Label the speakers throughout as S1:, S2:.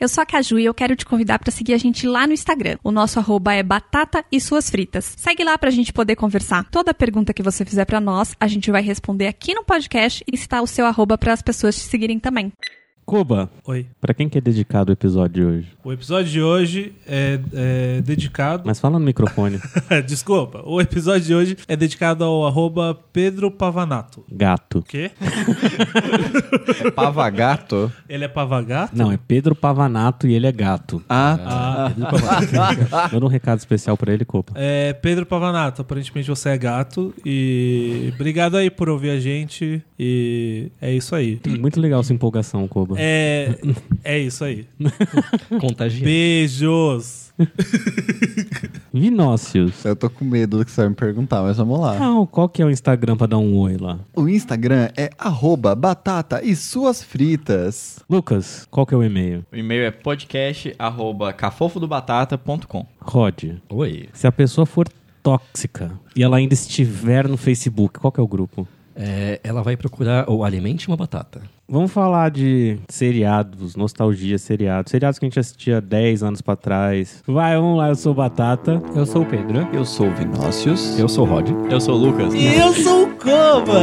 S1: Eu sou a Caju e eu quero te convidar para seguir a gente lá no Instagram. O nosso arroba é batata e suas fritas. Segue lá para a gente poder conversar. Toda pergunta que você fizer para nós, a gente vai responder aqui no podcast e está o seu arroba para as pessoas te seguirem também.
S2: Cuba,
S3: Oi.
S2: pra quem que é dedicado o episódio de hoje?
S3: O episódio de hoje é, é dedicado.
S2: Mas fala no microfone.
S3: Desculpa. O episódio de hoje é dedicado ao arroba Pedro Pavanato.
S2: Gato.
S3: O quê?
S4: Pavagato?
S3: Ele é pavagato?
S2: Não, é Pedro Pavanato e ele é gato.
S4: Ah,
S2: Manda um recado especial pra ele, Copa.
S3: É, Pedro Pavanato, aparentemente você é gato. E obrigado aí por ouvir a gente. E é isso aí.
S2: Muito legal essa empolgação, Coba.
S3: É, é isso aí.
S5: Contagiante.
S3: Beijos.
S2: Vinócios.
S4: eu tô com medo do que você vai me perguntar, mas vamos lá.
S2: Não, qual que é o Instagram pra dar um oi lá?
S4: O Instagram é arroba batata e suas fritas.
S2: Lucas, qual que é o e-mail?
S6: O e-mail é podcast@cafofodobatata.com.
S2: Rod,
S5: Oi.
S2: se a pessoa for tóxica e ela ainda estiver no Facebook, qual que é o grupo?
S5: É, ela vai procurar ou alimente uma batata.
S2: Vamos falar de seriados, nostalgia, seriados. Seriados que a gente assistia 10 anos pra trás. Vai, vamos lá, eu sou o Batata.
S5: Eu sou o Pedro.
S4: Eu sou o Vinócios.
S5: Eu sou o Rod.
S6: Eu sou o Lucas.
S3: Eu sou o Coba!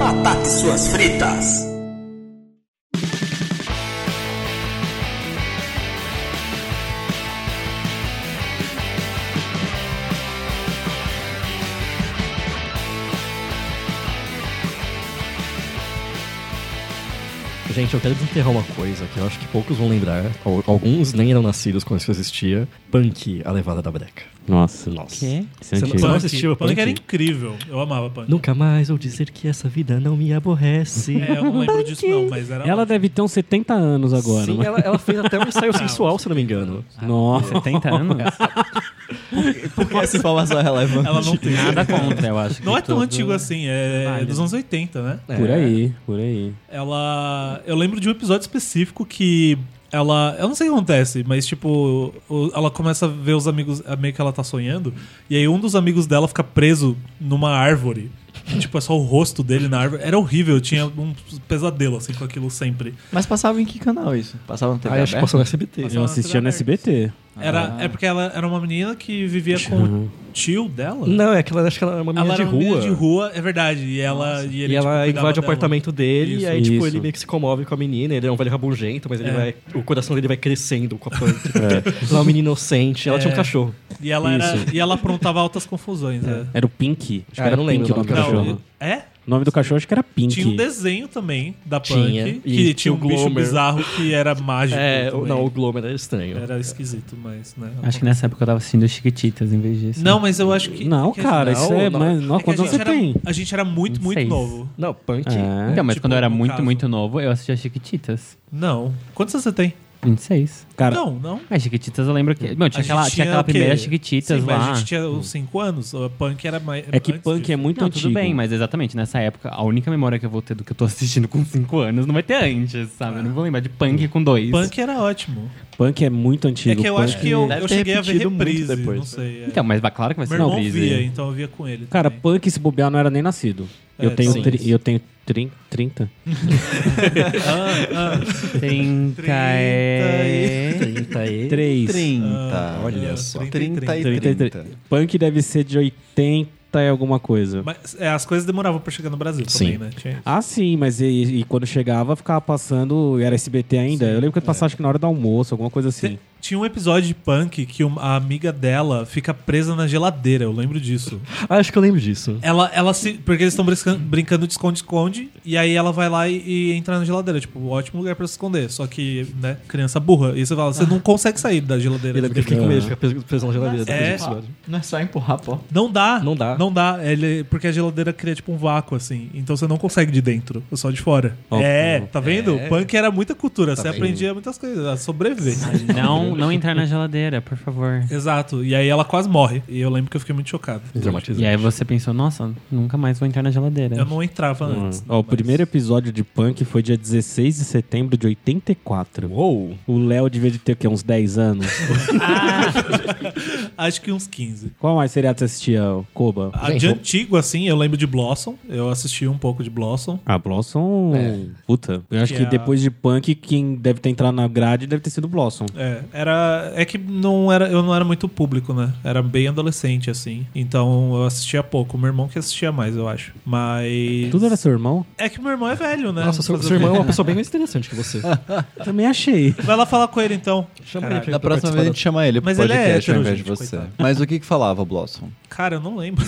S7: Batata e suas fritas.
S5: Gente, eu quero desenterrar uma coisa que eu acho que poucos vão lembrar. Al- Alguns nem eram nascidos quando isso existia. Punk, a levada da breca.
S2: Nossa.
S5: Nossa.
S2: Que? Esse é
S5: Você não-
S2: antigo.
S5: você não
S3: Punk.
S5: assistiu a
S3: Punk
S5: Punk?
S3: era incrível. Eu amava Punk.
S5: Nunca mais vou dizer que essa vida não me aborrece.
S3: É, eu não lembro disso não, mas era...
S2: Ela deve ter uns 70 anos agora,
S5: Sim,
S2: né?
S5: ela, ela fez até um ensaio sexual, se eu não me engano.
S2: Nossa.
S8: 70 anos?
S4: Por que essa informação é relevante?
S3: Ela não tem.
S8: Nada contra, eu acho.
S3: Não
S8: que
S3: é tão
S8: tudo-
S3: antigo assim, é
S8: Vale.
S3: dos anos 80, né?
S2: Por aí, por aí.
S3: Ela. Eu lembro de um episódio específico que. Ela. Eu não sei o que acontece, mas tipo. o- Ela começa a ver os amigos. a- Meio que ela tá sonhando. E aí um dos amigos dela fica preso numa árvore. E, tipo, é só o rosto dele na árvore. Era horrível, eu tinha um pesadelo assim com aquilo sempre.
S4: Mas passava em que canal isso? Passava no TV
S5: Aí acho que
S4: aberta?
S5: passou no SBT.
S3: Passou
S2: Eu
S3: na
S2: assistia no
S3: TV
S2: SBT.
S3: Era,
S2: Ah.
S3: É porque ela era uma menina que vivia com o tio dela.
S5: Não, é que ela acho que ela era uma menina
S3: ela
S5: de
S3: era uma menina
S5: rua.
S3: de rua, é verdade. E ela. E,
S5: E,
S3: ele,
S5: ela
S3: tipo, cuidava
S5: invade o
S3: dela.
S5: apartamento dele
S2: Isso,
S5: e aí, tipo,
S2: isso.
S5: ele meio que se comove com a menina. Ele é um velho rabugento, mas ele
S3: É.
S5: vai. O coração dele vai crescendo com a planta. Ela é uma menina inocente. Ela tinha um
S3: É.
S5: cachorro.
S3: E ela, era,
S2: Isso.
S3: e ela aprontava altas confusões.
S5: É.
S3: né?
S2: Era o Pink. Acho que
S5: Ah,
S2: era
S5: eu não lembro
S2: Pink o
S5: o
S2: nome do
S5: nome do
S2: cachorro.
S3: Não, é?
S2: O nome do cachorro acho que era Pink.
S3: Tinha um desenho também da Punk,
S5: Tinha.
S3: que
S5: E tinha
S3: tinha
S5: o
S3: um bicho
S5: Glomer.
S3: bizarro que era mágico.
S5: É, o-
S3: também.
S5: não, o Glomer era estranho.
S3: Era esquisito, mas, né?
S8: Acho que nessa época eu tava assistindo Chiquititas em vez né? disso.
S3: Não, mas eu acho que.
S2: Não,
S3: que
S2: cara,
S5: não,
S2: isso é.
S5: não.
S2: Mas, nossa,
S3: A gente, é que a
S2: quantos anos
S3: gente
S2: você
S3: era,
S2: tem?
S3: a gente era muito, muito
S8: Seis.
S3: novo.
S5: Não, punk.
S2: É.
S8: Então, mas
S3: Tipo,
S8: quando eu era
S3: no
S8: muito,
S3: caso.
S8: muito novo, eu assistia Chiquititas.
S3: Não. Quantos anos você tem?
S8: 26.
S2: Cara,
S3: Não, não.
S8: Mas Chiquititas eu lembro que. Meu,
S3: A
S8: tinha aquela,
S3: gente
S8: tinha aquela
S3: o quê?
S8: primeira Chiquititas
S3: Sim, mas
S8: lá.
S3: A gente tinha uns 5 anos, a Punk era mais.
S2: é que
S3: antes
S2: Punk é
S3: disso.
S2: muito
S8: Não,
S2: antigo.
S8: tudo bem, mas exatamente, nessa época, a única memória que eu vou ter do que eu tô assistindo com 5 anos não vai ter antes, sabe? Eu não vou lembrar de punk com 2.
S3: Punk era ótimo.
S2: Punk é muito antigo.
S3: é que eu
S2: Punk-
S3: acho que eu,
S4: Deve
S3: eu
S4: ter
S3: cheguei a ver
S4: repetido muito
S3: reprise.
S4: depois.
S3: não sei. é.
S8: Então, mas vai- claro que vai ser
S3: Meu irmão
S8: uma brisa.
S3: via, então eu via com ele.
S2: Cara,
S3: também.
S2: Punk, se bobear, não era nem nascido.
S3: É,
S2: eu tenho,
S3: sim.
S2: tri... eu tenho trin- 30.
S8: Trinta é...
S5: Trinta e-
S2: 3.
S4: 30.
S5: Olha
S3: É,
S5: só.
S4: 30 e
S2: 33.
S4: 30.
S2: Punk deve ser de 80 e alguma coisa.
S3: Mas é, as coisas demoravam pra chegar no Brasil também,
S5: Sim.
S3: né? Tinha-
S2: Ah, sim, mas e, e quando chegava, ficava passando. Era SBT ainda. eu lembro que eu
S3: É.
S2: passava, acho que na hora do almoço, alguma coisa assim.
S3: Te- Tinha um episódio de punk que uma- a amiga dela fica presa na geladeira, eu lembro disso.
S5: Ah, acho que eu lembro disso.
S3: Ela, ela se. Porque eles estão briscan- brincando de esconde-esconde, e aí ela vai lá e, e entra na geladeira. Tipo, ótimo lugar pra se esconder. Só que, né, criança burra. E você fala, você
S5: Ah.
S3: não consegue sair da geladeira.
S5: é, Eu lembro que eu fiquei com medo de ficar preso, preso na geladeira.
S3: É.
S5: depois do episódio.
S4: Não é só empurrar, pô.
S3: Não dá.
S5: Não dá.
S3: Não dá. Ele, porque a geladeira cria tipo um vácuo, assim. Então você não consegue de dentro, é só de fora.
S2: Ó,
S3: é, tá vendo?
S5: é.
S3: Punk era muita cultura.
S5: Tá
S3: você
S5: vendo?
S3: aprendia muitas coisas, a sobreviver.
S8: Não não, não entrar na geladeira, por favor.
S3: Exato. E aí ela quase morre. E eu lembro que eu fiquei muito chocado.
S5: Dramatizante.
S8: E aí você pensou, nossa, nunca mais vou entrar na geladeira.
S3: Eu não entrava antes.
S2: Hum. Ó, o
S3: mas-
S2: primeiro episódio de Punk foi dia 16 de setembro de 84. Uou! O Léo devia de ter o quê? Uns 10 anos?
S3: Acho que uns 15.
S2: Qual mais seriado você assistia, Koba?
S3: A de antigo, assim, eu lembro de Blossom. Eu assisti um pouco de Blossom.
S2: Ah, Blossom. Puta. Eu acho
S3: Que
S2: que,
S3: é a-
S2: depois de Punk, quem deve ter entrado na grade deve ter sido Blossom.
S3: É, era. É que não era, eu não era muito público, né? Era bem adolescente, assim. Então eu assistia pouco. Meu irmão que assistia mais, eu acho. Mas.
S2: Tudo era seu irmão?
S3: É que meu irmão é velho, né?
S5: Nossa, seu,
S3: Fazer
S5: seu
S3: o quê?
S5: irmão é uma pessoa bem mais interessante que você.
S2: Também achei.
S3: Vai lá falar com ele então.
S5: Chama
S3: Caralho.
S5: ele pra,
S4: Da
S5: pra
S4: próxima vez a
S5: participar
S4: gente chama ele pro
S3: Mas ele é
S4: podcast ao
S3: hétero,
S4: invés de
S3: gente,
S4: você.
S3: coitado.
S4: Mas o que que falava Blossom?
S3: Cara, eu não lembro.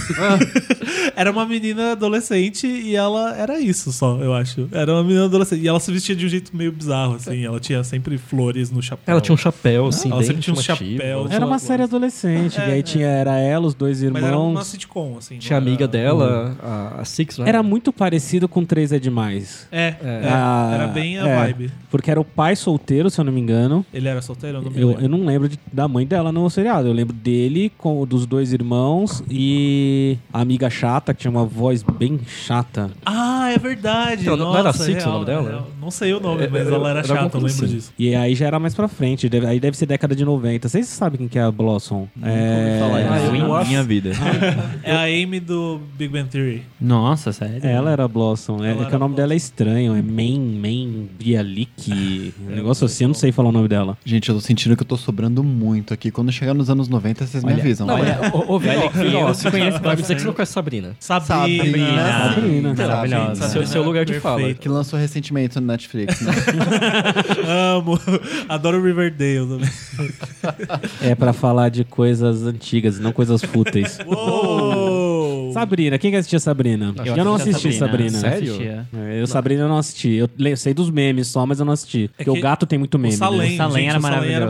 S3: era uma menina adolescente e ela era isso só, eu acho. Era uma menina adolescente. E ela se vestia de um jeito meio bizarro, assim. Ela tinha sempre flores no chapéu.
S5: da- Ela tinha um chapéu, assim,
S3: Ela
S5: bem
S3: sempre tinha um
S5: chamativo.
S3: chapéu.
S2: Era uma
S3: Blossom. É,
S2: série adolescente. e aí tinha, era ela, os dois irmãos.
S3: Mas era uma sitcom, assim.
S5: Tinha a
S3: não
S5: amiga
S3: era-
S5: dela, a, a Six, não é?
S2: Era muito parecido com Três é Demais.
S3: É, é,
S2: Ah,
S3: era bem a
S2: é.
S3: vibe.
S2: Porque era o pai solteiro, se eu não me engano.
S3: Ele era solteiro? Eu não me
S2: Eu,
S3: lembro.
S2: eu não lembro de- da mãe dela no seriado. Eu lembro dele, com o dos dois irmãos e a amiga chata, que tinha uma voz bem chata.
S3: Ah, é verdade.
S5: Então, não era
S3: Nossa, é
S5: Six o
S3: real,
S5: nome dela?
S3: real. Não sei o nome,
S5: É,
S3: mas
S5: era-
S3: ela era,
S5: era alguma
S3: chata, eu
S5: coisa
S3: lembro
S5: assim.
S3: disso.
S2: E aí já era mais pra frente. deve- aí deve ser década de 90. Vocês sabem quem que é a Blossom? é...
S5: Ah, eu
S8: Ruim
S5: não acho-
S4: Minha vida.
S3: É a Amy do Big Bang Theory.
S8: Nossa, sério?
S2: Ela era Blossom. É,
S3: Ela
S2: é que
S3: era
S2: o nome dela é estranho. É Man, Man, Bialik. Um negócio assim, eu não sei falar o nome dela.
S4: Gente, eu tô sentindo que eu tô sobrando muito aqui. Quando chegar nos anos 90, vocês me avisam.
S5: Não,
S4: Olha.
S5: mas, ô, ô, Vini, ó, Vini, ó, você conhece, vai dizer que
S3: bastante.
S5: você não conhece Sabrina.
S3: Sabrina.
S4: Sabrina.
S2: Sabrina.
S8: Maravilhosa.
S3: Sabrina.
S5: é Seu- seu lugar de fala.
S3: Perfeito.
S4: Que lançou recentemente no Netflix, né?
S3: Amo. Adoro Riverdale também.
S2: É pra falar de coisas antigas, não coisas fúteis.
S3: Uou!
S2: Sabrina, quem que assistia Sabrina? Eu, não assisti Sabrina.
S5: Sério?
S8: Assistia.
S2: É, Eu, Sabrina, eu não assisti. Eu le- sei dos memes só, mas eu não assisti.
S3: É
S2: Porque o
S3: que
S2: gato tem muito meme. né?
S3: O Salem,
S8: O Salem
S3: gente,
S8: era
S3: o Salem era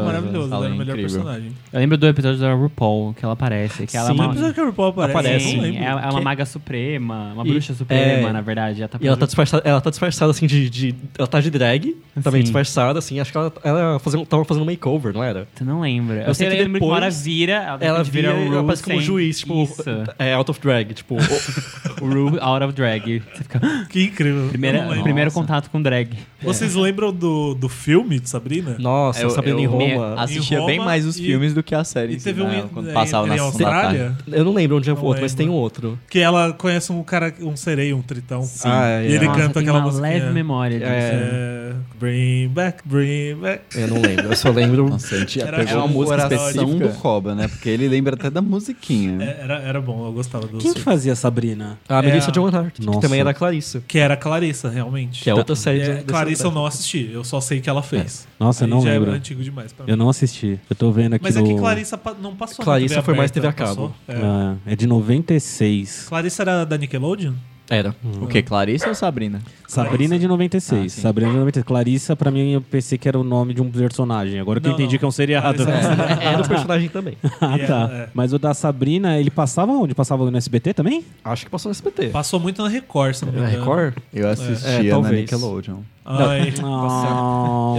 S3: maravilhoso.
S8: maravilhoso.
S4: Salem
S3: era o melhor
S4: incrível.
S3: personagem.
S8: Eu lembro do episódio da RuPaul, que ela aparece. Que ela é
S3: Tem
S8: uma...
S3: um episódio que a RuPaul aparece.
S5: Aparece,
S3: eu não
S8: Sim,
S3: lembro.
S8: é, é uma
S5: Que-
S8: maga suprema, uma
S5: E-
S8: bruxa suprema,
S5: é.
S8: na verdade. Ela tá
S5: E ela tá
S8: fazendo-
S5: disfarçada, ela tá disfarçada assim de, de- Ela tá de drag, também
S8: Sim.
S5: disfarçada, assim. Acho que ela, ela fazendo, tava fazendo makeover, não era?
S8: Tu não lembra. Eu,
S5: Eu
S8: sei
S5: sei
S8: que
S5: que
S8: lembro que uma hora
S5: depois
S8: vira, ela, de
S5: Ela
S8: repente
S5: vira,
S3: um
S8: vira o
S5: ela
S8: Ru
S5: parece como
S8: sem-
S5: juiz, tipo,
S8: Isso.
S5: é out of drag, tipo, o-
S8: O Ru out of drag. Você fica...
S3: Que incrível. Eu
S8: Primeira,
S3: não lembro.
S8: primeiro é contato com drag.
S3: Vocês lembram do, do filme de Sabrina?
S5: nossa,
S6: Eu-
S5: Sabrina
S3: é
S5: em
S6: eu
S5: Roma.
S6: me-
S3: Em
S6: assistia
S3: Roma
S6: bem mais os
S3: e-
S6: filmes do que a série.
S3: E
S6: em si,
S3: teve um
S6: né?
S3: em,
S6: quando
S3: em-
S6: passava na
S3: em
S6: sessão da tarde.
S3: Austrália.
S5: Eu não lembro onde é o
S3: Não
S5: outro, mas tem
S3: lembro.
S5: um outro.
S3: Que ela conhece um cara, um sereio, um tritão.
S5: Ah, é,
S3: E ele
S5: é.
S8: Nossa,
S3: canta
S8: tem
S3: aquela
S8: uma
S3: musiquinha.
S8: leve memória disso.
S3: É, Bring back, bring back.
S5: Eu não lembro, eu só lembro.
S4: Nossa, a gente já
S3: Era-
S4: pegou
S3: é uma
S4: o
S3: música
S4: coração
S3: específica.
S4: do Koba, né? Porque ele lembra até da musiquinha.
S3: É, Era, era bom, eu gostava do
S2: Quem que
S3: filme.
S2: fazia Sabrina?
S5: A Melissa
S3: É.
S5: John Hart, que
S2: Nossa.
S5: também era a Clarissa.
S3: Que era a Clarissa, realmente.
S5: Que é outra série.
S3: É,
S5: dessa-
S3: Clarissa eu não assisti, eu só sei que ela fez.
S2: Nossa, eu
S3: Aí
S2: não
S3: já é
S2: lembro.
S3: antigo demais pra mim.
S2: Eu não assisti. Eu tô vendo aqui
S3: Mas
S2: no...
S3: é que Clarissa pa- não passou na
S5: Clarissa
S3: TV
S5: foi mais
S3: aberta,
S5: TV a cabo.
S3: passou? É.
S2: Ah, é de 96.
S3: Clarissa era da Nickelodeon?
S5: Era.
S6: O que? Clarissa ou Sabrina?
S2: Sabrina é de 96.
S6: Ah, sim.
S2: Sabrina é de 96. Clarissa, pra mim, eu pensei que era o nome de um personagem. Agora que eu
S3: Não,
S2: entendi
S3: não.
S2: que é um seriado.
S3: Clarissa-
S5: Era o personagem também.
S2: ah,
S3: E
S2: tá.
S3: ela, é.
S2: Mas o da Sabrina, ele passava onde? Passava no SBT também?
S5: Acho que passou no SBT.
S3: Passou muito na Record, se não me
S5: Na
S3: engano.
S5: Record?
S4: Eu
S5: É,
S4: assistia na
S5: talvez.
S4: Nickelodeon.
S3: Ai,
S2: Ah.
S3: Tá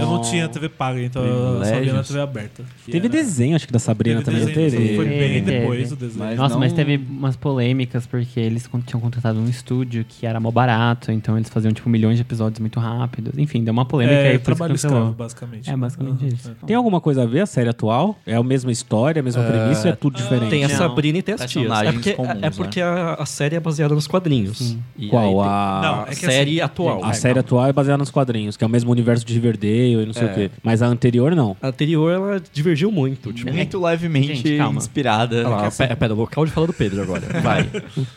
S3: eu não tinha TV paga, então eu só via na
S6: Privilégios.
S3: TV aberta. Que
S2: Teve
S3: era-
S2: desenho, acho que da Sabrina
S3: Teve
S2: também. não
S3: desenho,
S2: teve?
S3: Foi bem
S8: Teve.
S3: depois o desenho.
S4: Mas
S8: Nossa, mas
S4: não-
S8: teve umas polêmicas porque eles con- tinham contratado um estúdio que era mó barato, então eles faziam tipo milhões de episódios muito rápidos. Enfim, deu uma polêmica
S3: é,
S8: aí por isso
S3: trabalho
S8: cancelou.
S3: escravo, basicamente.
S8: É basicamente
S3: Ah,
S8: isso.
S2: Tem alguma coisa a ver a série atual? É a mesma história, a mesma premissa ou é tudo diferente?
S5: Tem a
S6: Não.
S5: Sabrina e tem
S3: tá
S5: as tias. É
S6: Personagens
S5: porque,
S6: comuns,
S5: é porque
S3: né?
S5: a, a série é baseada nos quadrinhos. E aí
S2: Qual?
S5: tem-
S2: A...
S3: Não,
S5: A
S3: é que
S5: série atual.
S2: a Ah, série atual é baseada nos quadrinhos, que é o mesmo universo de Riverdale e não sei o quê. Mas a anterior, não.
S5: A anterior, ela divergiu muito. Tipo,
S6: Muito levemente
S8: Gente, calma.
S6: inspirada.
S5: Olha lá, pera, pera, local de fala do Pedro agora. Vai.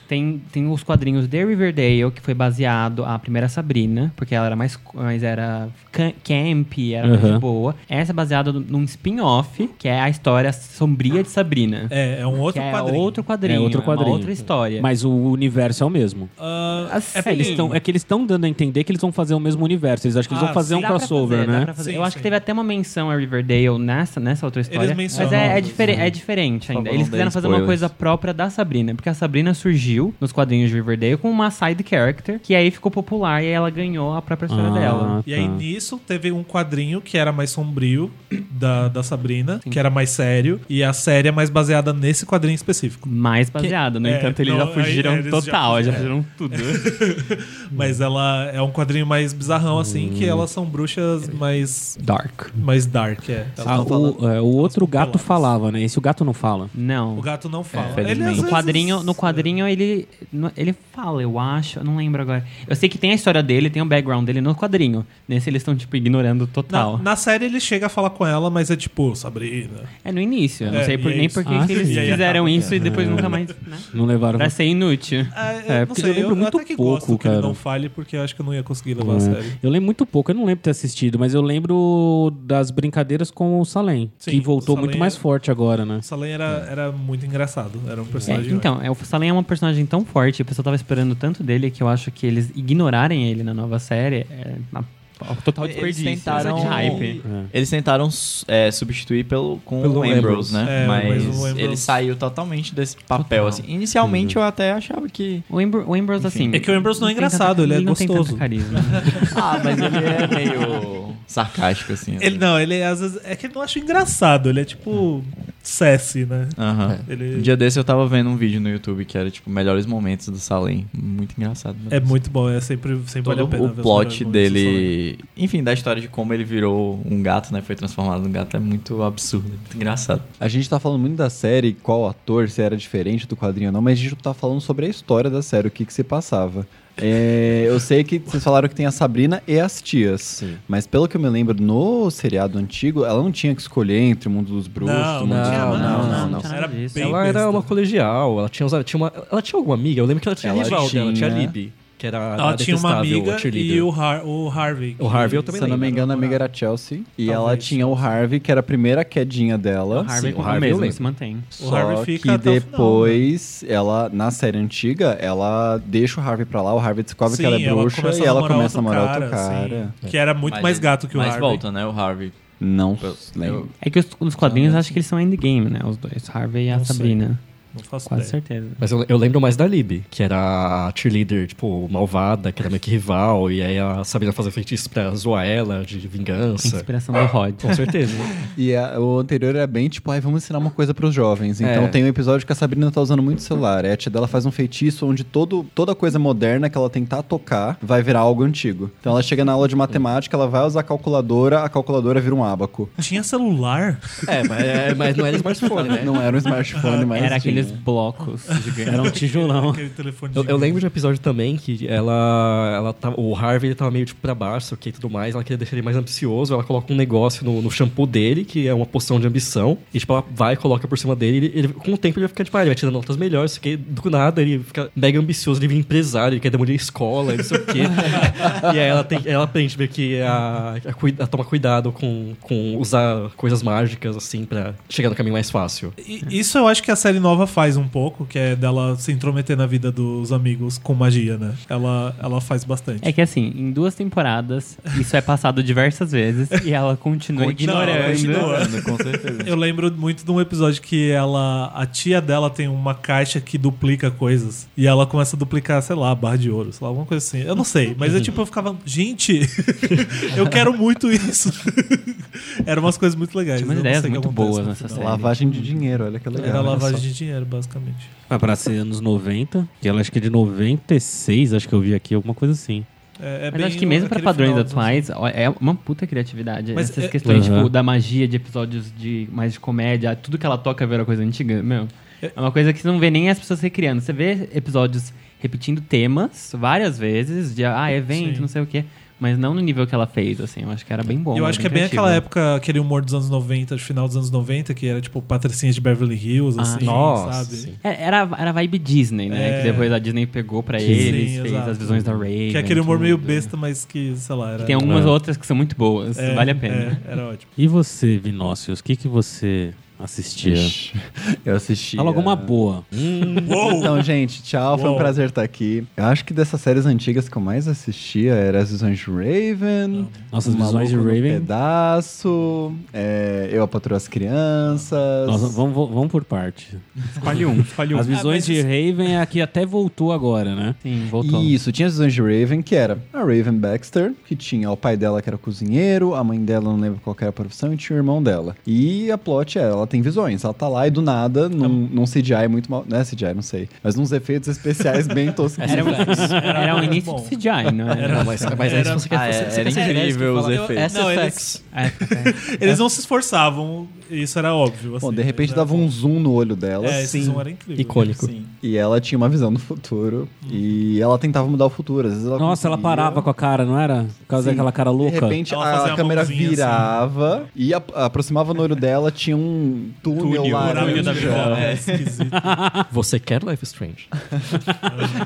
S8: Tem, tem os quadrinhos de Riverdale, que foi baseado a primeira Sabrina, porque ela era mais. Mas era ca- camp, era mais
S2: Uhum.
S8: de boa. Essa é baseada num- num spin-off, que é a história sombria de Sabrina.
S3: É, é um outro
S8: que é
S3: quadrinho.
S8: outro quadrinho.
S2: É outro
S8: uma
S2: quadrinho.
S8: outra história.
S2: Mas o universo é o mesmo.
S3: Ah,
S2: É, eles tão, é que eles estão dando a entender que eles vão fazer o mesmo multiverso. Eles acham que eles
S3: Ah,
S2: vão fazer
S3: sim.
S2: um
S8: Dá pra
S2: crossover,
S8: fazer, dá
S2: né?
S8: pra fazer.
S3: Sim,
S8: eu acho
S3: sim.
S8: que teve até uma menção a Riverdale nessa, nessa outra história.
S3: mencionam,
S8: mas é, é,
S3: sim.
S8: difere- é diferente ainda.
S6: favor,
S8: Eles
S6: não
S8: quiseram
S6: deem
S8: fazer uma
S6: spoilers.
S8: coisa própria da Sabrina, porque a Sabrina surgiu nos quadrinhos de Riverdale com uma side character, que aí ficou popular e aí ela ganhou a própria história
S2: Ah,
S8: dela.
S3: E aí
S2: tá.
S3: nisso teve um quadrinho que era mais sombrio da, da Sabrina, que era mais sério, e a série é mais baseada nesse quadrinho específico.
S8: Mais baseado,
S3: É,
S8: né? Então,
S3: Tanto eles não, já fugiram aí- eles já total, fugiram. já fugiram É.
S6: tudo.
S2: Uhum.
S3: Mas ela é um quadrinho mais bizarrão, assim, que elas são bruxas mais,
S2: Dark.
S3: mais dark, é. Elas
S2: Ah,
S3: não falam.
S2: o, é, o outro gato
S3: peladas.
S2: falava, né? Esse o gato não fala.
S8: Não.
S3: O gato não fala. Ele,
S6: É,
S3: às
S6: felizmente.
S8: No
S3: vezes,
S8: quadrinho, no quadrinho ele, no- ele fala, eu acho, eu não lembro agora. Eu sei que tem a história dele, tem o background dele no quadrinho. Nesse eles estão, tipo, ignorando
S3: Na,
S8: total.
S3: na série ele chega a falar com ela, mas é tipo, Sabrina.
S8: É no início. Eu não
S3: É,
S8: sei por-
S3: e é
S8: nem
S3: isso.
S8: por que
S2: Ah,
S8: que eles
S3: sim. E aí
S8: fizeram
S3: acaba.
S8: isso e depois nunca mais. Né?
S2: Não levaram.
S8: Pra ser inútil.
S3: Ah, eu
S2: É,
S3: não
S2: porque
S3: sei,
S2: eu lembro muito
S3: até que
S2: pouco,
S3: gosto que ele
S2: cara.
S3: não fale, porque eu acho que eu não ia conseguir levar a
S2: É.
S3: sério.
S2: Eu lembro muito pouco, eu não lembro de ter assistido, mas eu lembro das brincadeiras com o Salem,
S3: Sim,
S2: que voltou
S3: o Salem
S2: muito mais
S3: é-
S2: forte agora, né?
S3: O Salem era, era muito engraçado, era um
S8: É,
S3: personagem.
S8: então, é, o Salem é um personagem tão forte, a pessoa tava esperando tanto dele que eu acho que eles ignorarem ele na nova série é uma- um total
S6: Eles
S8: desperdício.
S6: tentaram-
S8: de hype.
S6: Eles tentaram é, substituir pelo, com
S2: Pelo
S6: o Ambrose,
S2: Ambrose.
S6: né?
S3: É,
S6: mas
S3: mas o Ambrose-
S6: ele saiu totalmente desse papel,
S8: Total.
S6: assim. Inicialmente eu até achava que...
S8: O, Ambr o Ambrose, assim.
S3: É que o Ambrose não é
S8: tem tanta-
S3: engraçado, ele é
S8: não tem tanto
S3: gostoso.
S8: carisma.
S6: Ah, mas ele é meio sarcástico, assim.
S3: Ele não, ele às vezes. É que ele não acha engraçado, ele é tipo. Cessi, né?
S6: Aham. Um
S3: Ele.
S6: dia desse eu tava vendo um vídeo no YouTube que era, tipo, melhores momentos do Salem. Muito engraçado. meu
S3: É
S6: Deus.
S3: muito bom, é sempre, sempre vale
S6: Todo
S3: a pena
S6: o
S3: ver os
S6: plot
S3: melhores momentos
S6: dele, enfim, da história de como ele virou um gato, né? Foi transformado num gato, é muito absurdo, é muito engraçado.
S4: A gente tá falando muito da série, qual ator, se era diferente do quadrinho ou não, mas a gente não tá falando sobre a história da série, o que que se passava. É, eu sei que vocês falaram que tem a Sabrina e as tias, mas pelo que eu me lembro, no seriado antigo, ela não tinha que escolher entre o mundo dos
S3: do
S4: bruxos,
S3: Salem.
S4: o mundo dos-
S3: Não, não,
S8: não,
S3: não, não,
S8: não tinha
S3: Era
S8: nada disso.
S3: bem
S8: Bem
S5: ela era
S3: besta.
S5: uma colegial, ela tinha, usado- tinha uma, ela tinha alguma amiga, eu lembro que ela tinha
S4: Ela
S5: rival dela, tinha a
S4: tinha.
S5: Libby, que era a
S3: Ela
S5: a
S3: tinha uma
S5: detestável,
S3: amiga
S5: a cheerleader.
S3: e o, Har- o Harvey.
S5: O Harvey eu
S3: que-
S5: também
S4: Se eu não me
S5: lembro.
S4: engano, a amiga era a Chelsea. E
S3: Talvez,
S4: ela tinha o Harvey, que era a primeira quedinha
S8: O
S4: dela.
S8: Harvey
S5: Sim, o
S8: é o
S5: Harvey eu
S8: mesmo,
S5: lembro.
S8: se mantém.
S3: O
S4: Só
S3: Harvey fica
S4: que
S3: até o final, né?
S4: depois, ela, na série antiga, ela deixa o Harvey pra lá, o Harvey descobre
S3: Sim,
S4: que ela é bruxa e ela começa a namorar outro
S3: assim,
S4: cara.
S3: que era muito
S6: Mas
S3: mais
S6: ele-
S3: gato que o
S6: mas
S3: Harvey.
S6: volta, né? O Harvey.
S4: Não
S6: Eu-
S4: lembro.
S8: É que os, os quadrinhos acho que eles são endgame, né? Os dois, Harvey e a
S3: Então, Não sei.
S8: Sabrina.
S3: Não faço
S8: Quase
S3: ideia.
S8: certeza.
S5: Mas eu, eu lembro mais da Libby, que era a cheerleader, tipo, malvada, que era meio que rival, e aí a Sabrina fazia feitiços pra zoar ela de vingança.
S8: Inspiração do Rod.
S5: Com certeza.
S4: E a- o anterior era bem tipo, ai, vamos ensinar uma coisa pros jovens. Então
S5: É.
S4: tem um episódio que a Sabrina tá usando muito celular. E a tia dela faz um feitiço onde todo, toda coisa moderna que ela tentar tocar vai virar algo antigo. Então ela chega na aula de matemática, ela vai usar a calculadora, a calculadora vira um ábaco.
S3: Tinha celular?
S5: é, mas, é, mas não era smartphone, né?
S4: Não era um smartphone, mas.
S8: Era
S4: tinha.
S8: aqueles blocos gigantes.
S2: Era um tijolão.
S3: Aquele telefone
S5: Eu, eu
S3: gigante.
S5: lembro de um episódio também que ela, ela tava, o Harvey ele tava meio tipo pra baixo, ok, e tudo mais, ela queria deixar ele mais ambicioso, ela coloca um negócio no, no shampoo dele, que é uma poção de ambição, e tipo, ela vai, coloca por cima dele, e ele, ele- com o tempo ele vai ficar tipo, ah, ele vai tirando notas melhores, isso aqui, do nada ele fica mega ambicioso, ele vira empresário, ele quer demolir a escola, e não sei o quê. e aí ela, tem, ela aprende meio que a, a, cuida- a tomar cuidado com, com usar coisas mágicas, assim, pra chegar no caminho mais fácil.
S3: E- Isso eu acho que a série nova faz um pouco, que é dela se intrometer na vida dos amigos com magia, né? Ela, ela faz bastante.
S8: É que assim, em duas temporadas, isso é passado diversas vezes e ela continua
S3: Não,
S8: ignorando.
S3: continua.
S6: né, com certeza.
S3: Eu lembro muito de um episódio que ela. A tia dela tem uma caixa que duplica coisas. E ela começa a duplicar, sei lá, barra de ouro, sei lá, alguma coisa assim. Eu não sei. Mas eu tipo, eu ficava, gente, eu quero muito isso. Eram umas coisas muito legais.
S8: Tinha umas
S3: eu não
S8: ideias
S3: sei o que
S8: muito
S3: acontece
S8: boas
S3: no
S8: nessa
S3: final.
S8: série.
S4: É, Lavagem de dinheiro, olha que legal.
S3: Era
S4: olha
S3: lavagem
S4: só.
S3: de dinheiro, basicamente.
S2: Ah, pra ser anos 90, que ela acho que é de 96, acho que eu vi aqui, alguma coisa assim.
S3: É, é
S8: Mas
S3: bem
S8: acho que mesmo pra
S3: aquele
S8: padrões
S3: final dos-
S8: atuais, ó, é uma puta criatividade.
S3: Mas
S8: Essas
S3: é-
S8: questões,
S2: Uhum.
S8: tipo, da magia de episódios de mais de comédia, tudo que ela toca vira coisa antiga, meu.
S3: É-
S8: É uma coisa que você não vê nem as pessoas recriando. Você vê episódios repetindo temas várias vezes, de ah, evento,
S3: Sim.
S8: não sei o quê. Mas não no nível que ela fez, assim. Eu acho que era bem bom.
S3: eu acho que é bem
S8: criativo.
S3: aquela época, aquele humor dos anos 90, de final dos anos 90, que era tipo patricinhas de Beverly Hills,
S8: Ah,
S3: assim,
S5: nossa,
S3: sabe?
S5: sim.
S8: É, Era, era a vibe Disney, né?
S3: É.
S8: Que depois a Disney pegou pra
S3: Sim,
S8: eles, fez
S3: exato.
S8: as visões da Ray.
S3: Que é aquele humor meio besta, mas que, sei lá, era.
S8: né? Tem algumas outras que são muito boas,
S3: É,
S8: vale a pena. né?
S3: é, era ótimo.
S2: E você, Vinócios, o que, que você Assistia.
S4: Eu assisti. ah.
S2: Fala alguma boa.
S4: Hum. Então, gente, tchau. Foi um
S3: Uou.
S4: prazer estar aqui. Eu acho que dessas séries antigas que eu mais assistia era As Visões de Raven.
S2: Nossa, As
S4: O
S2: Visões de
S4: Maluco no
S2: Raven.
S4: Pedaço. é, eu a Patroa as Crianças.
S2: Nossa, vamos, vamos por parte.
S8: Escolhe um, escolhe um.
S2: As visões de Raven é a que até voltou agora, né?
S8: Sim, voltou.
S4: Isso, tinha as visões de Raven, que era a Raven Baxter, que tinha o pai dela que era cozinheiro, a mãe dela não lembro qual que era a profissão, e tinha o irmão dela. E a plot é, ela tem visões, ela tá lá e do nada, num, num CGI muito mal. Não é CGI, não sei. Mas nos efeitos especiais bem toscos.
S8: Era, um, era um
S3: muito
S8: início
S3: bom.
S8: de CGI, não era?
S5: mas, mas é isso que você
S6: Ah,
S5: quer
S6: é,
S5: você- você
S6: era
S5: quer ser
S6: incrível
S5: genérico,
S6: os
S5: fala, eu-
S6: efeitos.
S5: Não,
S3: Não,
S5: SFX.
S8: tipo, É,
S3: Eles não se esforçavam, isso era óbvio.
S4: Bom,
S3: assim,
S4: de repente
S3: né?
S4: dava um zoom no olho dela.
S3: É, esse
S4: sim.
S3: zoom era incrível. né?
S5: Icônico.
S3: Sim.
S4: E ela tinha uma visão do futuro. E ela tentava mudar o futuro. Às vezes ela
S2: Nossa, ela
S4: conseguia.
S2: parava com a cara, não era? Por causa
S4: Sim.
S2: daquela cara
S4: De
S2: louca.
S4: repente
S3: Ela fazia assim.
S4: a
S3: a
S4: câmera
S3: mãozinha
S4: virava e a- aproximava no olho dela, tinha um túnel,
S3: Túnel, o horário da vida
S4: laranja.
S3: dela é esquisito.
S5: Você quer Life is Strange?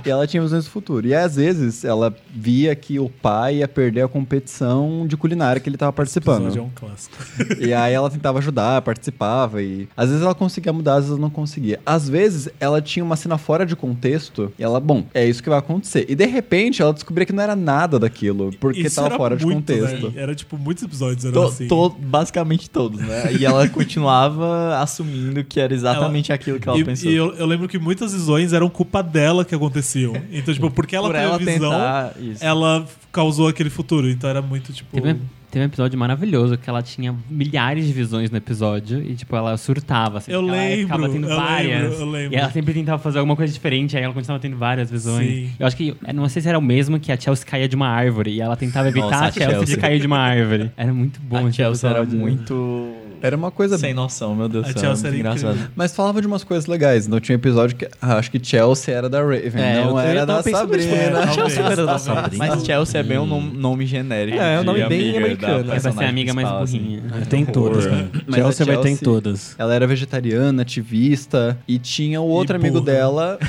S4: E ela tinha visões do futuro. E às vezes ela via que o pai ia perder a competição de culinária que ele tava
S3: Episódio é
S4: participando.
S3: um clássico.
S4: E aí ela tentava ajudar, participava e às vezes ela conseguia mudar, às vezes ela não conseguia. Às vezes ela tinha uma cena fora de contexto e ela, bom, é isso que vai acontecer. E de repente ela descobria que não era nada daquilo, porque
S3: Isso
S4: tava
S3: era
S4: fora de
S3: muito,
S4: contexto.
S3: né? Era tipo muitos episódios, era
S6: To-
S3: assim.
S6: to- basicamente todos, né? E ela continuava assumindo que era exatamente aquilo que ela
S3: E,
S6: pensou.
S3: e eu, eu lembro que muitas visões eram culpa dela que aconteciam. Então, tipo, porque ela
S6: Por
S3: teve
S6: ela
S3: a visão,
S6: tentar isso.
S3: ela causou aquele futuro. Então era muito, tipo.
S8: Teve, teve um episódio maravilhoso que ela tinha milhares de visões no episódio e, tipo, ela surtava. Assim,
S3: Eu
S8: porque ela
S3: lembro,
S8: Acaba tendo
S3: eu
S8: várias.
S3: lembro, eu lembro. É,
S8: E ela sempre tentava fazer alguma coisa diferente, aí ela continuava tendo várias visões.
S3: Sim.
S8: Eu acho que, eu não sei se era o mesmo que a Chelsea caía de uma árvore e ela tentava evitar
S6: Nossa,
S8: a
S6: a
S8: Chelsea, de
S6: Chelsea.
S8: cair de uma árvore. Era muito bom
S6: a
S8: esse
S6: Chelsea era
S8: episódio.
S6: muito.
S4: Era uma coisa
S6: Sem noção, meu Deus
S3: A
S6: do céu.
S3: Chelsea
S6: Era muito
S3: era incrível.
S6: engraçado.
S4: Mas falava de umas coisas legais. Não tinha um episódio que. ah, acho que Chelsea era da Raven,
S5: É, eu
S4: não
S5: também
S4: era
S5: tava
S4: da
S5: pensando
S6: tipo,
S5: nisso,
S8: Tipo,
S4: Sabrina.
S3: talvez,
S5: Chelsea era da
S3: talvez.
S5: Sabrina.
S6: Mas Chelsea é bem um nom- nome genérico.
S5: É, é um
S6: de
S5: nome bem
S6: amiga da
S5: americano.
S8: Ela É, vai ser
S6: personagem
S8: amiga mais
S6: principal, assim.
S8: burrinha.
S2: Tem todas, cara.
S4: Mas a
S2: Chelsea vai ter em
S4: Chelsea-
S2: todas.
S4: Ela era vegetariana, ativista, e tinha o outro amigo
S3: burra.
S4: dela.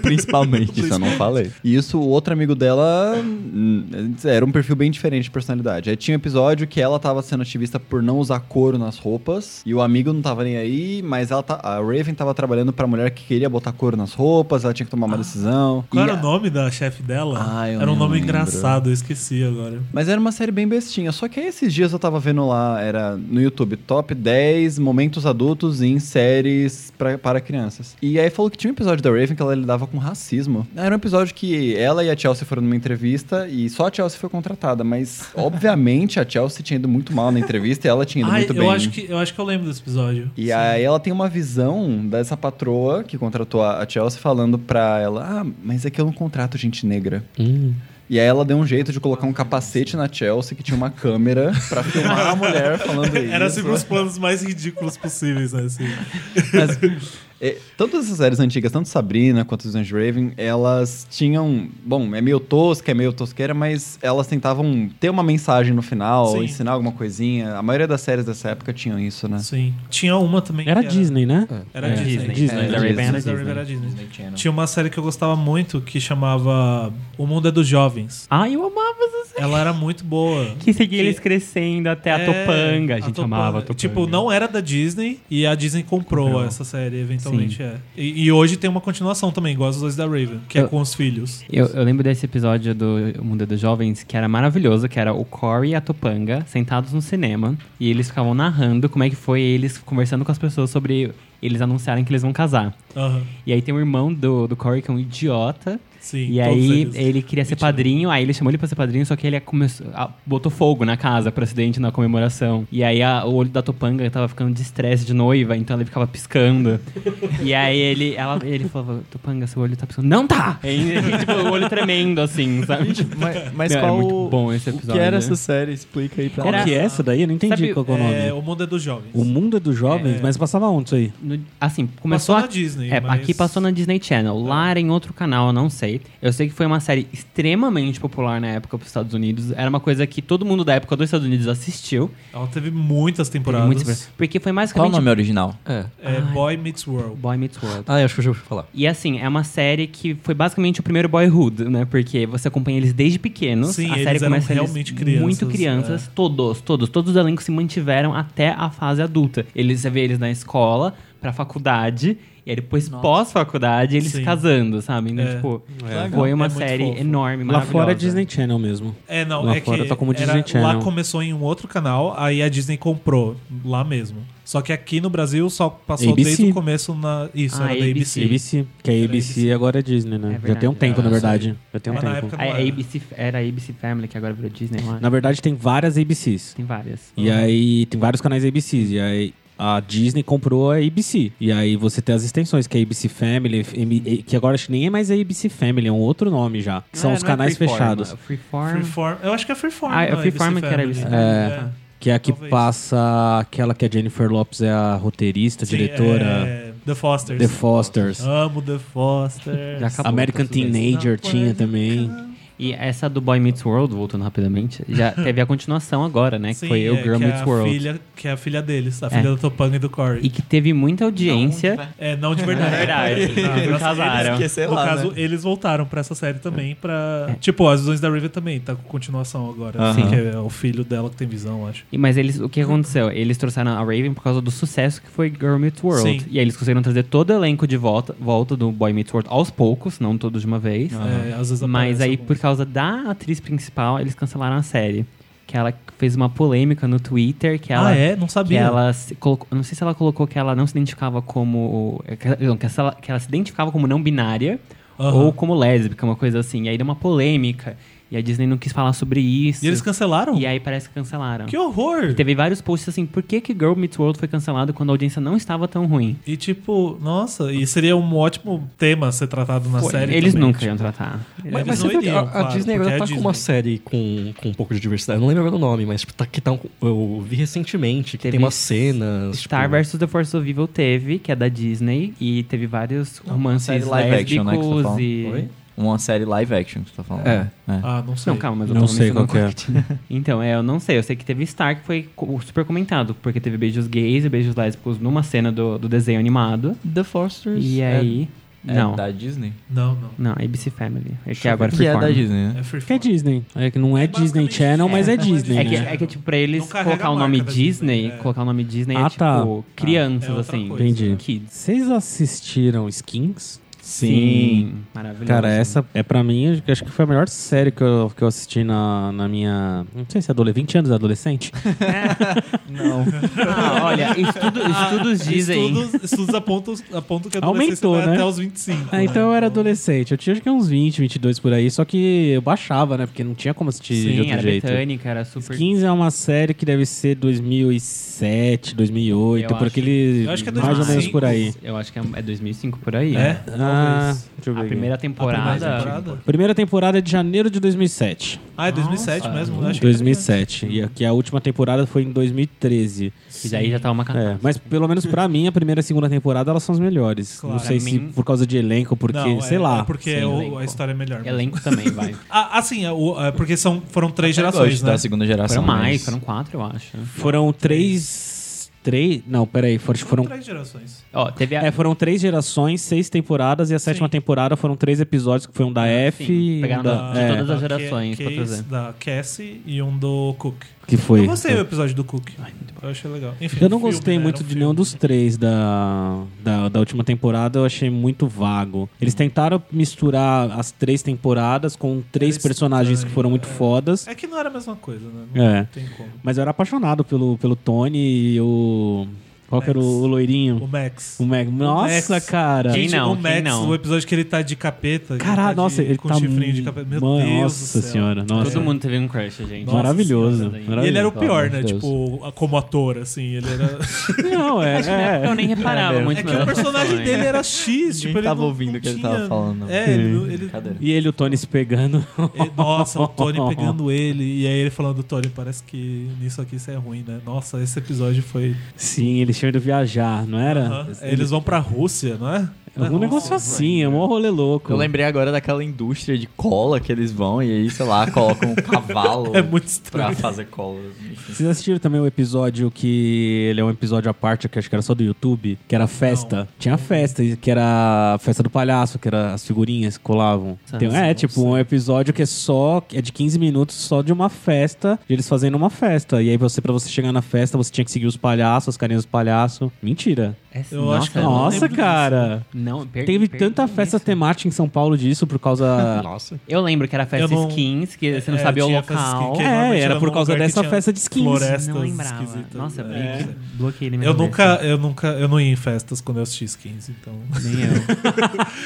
S4: Principalmente, isso eu não falei. E isso, o outro amigo dela hum, era um perfil bem diferente de personalidade. Aí tinha um episódio que ela tava sendo ativista por não usar couro nas roupas, e o amigo não tava nem aí, mas ela tá, a Raven tava trabalhando pra mulher que queria botar couro nas roupas, ela tinha que tomar uma decisão.
S3: Qual
S4: E
S3: era
S4: a-
S3: o nome da chefe dela?
S4: Ah, eu
S3: era um
S4: não
S3: nome
S4: lembro.
S3: engraçado, eu esqueci agora.
S4: Mas era uma série bem bestinha. Só que aí esses dias eu tava vendo lá, era no YouTube, top 10 momentos adultos em séries pra, para crianças. E aí falou que tinha um episódio da Raven que ela lidava com racismo. Era um episódio que ela e a Chelsea foram numa entrevista e só a Chelsea foi contratada. Mas, obviamente, a Chelsea tinha ido muito mal na entrevista e ela tinha ido
S3: Ah,
S4: muito
S3: eu
S4: bem.
S3: acho que eu acho que eu lembro desse episódio.
S4: E aí ela tem uma visão dessa patroa que contratou a a Chelsea falando pra ela, ah, mas é que eu não contrato gente negra.
S8: Hum.
S4: E aí ela deu um jeito de colocar
S6: Ah,
S4: um capacete na Chelsea que tinha uma câmera pra filmar a mulher falando isso.
S3: Era sempre os planos mais ridículos possíveis, né? Assim.
S4: Mas, é, tantas essas séries antigas, tanto Sabrina quanto os Anjos Raven, elas tinham. Bom, é meio tosca, é meio tosqueira, mas elas tentavam ter uma mensagem no final,
S3: Sim.
S4: ensinar alguma coisinha. A maioria das séries dessa época tinham isso, né?
S3: Sim. Tinha uma também.
S2: Era
S3: que
S2: Disney, né?
S3: Era
S2: É,
S3: Disney.
S2: Disney.
S4: Era
S8: Da Raven era
S3: Mas da
S8: Disney.
S3: River era Disney. Tinha uma série que eu gostava muito que chamava O Mundo é dos Jovens.
S8: Ah, eu amava essa série.
S3: Ela era muito boa.
S8: Que seguia eles crescendo até a
S3: É,
S8: Topanga. A gente amava a Topanga.
S3: Tipo, não era da Disney e a Disney comprou,
S8: Comprou.
S3: essa série, eventualmente é. E, e hoje tem uma continuação também, igual as dois da Raven, que é
S8: Eu-
S3: com os filhos.
S8: Eu, eu lembro desse episódio do Mundo é dos Jovens que era maravilhoso, que era o Corey e a Topanga sentados no cinema e eles ficavam narrando como é que foi eles conversando com as pessoas sobre eles anunciarem que eles vão casar.
S3: Aham,
S8: E aí tem um irmão do, do Corey que é um idiota
S3: sim.
S8: e
S3: todos
S8: aí
S3: eles.
S8: ele queria ser
S3: Mentira.
S8: padrinho, aí ele chamou ele pra ser padrinho, só que ele começou, a- botou fogo na casa pro acidente na comemoração. E aí a- o olho da Topanga tava ficando de estresse de noiva, então ele ficava piscando. e aí ele, ela, ele falava, Topanga, seu olho tá piscando. Não tá! E, aí, tipo, o olho tremendo, assim, sabe?
S6: Mas, mas
S8: Não, era
S6: qual
S8: É, muito bom esse
S6: o que
S8: episódio. né?
S6: era essa série? Explica aí pra
S2: Qual
S8: Era-
S2: que é essa daí? Eu não entendi
S8: Sabe,
S2: qual que é o nome.
S3: É, o Mundo é dos Jovens.
S2: O mundo é dos jovens,
S3: É.
S2: mas passava onde isso aí?
S8: No- assim, começou
S3: Passou na
S8: a-
S3: Disney,
S8: É,
S3: mas- É.
S8: aqui passou na Disney Channel. Lá era em outro canal, eu não sei. aí. Eu sei que foi uma série extremamente popular na época pros Estados Unidos. Era uma coisa que todo mundo da época dos Estados Unidos assistiu.
S3: Ela teve muitas temporadas.
S8: Muito- Porque
S6: Qual
S8: foi
S6: o
S8: basicamente
S6: nome original?
S5: É.
S3: É Boy Meets World.
S8: Boy Meets World.
S5: Ah, eu acho que eu já ouvi falar.
S8: E assim, é uma série que foi basicamente o primeiro boyhood, né? Porque você acompanha eles desde pequenos.
S3: Sim,
S8: a
S3: eles
S8: série
S3: eram
S8: começa eles
S3: realmente crianças, é.
S8: Muito crianças, todos, todos, todos os elencos se mantiveram até a fase adulta. Eles você vê eles na escola, pra faculdade, e aí depois pós-faculdade eles
S3: Sim.
S8: se casando, sabe? Então,
S3: É.
S8: tipo,
S3: Legal.
S8: foi uma
S3: É muito
S8: série
S3: fofo.
S8: enorme,
S2: Lá
S8: maravilhosa.
S2: fora é Disney Channel mesmo.
S3: É, não,
S2: Lá
S3: é
S2: fora
S3: que
S2: tá como
S3: era,
S2: Disney Channel.
S3: lá começou em um outro canal, aí a Disney comprou lá mesmo. Só que aqui no Brasil só passou
S2: ABC.
S3: desde o começo na isso
S8: Ah,
S3: era da ABC.
S8: ABC.
S2: ABC, que a ABC,
S3: ABC.
S2: agora é Disney, né?
S8: É
S2: Já
S8: verdade.
S2: tem um tempo,
S3: É,
S2: na
S3: eu
S4: Ah,
S3: sei.
S2: verdade. Já tem um
S3: É, na
S2: tempo.
S3: época-
S8: A, a ABC, era a ABC Family, que agora virou Disney, eu acho.
S2: Na verdade, tem várias ABCs.
S8: Tem várias.
S5: Uhum.
S2: E aí, tem vários canais ABCs. E aí, a Disney comprou a ABC. E aí, você tem as extensões, que é ABC Family, M- que agora acho que nem é mais ABC Family, é um outro nome já. Que são
S8: Não,
S2: os
S8: não é
S2: canais
S8: Freeform,
S2: fechados.
S8: é Freeform.
S3: Freeform, eu acho que é Freeform.
S8: Ah, é
S3: não
S8: Freeform
S3: ABC
S8: que era
S3: Family.
S8: ABC.
S2: É. Que é a que
S3: Talvez.
S2: passa aquela que a Jennifer Lopes é a roteirista,
S3: Sim,
S2: diretora.
S3: é, The Fosters.
S2: The Fosters.
S3: Amo The Fosters.
S8: Já acabou,
S2: American
S8: tá tudo bem.
S2: Teenager
S3: Não,
S2: tinha
S3: pode-
S2: também.
S8: E essa do Boy Meets World, voltando rapidamente, já teve a continuação agora, né? Que
S3: Sim,
S8: foi o
S3: é,
S8: Girl
S3: que é
S8: Meets
S3: a
S8: World.
S3: Filha, que é a filha deles, a
S8: É.
S3: filha da Topanga e do Corey.
S8: E que teve muita audiência.
S3: É, não de verdade.
S8: É verdade.
S3: Não,
S8: Eles
S3: no
S8: casaram.
S3: eles-
S6: Sei
S3: no
S6: lá,
S3: caso,
S6: né?
S3: eles voltaram pra essa série também. Pra...
S8: É.
S3: Tipo, as visões da River também tá com continuação agora.
S6: Aham.
S3: Que é o filho dela que tem visão, acho.
S8: E- Mas eles, o que aconteceu? Eles trouxeram a Raven por causa do sucesso que foi Girl Meets World.
S3: Sim.
S8: E aí eles conseguiram trazer todo o elenco de volta, volta do Boy Meets World aos poucos, não todos de uma vez.
S3: É, às vezes
S8: Mas
S3: aparece
S8: aí,
S3: algum.
S8: por causa da atriz principal, eles cancelaram a série. Que ela fez uma polêmica no Twitter, que ela
S3: Ah, é? Não
S8: Que
S3: sabia.
S8: ela se colocou, eu não sei se ela colocou que ela não se identificava como. que- Não, que, ela, que ela se identificava como não binária
S3: Aham.
S8: ou como lésbica, uma coisa assim. E aí deu uma polêmica. E a Disney não quis falar sobre isso.
S3: E eles cancelaram?
S8: E aí parece que cancelaram.
S3: Que horror!
S8: E Teve vários posts assim, por que, que Girl Meets World foi cancelado quando a audiência não estava tão ruim?
S3: E tipo, nossa, e seria um ótimo tema a ser tratado na
S8: Foi-
S3: série.
S8: eles
S3: também,
S8: nunca
S3: tipo.
S8: iam tratar.
S3: Mas-
S8: Eles-
S5: Mas,
S3: Eles
S5: você
S3: não
S5: viu que a,
S3: iriam,
S5: a
S3: claro,
S5: Disney agora
S3: porque é
S5: tá
S3: a
S5: com uma
S3: Disney.
S5: série com, com um pouco de diversidade. Eu não lembro agora o nome, mas tipo, tá, que tá, um- eu vi recentemente que
S8: Teve
S5: tem umas cenas.
S8: Star
S5: tipo,
S8: vs The Force of Evil teve, que é da Disney, e teve vários romances
S6: É série live action,
S8: lésbicos
S6: né, que você tá falando.
S8: e.
S5: Oi?
S6: Uma série live action que você tá falando.
S5: É.
S3: Ah, não sei.
S8: Não, calma, mas eu
S2: Não
S8: tô
S2: sei qual
S8: mencionando
S2: que é.
S8: Então, é, eu não sei. Eu sei que teve Star, que foi co- super comentado, porque teve beijos gays e beijos lésbicos numa cena do, do desenho animado.
S6: The Fosters.
S8: E aí.
S6: É,
S8: não.
S6: É da Disney?
S3: Não, não.
S8: Não, ABC Family. É que agora
S6: que é
S8: Freeform.
S6: da Disney, né?
S3: É free
S2: Que é Disney. É que não é Disney
S3: basicamente-
S2: Channel, mas é
S3: é, não é
S2: Disney,
S8: É que,
S2: né?
S8: é que, tipo, pra
S3: Não
S8: eles
S3: carrega
S8: colocar
S3: a
S8: o
S3: marca
S8: nome
S3: da Disney,
S8: Disney,
S3: é.
S8: colocar o nome Disney
S2: Ah,
S8: é
S2: tá.
S8: tipo crianças,
S3: É outra
S8: assim.
S3: coisa.
S2: Entendi.
S8: Kids.
S2: Vocês assistiram Skins?
S8: Maravilhoso.
S2: Cara, essa é pra mim, acho que- acho que foi a melhor série que eu, que eu assisti na, na minha. Não sei se é adolescente, 20 anos adolescente.
S6: Não.
S8: Ah, olha, estudo- estudos dizem.
S3: Estudos, estudos apontam, apontam que a
S2: Aumentou,
S3: adolescência vai
S2: né?
S3: até os 25.
S2: Ah,
S3: né?
S2: então eu era adolescente. Eu tinha acho que uns 20, 22 por aí, só que eu baixava, né? Porque não tinha como assistir de
S8: Sim,
S2: outro
S8: era
S2: jeito.
S8: britânica, era super.
S2: Skins é uma série que deve ser 2007, 2008,
S8: Eu
S2: por
S8: acho.
S2: aquele.
S3: Eu acho que é
S2: mais ou menos
S3: 2005.
S2: por aí.
S8: Eu acho que é é 2005 por aí.
S3: É?
S2: Ah,
S3: Talvez.
S2: deixa eu ver.
S8: A
S2: aqui.
S8: primeira temporada.
S3: primeira temporada?
S2: Primeira temporada é de janeiro de 2007.
S3: Ah, é 2007 mesmo? Eu achei que é era
S2: 2007. E aqui a última temporada foi em 2013.
S8: E daí já tá uma
S2: É,
S8: catástrofe.
S2: mas pelo menos pra mim, a primeira e a segunda temporada elas são as melhores.
S3: Claro.
S2: Não sei
S8: Pra
S2: se
S8: mim-
S2: por causa de elenco, porque,
S3: Não,
S2: sei
S3: é-
S2: lá.
S3: É porque
S8: Sim,
S3: o-
S8: elenco.
S3: a história é melhor. mesmo.
S8: Elenco também, vai.
S3: Ah, assim, é, o- é porque são, foram três
S6: Eu
S3: gerações,
S6: gosto
S8: tá,
S3: né?
S6: da
S2: assim,
S6: segunda geração.
S8: Foram mais,
S6: mas-
S8: foram quatro, eu acho.
S2: Foram três. Três. Não, peraí. for- Foram.
S3: Três gerações.
S8: Ó, teve a.
S2: É, foram três gerações, seis temporadas, e a sétima temporada foram três episódios, que foi um da F e um
S8: pegaram
S2: da.
S8: de
S2: é,
S8: todas as
S3: Da
S8: gerações
S3: Ca-
S8: pra
S3: tá, Case,
S8: fazer.
S3: Da Cassie e um do Cook.
S2: que foi.
S3: Eu gostei do episódio do Cook. eu achei legal. Enfim,
S2: Eu não
S3: um filme,
S2: gostei
S3: né?
S2: muito
S3: Era um
S2: de nenhum
S3: filme.
S2: dos três da, da, da última temporada, eu achei muito vago. Eles tentaram misturar as três temporadas com três
S3: Era
S2: personagens que
S3: estranho,
S2: foram muito
S3: é.
S2: fodas.
S3: É que não era a mesma coisa, né? Não
S2: É.
S3: tem como.
S2: Mas eu era apaixonado pelo, pelo Tony e o. Qual que era o,
S3: Max.
S2: o
S3: O
S2: loirinho?
S3: Max.
S2: O Meg. Nossa,
S3: Max.
S2: cara.
S8: Quem
S3: Gente,
S8: não,
S3: o
S8: quem
S3: Max,
S8: não?
S3: o episódio que ele tá de capeta. que
S2: Caralho,
S3: tá de-
S2: nossa, ele
S3: com
S2: tá.
S3: chifrinho de
S2: mu-
S3: capeta. Meu
S2: Mano,
S3: Deus
S2: Nossa
S3: do céu.
S2: senhora, nossa.
S8: Todo mundo teve um crush, gente.
S3: Nossa
S2: maravilhoso,
S8: Senhora, daí.
S2: maravilhoso.
S3: E ele era o pior,
S2: Pelo amor
S3: né?
S2: de
S3: Tipo, a- como ator, assim. Ele era.
S2: Não, é. é.
S8: Eu nem reparava muito
S3: é que
S8: não.
S3: o personagem dele era X.
S6: Ninguém
S3: Tipo, ele
S6: tava
S3: não-
S6: ouvindo o que
S3: não
S6: ele tava
S3: tinha-
S6: falando.
S3: É, ele. ele-
S6: Brincadeira.
S2: E ele e o Tony se pegando.
S3: ele- Nossa, o Tony pegando ele. E aí ele falando, Tony, parece que nisso aqui você é ruim, né? Nossa, esse episódio foi.
S2: Sim, eles tinham ido viajar, não era?
S3: Aham. Eles vão pra Rússia, não é?
S2: É algum negócio assim, é um rolê louco.
S6: Eu lembrei agora daquela indústria de cola que eles vão e aí, sei lá, colocam um cavalo
S3: É muito
S6: pra
S3: estranho.
S6: fazer cola. Enfim.
S2: Vocês assistiram também o episódio que ele é um episódio à parte, que acho que era só do YouTube, que era festa. Tinha festa, e que era a festa do palhaço, que era as figurinhas que colavam. Tem- é, tipo, um episódio que é só, é de 15 minutos só de uma festa, de eles fazendo uma festa. E aí você, pra você chegar na festa, você tinha que seguir os palhaços, as carinhas dos palhaços. Mentira.
S3: Eu acho que É, eu não
S2: Nossa,
S3: lembro
S2: cara.
S8: Não, per-
S2: Teve
S8: per-
S2: tanta festa
S8: isso.
S2: temática em São Paulo disso por causa
S5: Nossa.
S8: Eu lembro que era
S3: Eu
S8: festa
S3: não-
S8: skins, que você não
S3: É,
S8: sabia o
S3: tinha festa
S8: local.
S3: skin, que
S2: É,
S3: normalmente
S2: era por
S3: num
S2: causa
S3: lugar que
S2: dessa
S3: tinha
S2: festa de skins.
S3: Florestas
S8: não lembrava.
S3: esquisitas.
S8: Nossa,
S3: É.
S8: bem- bloqueei na minha
S3: Eu
S8: cabeça.
S3: nunca, eu nunca, eu não ia em festas quando eu assisti skins, então.
S8: Nem eu.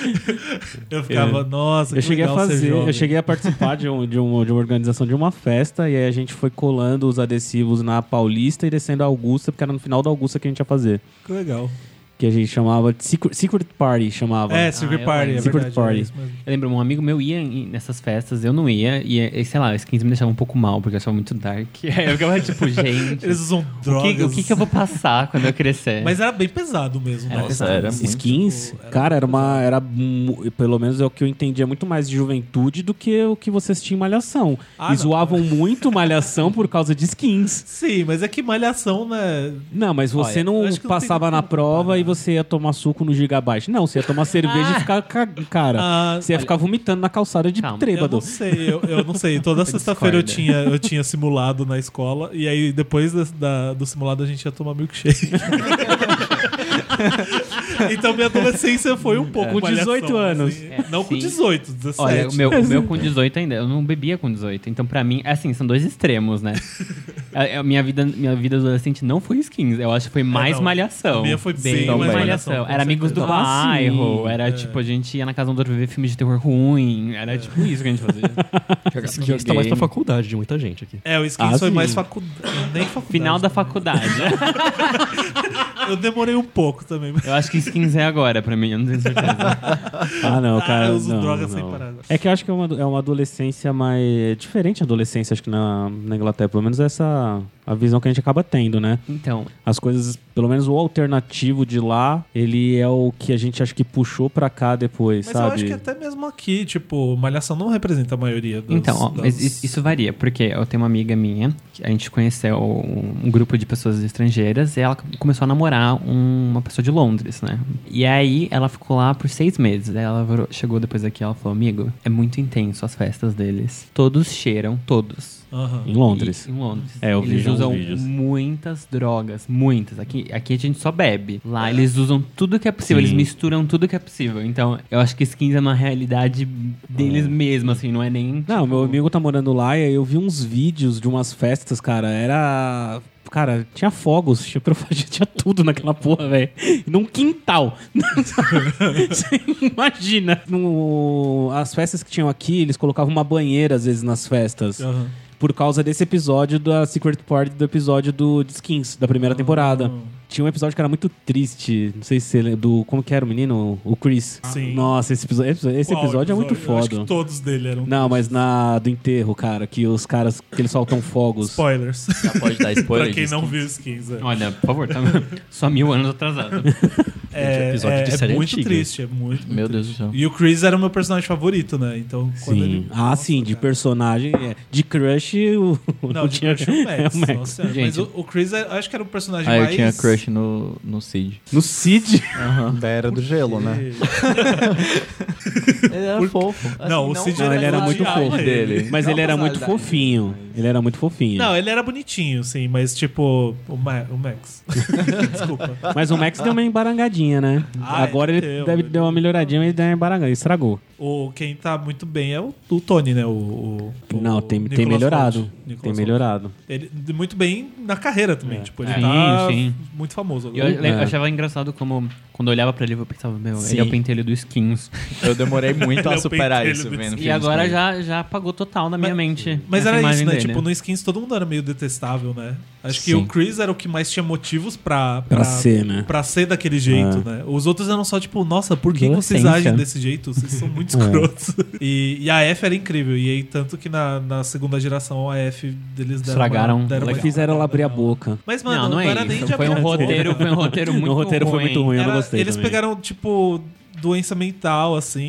S3: Eu ficava, nossa,
S2: Eu
S3: que
S2: cheguei a
S3: é legal ser
S2: fazer,
S3: jovem.
S2: eu cheguei a participar de, um- de um- de uma organização de uma festa e aí a gente foi colando os adesivos na Paulista e descendo a Augusta, porque era no final da Augusta que a gente ia fazer.
S3: Que legal.
S2: Que a gente chamava de Secret, Secret Party, chamava.
S3: É, Secret
S8: Ah, eu
S3: Party, é
S8: lembro.
S2: Secret
S3: verdade.
S2: Party.
S3: é isso mesmo.
S8: Eu lembro, um amigo meu ia em- nessas festas, eu não ia, e, e, sei lá, os skins me deixavam um pouco mal, porque eu achava muito dark. Aí eu ficava tipo, gente,
S3: Eles
S8: o
S3: usam drogas.
S8: que, o que que eu vou passar quando eu crescer?
S3: Mas era bem pesado mesmo, né?
S6: Nossa, era muito.
S2: Skins,
S3: Tipo, era
S2: cara, era uma. Era, mu- pelo menos é o que eu entendia muito mais de juventude do que o que você assistia em Malhação.
S3: Ah,
S2: e
S3: não.
S2: zoavam muito Malhação por causa de skins.
S3: Sim, mas é que malhação, né?
S2: Não, mas você
S3: Olha,
S2: não
S3: eu acho que não tem
S2: passava
S3: nem
S2: na
S3: como
S2: prova
S3: comparar. né?
S2: e você ia tomar suco no gigabyte. Não, você ia tomar cerveja e ficar. ca-
S8: É.
S2: Cara,
S3: Ah,
S2: Você ia ficar vomitando na calçada de
S8: Calma.
S3: eu
S2: trêbado.
S3: não sei, eu, eu não sei. Toda sexta-feira eu tinha, eu tinha simulado na escola, e aí depois da- da- do simulado a gente ia tomar milkshake. então minha adolescência foi um pouco.
S2: Com 18 anos.
S3: assim.
S8: É,
S3: não com
S8: sim.
S3: 18, 17.
S8: Olha, o meu, o meu com 18 ainda, eu não bebia com 18. Então, pra mim, é assim, são dois extremos, né? A, a minha, vida, minha vida adolescente não foi skins, eu acho que foi mais
S3: É, não.
S8: malhação.
S3: A minha foi bem
S8: mais
S3: mais malhação,
S8: malhação.
S3: com
S8: Era
S3: certeza. É.
S8: amigos do
S2: Ah, sim.
S8: bairro, era tipo, a gente ia na casa do outro ver filme de terror ruim, era tipo isso que a gente fazia.
S5: Skins tá mais pra faculdade de muita gente aqui.
S3: É, o skin
S2: Ah,
S3: foi
S2: sim.
S3: mais faculdade. Nem faculdade.
S8: Final da
S3: né?
S8: faculdade.
S3: Eu demorei um pouco também. mas-
S8: Eu acho que skins é agora pra mim, eu não tenho certeza.
S2: Ah, não, cara.
S3: Ah, eu uso
S2: não,
S3: droga sem
S2: não.
S3: parar.
S2: É que eu acho que é uma, é uma adolescência mais. é Diferente a adolescência, acho que na, na Inglaterra. Pelo menos essa a visão que a gente acaba tendo, né?
S8: Então,
S2: As coisas, pelo menos o alternativo de lá, ele é o que a gente acha que puxou pra cá depois,
S3: Mas
S2: sabe?
S3: eu acho que é até mesmo aqui, tipo, malhação não representa a maioria dos.
S8: Então, ó, mas
S3: das-
S8: is- isso varia, porque eu tenho uma amiga minha, que a gente conheceu um um grupo de pessoas estrangeiras, e ela começou a namorar um- uma pessoa de Londres, né? E aí ela ficou lá por seis meses. Aí ela virou- chegou depois aqui ela falou: Amigo, é muito intenso as festas deles. Todos cheiram, todos.
S3: Aham.
S2: Em Londres.
S8: E- em Londres.
S2: É, eu vi
S8: eles
S2: já uns
S8: usam
S2: vídeos.
S8: muitas drogas, muitas. Aqui, aqui a gente só bebe. Lá eles usam tudo que é possível,
S2: Sim.
S8: eles misturam tudo que é possível. Então, eu acho que skins é uma realidade deles mesmo, assim, não é nem.
S2: Não,
S3: Tipo,
S2: meu amigo tá morando lá e aí eu vi uns vídeos de umas festas, cara. Era. Cara, tinha fogos, tinha profagia, tinha tudo naquela porra, velho. E Num quintal. Você imagina. No- as festas que tinham aqui, eles colocavam uma banheira às vezes nas festas.
S3: Aham.
S2: Por causa desse episódio da Secret Party, do episódio do de Skins, da
S3: Ah.
S2: primeira temporada. Tinha um episódio que era muito triste, não sei se você lembra, do... Como que era o menino? O Chris.
S3: Sim.
S2: Nossa, esse episódio, esse episódio
S3: Qual
S2: é muito
S3: Eu acho
S2: foda.
S3: que todos dele eram.
S2: Não, mas na do enterro, cara, que os caras que eles soltam fogos.
S3: Spoilers.
S6: Já pode dar spoiler
S3: pra quem
S6: disso.
S3: não viu skins. É,
S8: Olha, por favor, tá só mil anos atrasado.
S3: é,
S5: episódio de
S3: é
S5: série
S3: muito
S5: antiga.
S3: triste, é muito.
S6: Meu Deus do céu.
S3: E o Chris era o meu personagem favorito, né? Então, quando
S2: Sim.
S3: ele.
S2: Ah, sim, de personagem. é. De crush, o.
S3: Não, de Crush é o Max.
S2: é o Max.
S3: nossa senhora. mas
S8: Gente.
S3: o, o Chris, é- acho que era o personagem
S6: Aí
S3: mais.
S6: Ah, eu tinha crush no, no Cid.
S2: No Cid.
S4: Da era do gelo, né?
S6: Ele era fofo.
S3: Não, o Cid
S2: Não, ele era
S3: eu
S2: muito
S3: odiava
S2: fofo.
S3: ele.
S2: Mas
S6: Não
S2: ele era muito
S6: personalidade.
S2: fofinho. Ele era muito fofinho.
S3: Não, ele era bonitinho, sim, mas tipo, o, Ma- o Max. Desculpa.
S2: Mas o Max deu uma embarangadinha, né?
S3: Ah,
S2: Agora ele
S3: ele deu,
S2: deve
S3: ele
S2: deu uma melhoradinha, mas ele deu uma embarangada. Estragou.
S3: O, quem tá muito bem é o, o Tony, né? O, o- o
S2: Não, tem, tem
S3: Nicolas
S2: melhorado.
S3: Holt. Nicolas
S2: Tem
S3: Holt.
S2: melhorado.
S3: Ele de- muito bem na carreira também. Tipo, ele
S8: Sim,
S3: tá
S8: sim.
S3: muito famoso
S8: Eu,
S3: agora.
S8: eu achava engraçado como, quando eu olhava pra ele, eu pensava, meu,
S6: Sim.
S8: ele é o pentelho do Skins.
S6: Eu demorei muito
S3: Ele é
S6: a
S3: o
S6: superar
S3: pentelho
S6: isso
S3: do
S6: vendo
S3: Cid.
S8: E
S6: filmes com
S8: agora
S6: ele.
S8: já, já apagou total na minha mente.
S3: Mas
S8: essa
S3: era isso,
S8: imagem
S3: né?
S8: dele.
S3: Tipo, no Skins todo mundo era meio detestável, né? Acho que
S8: Sim.
S3: o Chris era o que mais tinha motivos pra,
S2: Pra ser, né?
S3: pra ser daquele jeito,
S2: É.
S3: né? Os outros eram só tipo, nossa, por que
S8: Adolescência.
S3: vocês agem desse jeito? Vocês são muito
S2: É.
S3: escrotos. E, e a F era incrível. E aí, tanto que na, na segunda geração, a F eles deram.
S8: Estragaram.
S3: Uma, deram
S8: Legal.
S3: uma
S2: Eles fizeram ela abrir a
S3: não.
S2: boca.
S3: Mas, mano,
S8: Não, não é
S3: era nem de
S8: isso. Foi
S3: abrir
S8: um
S3: a boca.
S8: roteiro, foi um roteiro muito ruim.
S2: roteiro foi muito ruim. eu não
S3: Era-
S2: gostei
S3: Eles
S2: também.
S3: pegaram, tipo, doença mental, assim,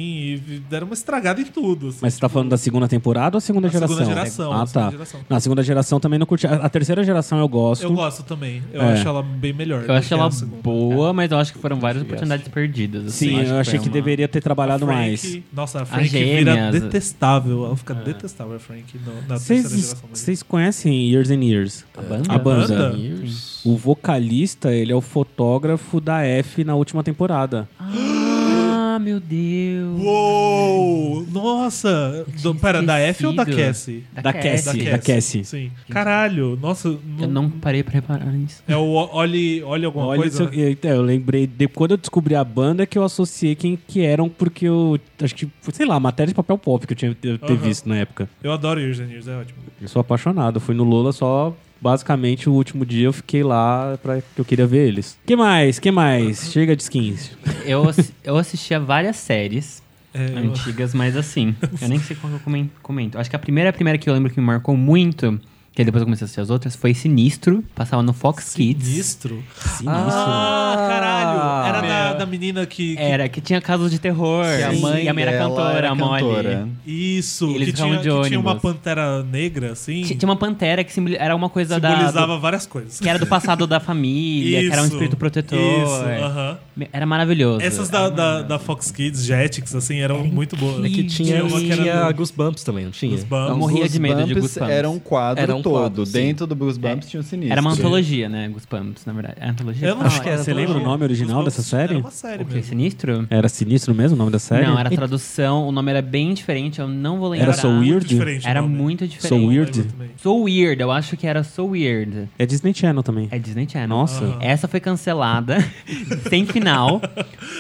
S3: e deram uma estragada em tudo. assim.
S2: Mas você tá falando da segunda temporada ou a segunda
S3: A segunda
S2: geração?
S3: geração,
S2: Ah,
S3: a segunda
S2: tá.
S3: geração.
S2: Na segunda geração também não curti. A a terceira geração eu gosto.
S3: Eu gosto também. Eu
S2: É.
S3: acho ela bem melhor. do
S8: Eu acho
S3: que
S8: ela
S3: a segunda.
S8: boa, mas eu acho que foram várias oportunidades perdidas. assim.
S2: Sim,
S8: acho
S2: eu achei
S8: foi
S2: que
S8: uma-
S2: deveria ter trabalhado
S3: Frank-
S2: mais.
S3: Nossa, a Frank vira
S8: gêmeas.
S3: detestável. Ela fica
S2: É.
S3: detestável, a Frank, no- na terceira
S2: Vocês
S3: geração. dele.
S2: vocês conhecem Years and Years?
S8: A banda?
S2: A banda.
S8: Years.
S2: O vocalista, ele é o fotógrafo da F na última temporada.
S8: Ah, meu Deus.
S3: Uou! Nossa!
S8: tinha
S3: Do, pera, da F ou da
S8: esquecido.
S3: Cassie?
S2: Da Cassie. Sim, da Cassie.
S3: Sim. Caralho, nossa.
S8: Eu não parei pra reparar nisso.
S3: É o Olhe, olhe alguma
S2: Olha,
S3: coisa.
S2: isso-
S3: né?
S2: então, eu lembrei, de, quando eu descobri a banda, que eu associei quem que eram, porque eu acho que, sei lá, matéria de papel pop que eu tinha ter, ter
S3: Aham.
S2: visto na época.
S3: Eu adoro Years and Years, é ótimo.
S2: Eu sou apaixonado, eu fui no Lola só, basicamente, o último dia eu fiquei lá pra, que eu queria ver eles. que mais? que mais? Chega de skins.
S8: Eu, assi- eu assistia várias séries
S3: É, eu-
S8: antigas, mas assim, eu nem sei qual que eu comen- comento. Acho que a primeira, a primeira que eu lembro que me marcou muito, que aí depois eu comecei a assistir as outras, foi Sinistro. Passava no Fox Kids.
S3: Sinistro? Ah, caralho! Era da,
S2: é.
S3: da menina que. que-
S8: Era, que tinha casos de terror.
S4: Que
S8: e a mãe era
S4: dela
S8: cantora,
S4: era
S8: a Molly.
S4: cantora.
S3: Isso,
S8: Eles
S3: que
S8: ficavam
S3: tinha,
S8: de
S3: que tinha uma
S8: ônibus.
S3: pantera negra, assim.
S8: Ti- Tinha uma pantera que simboli- era uma coisa da...
S3: simbolizava
S8: do-
S3: várias coisas.
S8: que era do passado da família, que era um
S3: Isso,
S8: espírito protetor. é.
S3: Isso, aham.
S8: Me- Era maravilhoso.
S3: Essas da, da, da Fox Kids, Jetix, assim, eram muito boas.
S8: incrível.
S5: É Que tinha,
S3: uma que era
S5: tinha
S3: do-
S5: Goosebumps também, não tinha?
S3: dos Bumps.
S8: Eu morria de medo de
S4: Goosebumps
S8: Goosebumps.
S4: Era um quadro
S5: Era um
S4: todo.
S5: quadro, sim.
S4: Dentro do Goosebumps tinha o sinistro.
S8: É. Era uma antologia, né? Goosebumps, na verdade. É antologia.
S3: Eu não
S8: Ah,
S3: acho que
S5: era
S2: Você lembra o nome original
S3: Os
S2: dessa
S3: Bumps
S2: série?
S3: Era uma série
S8: O que?
S3: mesmo.
S8: Sinistro?
S2: Era sinistro mesmo o nome da série?
S8: Não, era a tradução, o nome era bem diferente, eu não vou lembrar.
S2: Era So Weird?
S3: diferente o
S8: Era
S3: nome.
S8: muito diferente.
S2: So
S3: Eu
S2: Weird?
S3: lembro também.
S8: So Weird, eu acho que era So Weird.
S2: É Disney Channel também.
S8: É Disney Channel.
S2: Nossa.
S3: Aham.
S8: Essa foi cancelada, sem final,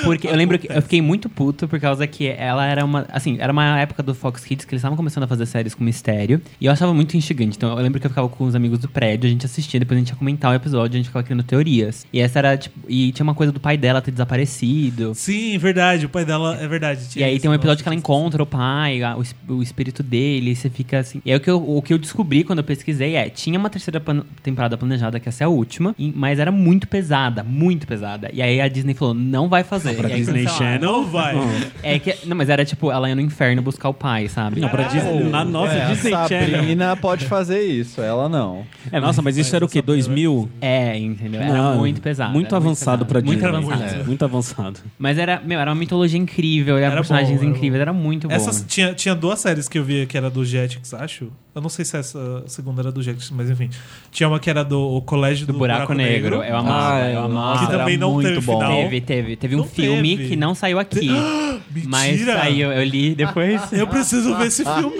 S8: porque eu lembro que eu fiquei muito puto por causa que ela era uma, assim, era uma época do Fox Kids que eles estavam começando a fazer séries com mistério, e eu achava muito instigante. Então eu lembro que eu ficava com os amigos do prédio, a gente assistia, depois a gente ia comentar o episódio, a gente ficava criando teorias. E essa era tipo, e tinha uma coisa do pai dela ter desaparecido.
S3: Sim, verdade. O pai dela é verdade.
S8: E
S3: tinha
S8: aí
S3: esse
S8: tem um
S3: negócio.
S8: episódio que ela encontra o pai, a- o, es- o espírito dele, e você fica assim. E aí o que, eu, o que eu descobri quando eu pesquisei é, tinha uma terceira pan- temporada planejada, que essa é a última, e- mas era muito pesada, muito pesada. E aí a Disney falou, não vai fazer.
S2: Pra
S8: E aí
S2: Disney
S8: cancelaram.
S2: Channel.
S3: Não vai.
S8: É que, não, mas era tipo, ela ia no inferno buscar o pai, sabe?
S2: Não, pra Disney, na nossa
S4: É,
S2: Disney
S4: a
S2: Channel.
S4: Sabrina pode fazer isso, ela não.
S2: É, nossa, mas isso era o quê? 2000?
S8: É, entendeu? Era
S2: Não,
S8: muito pesado.
S2: Muito
S8: era
S2: avançado
S8: pesado,
S2: pra Disney.
S8: Muito avançado.
S2: Muito avançado.
S8: Mas era, meu, era uma mitologia incrível, era,
S3: Era
S8: personagens
S3: bom, era bom.
S8: incríveis, era muito bom. né?
S3: Essas, tinha, tinha duas séries que eu via que era do Jetix, acho. Eu não sei se essa segunda era do Jetix, mas enfim. Tinha uma que era do o Colégio do,
S8: Do Buraco, Negro, é, eu amava,
S5: Ah,
S8: eu
S5: eu
S8: amava.
S3: que também não
S4: muito
S3: teve
S4: bom.
S3: final.
S8: Teve, teve. Teve um
S3: Não
S8: filme
S3: teve.
S8: que não saiu aqui.
S3: Mentira!
S8: mas saiu, eu li depois.
S3: Eu preciso ver esse filme.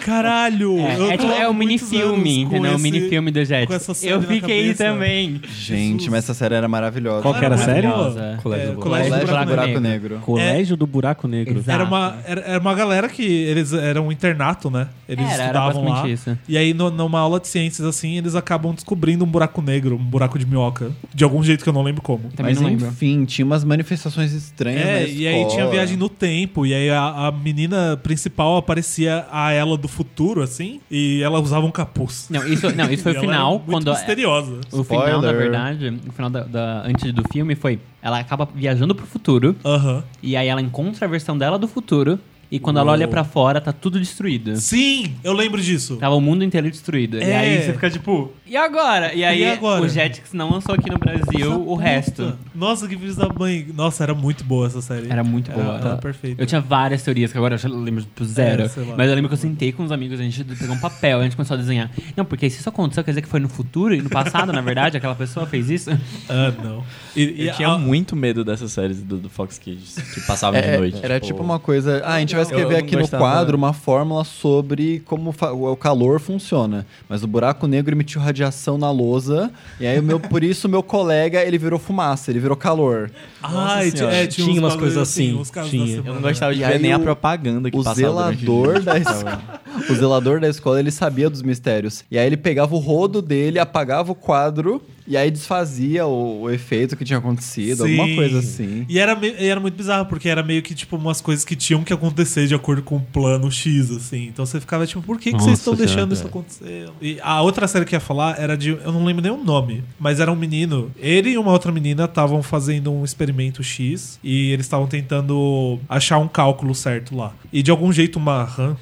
S3: Caralho! eu
S8: É, é,
S3: tô
S8: tipo, é
S3: há
S8: um
S3: muitos
S8: minifilme,
S3: anos com
S8: entendeu? É um
S3: esse-
S8: minifilme do Jet.
S3: com essa série
S8: Eu
S3: na
S8: fiquei
S3: cabeça.
S8: também.
S4: Gente, mas essa série era maravilhosa.
S2: Qual que era a série?
S8: Maravilhosa.
S5: Colégio
S3: É,
S5: do
S3: Colégio
S4: Colégio
S3: do Buraco
S4: Buraco
S8: Negro.
S4: Negro.
S2: Colégio do Buraco Negro.
S8: Exato.
S3: Era uma, era, era uma galera que eles eram um internato, né? Eles
S8: Era, era
S3: estudavam lá.
S8: basicamente isso.
S3: E aí, no- numa aula de ciências, assim, eles acabam descobrindo um buraco negro, um buraco de minhoca. De algum jeito que eu não lembro como.
S8: Também
S4: Mas
S8: não lembro.
S4: enfim, tinha umas manifestações estranhas. na
S3: É, e aí tinha
S4: escola.
S3: viagem no tempo, e aí a, a menina principal aparecia a ela do futuro, assim, e ela usava um capuz.
S8: Não, isso, não, isso foi
S3: E
S8: o
S3: ela era
S8: final.
S3: muito
S8: Quando, é
S3: misteriosa.
S8: o final, na
S4: Spoiler.
S8: verdade, o final da, da- antes do filme foi... Ela acaba viajando pro futuro,
S3: Aham.
S8: e aí ela encontra a versão dela do futuro, e quando ela olha pra fora, tá tudo destruído.
S3: Sim, eu lembro disso.
S8: Tava o mundo inteiro destruído. E
S3: É.
S8: aí você fica tipo, e agora? E aí
S3: E agora?
S8: o Jetix não lançou aqui no Brasil
S3: Essa
S8: o
S3: puta.
S8: resto.
S3: Nossa, que filhos da mãe. Nossa, era muito boa essa série.
S8: Era muito boa.
S3: Era, era perfeita.
S8: Eu tinha várias teorias que agora eu já lembro tipo, zero.
S3: É, sei lá.
S8: mas eu lembro que eu sentei com os amigos, a gente pegou um papel, a gente começou a desenhar. Não, porque se isso aconteceu, quer dizer que foi no futuro e no passado, na verdade, aquela pessoa fez isso.
S3: Ah, não. E, e
S6: Eu tinha
S3: a-
S6: muito medo dessas séries do, do Fox Kids que passavam de
S4: É,
S6: noite.
S4: Era tipo uma coisa. Ah, a gente vai
S6: Eu- eu
S4: escrever
S6: não
S4: aqui no
S6: gostava.
S4: quadro uma fórmula sobre como fa- o calor funciona. Mas o buraco negro emitiu radiação na lousa. E aí, o meu, por isso, o meu colega ele virou fumaça, ele virou calor.
S3: Ai, tinha, é, tinha,
S5: Tinha
S3: uns
S5: umas
S3: bagulho
S5: coisas assim,
S3: uns casos
S5: tinha.
S3: da
S6: Eu
S3: semana.
S6: não gostava de
S4: E
S6: ver
S4: aí
S6: nem a
S4: o-
S6: propaganda que
S4: O
S6: passava. durante o
S4: zelador
S6: dia.
S4: da escola. o zelador da escola ele sabia dos mistérios. E aí ele pegava o rodo dele, apagava o quadro E aí desfazia o, o efeito que tinha acontecido, alguma coisa assim.
S3: E era, meio- e era muito bizarro, porque era meio que, tipo, umas coisas que tinham que acontecer de acordo com o plano X, assim. Então você ficava, tipo, por que, que vocês
S2: Nossa,
S3: estão
S2: cara,
S3: deixando isso
S2: é.
S3: acontecer? E a outra série que eu ia falar era de. Eu não lembro nem o nome, mas era um menino. Ele e uma outra menina estavam fazendo um experimento X e eles estavam tentando achar um cálculo certo lá. E de algum jeito uma RAM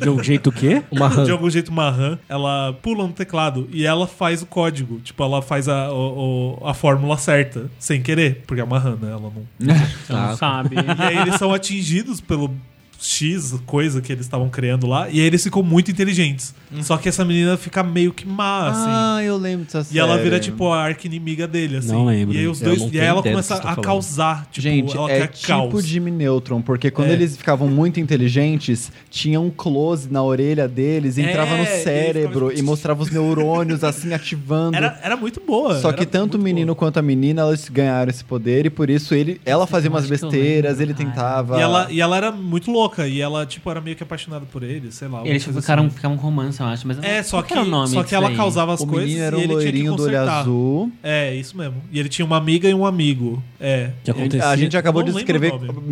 S2: De um jeito o quê?
S5: Uma RAM.
S3: de algum jeito uma RAM, ela pula no teclado e ela faz o código. Tipo, ela faz a, o- o- a fórmula certa, sem querer, porque é uma RAM, né? Ela não.
S8: Não sabe.
S3: E aí eles são atingidos pelo X, coisa que eles estavam criando lá, e aí eles ficam muito inteligentes.
S4: Hum.
S3: Só que essa menina fica meio que má, assim.
S4: Ah, eu lembro dessa série.
S3: E ela vira, tipo, a arqui-inimiga dele, assim.
S2: Não lembro.
S3: E aí os
S5: Eu
S3: dois.
S5: não
S3: E aí ela
S5: tenho ideia do
S3: começa
S5: que você tá
S3: a
S5: falando.
S3: causar. Tipo,
S4: Gente,
S3: ela
S4: é
S3: quer caos.
S4: tipo Jimmy Neutron, porque quando
S3: É.
S4: eles ficavam muito inteligentes, tinha um close na orelha deles, entrava
S3: É,
S4: no
S3: e ele
S4: cérebro
S3: ficava-
S4: e mostrava os neurônios assim ativando.
S3: Era, era muito boa.
S4: Só
S3: era
S4: que tanto o
S3: muito
S4: menino
S3: boa.
S4: quanto a menina, elas ganharam esse poder e por isso ele, ela fazia umas
S8: acho que eu
S4: besteiras, ele
S8: lembro, Ah. cara.
S4: tentava.
S3: E ela, e ela era muito louca, e ela, tipo, era meio que apaixonada por ele, sei lá. alguma
S8: Eles
S3: coisa
S8: ficaram,
S3: assim.
S8: ficaram um romance, eu acho. Mas
S3: É,
S8: eu-
S3: só
S8: qual
S3: que,
S8: era o nome
S3: só que
S8: disso
S3: ela
S8: daí?
S3: causava as
S4: o
S3: coisas
S4: menino era
S3: e
S4: um
S3: ele tinha
S4: loirinho
S3: que
S4: do olho
S3: consertar.
S4: azul.
S3: É, isso mesmo. E ele tinha uma amiga e um amigo. É.
S2: Que acontecia?
S4: A gente acabou
S3: Não
S4: de
S3: lembro o
S4: descrever
S3: nome. É,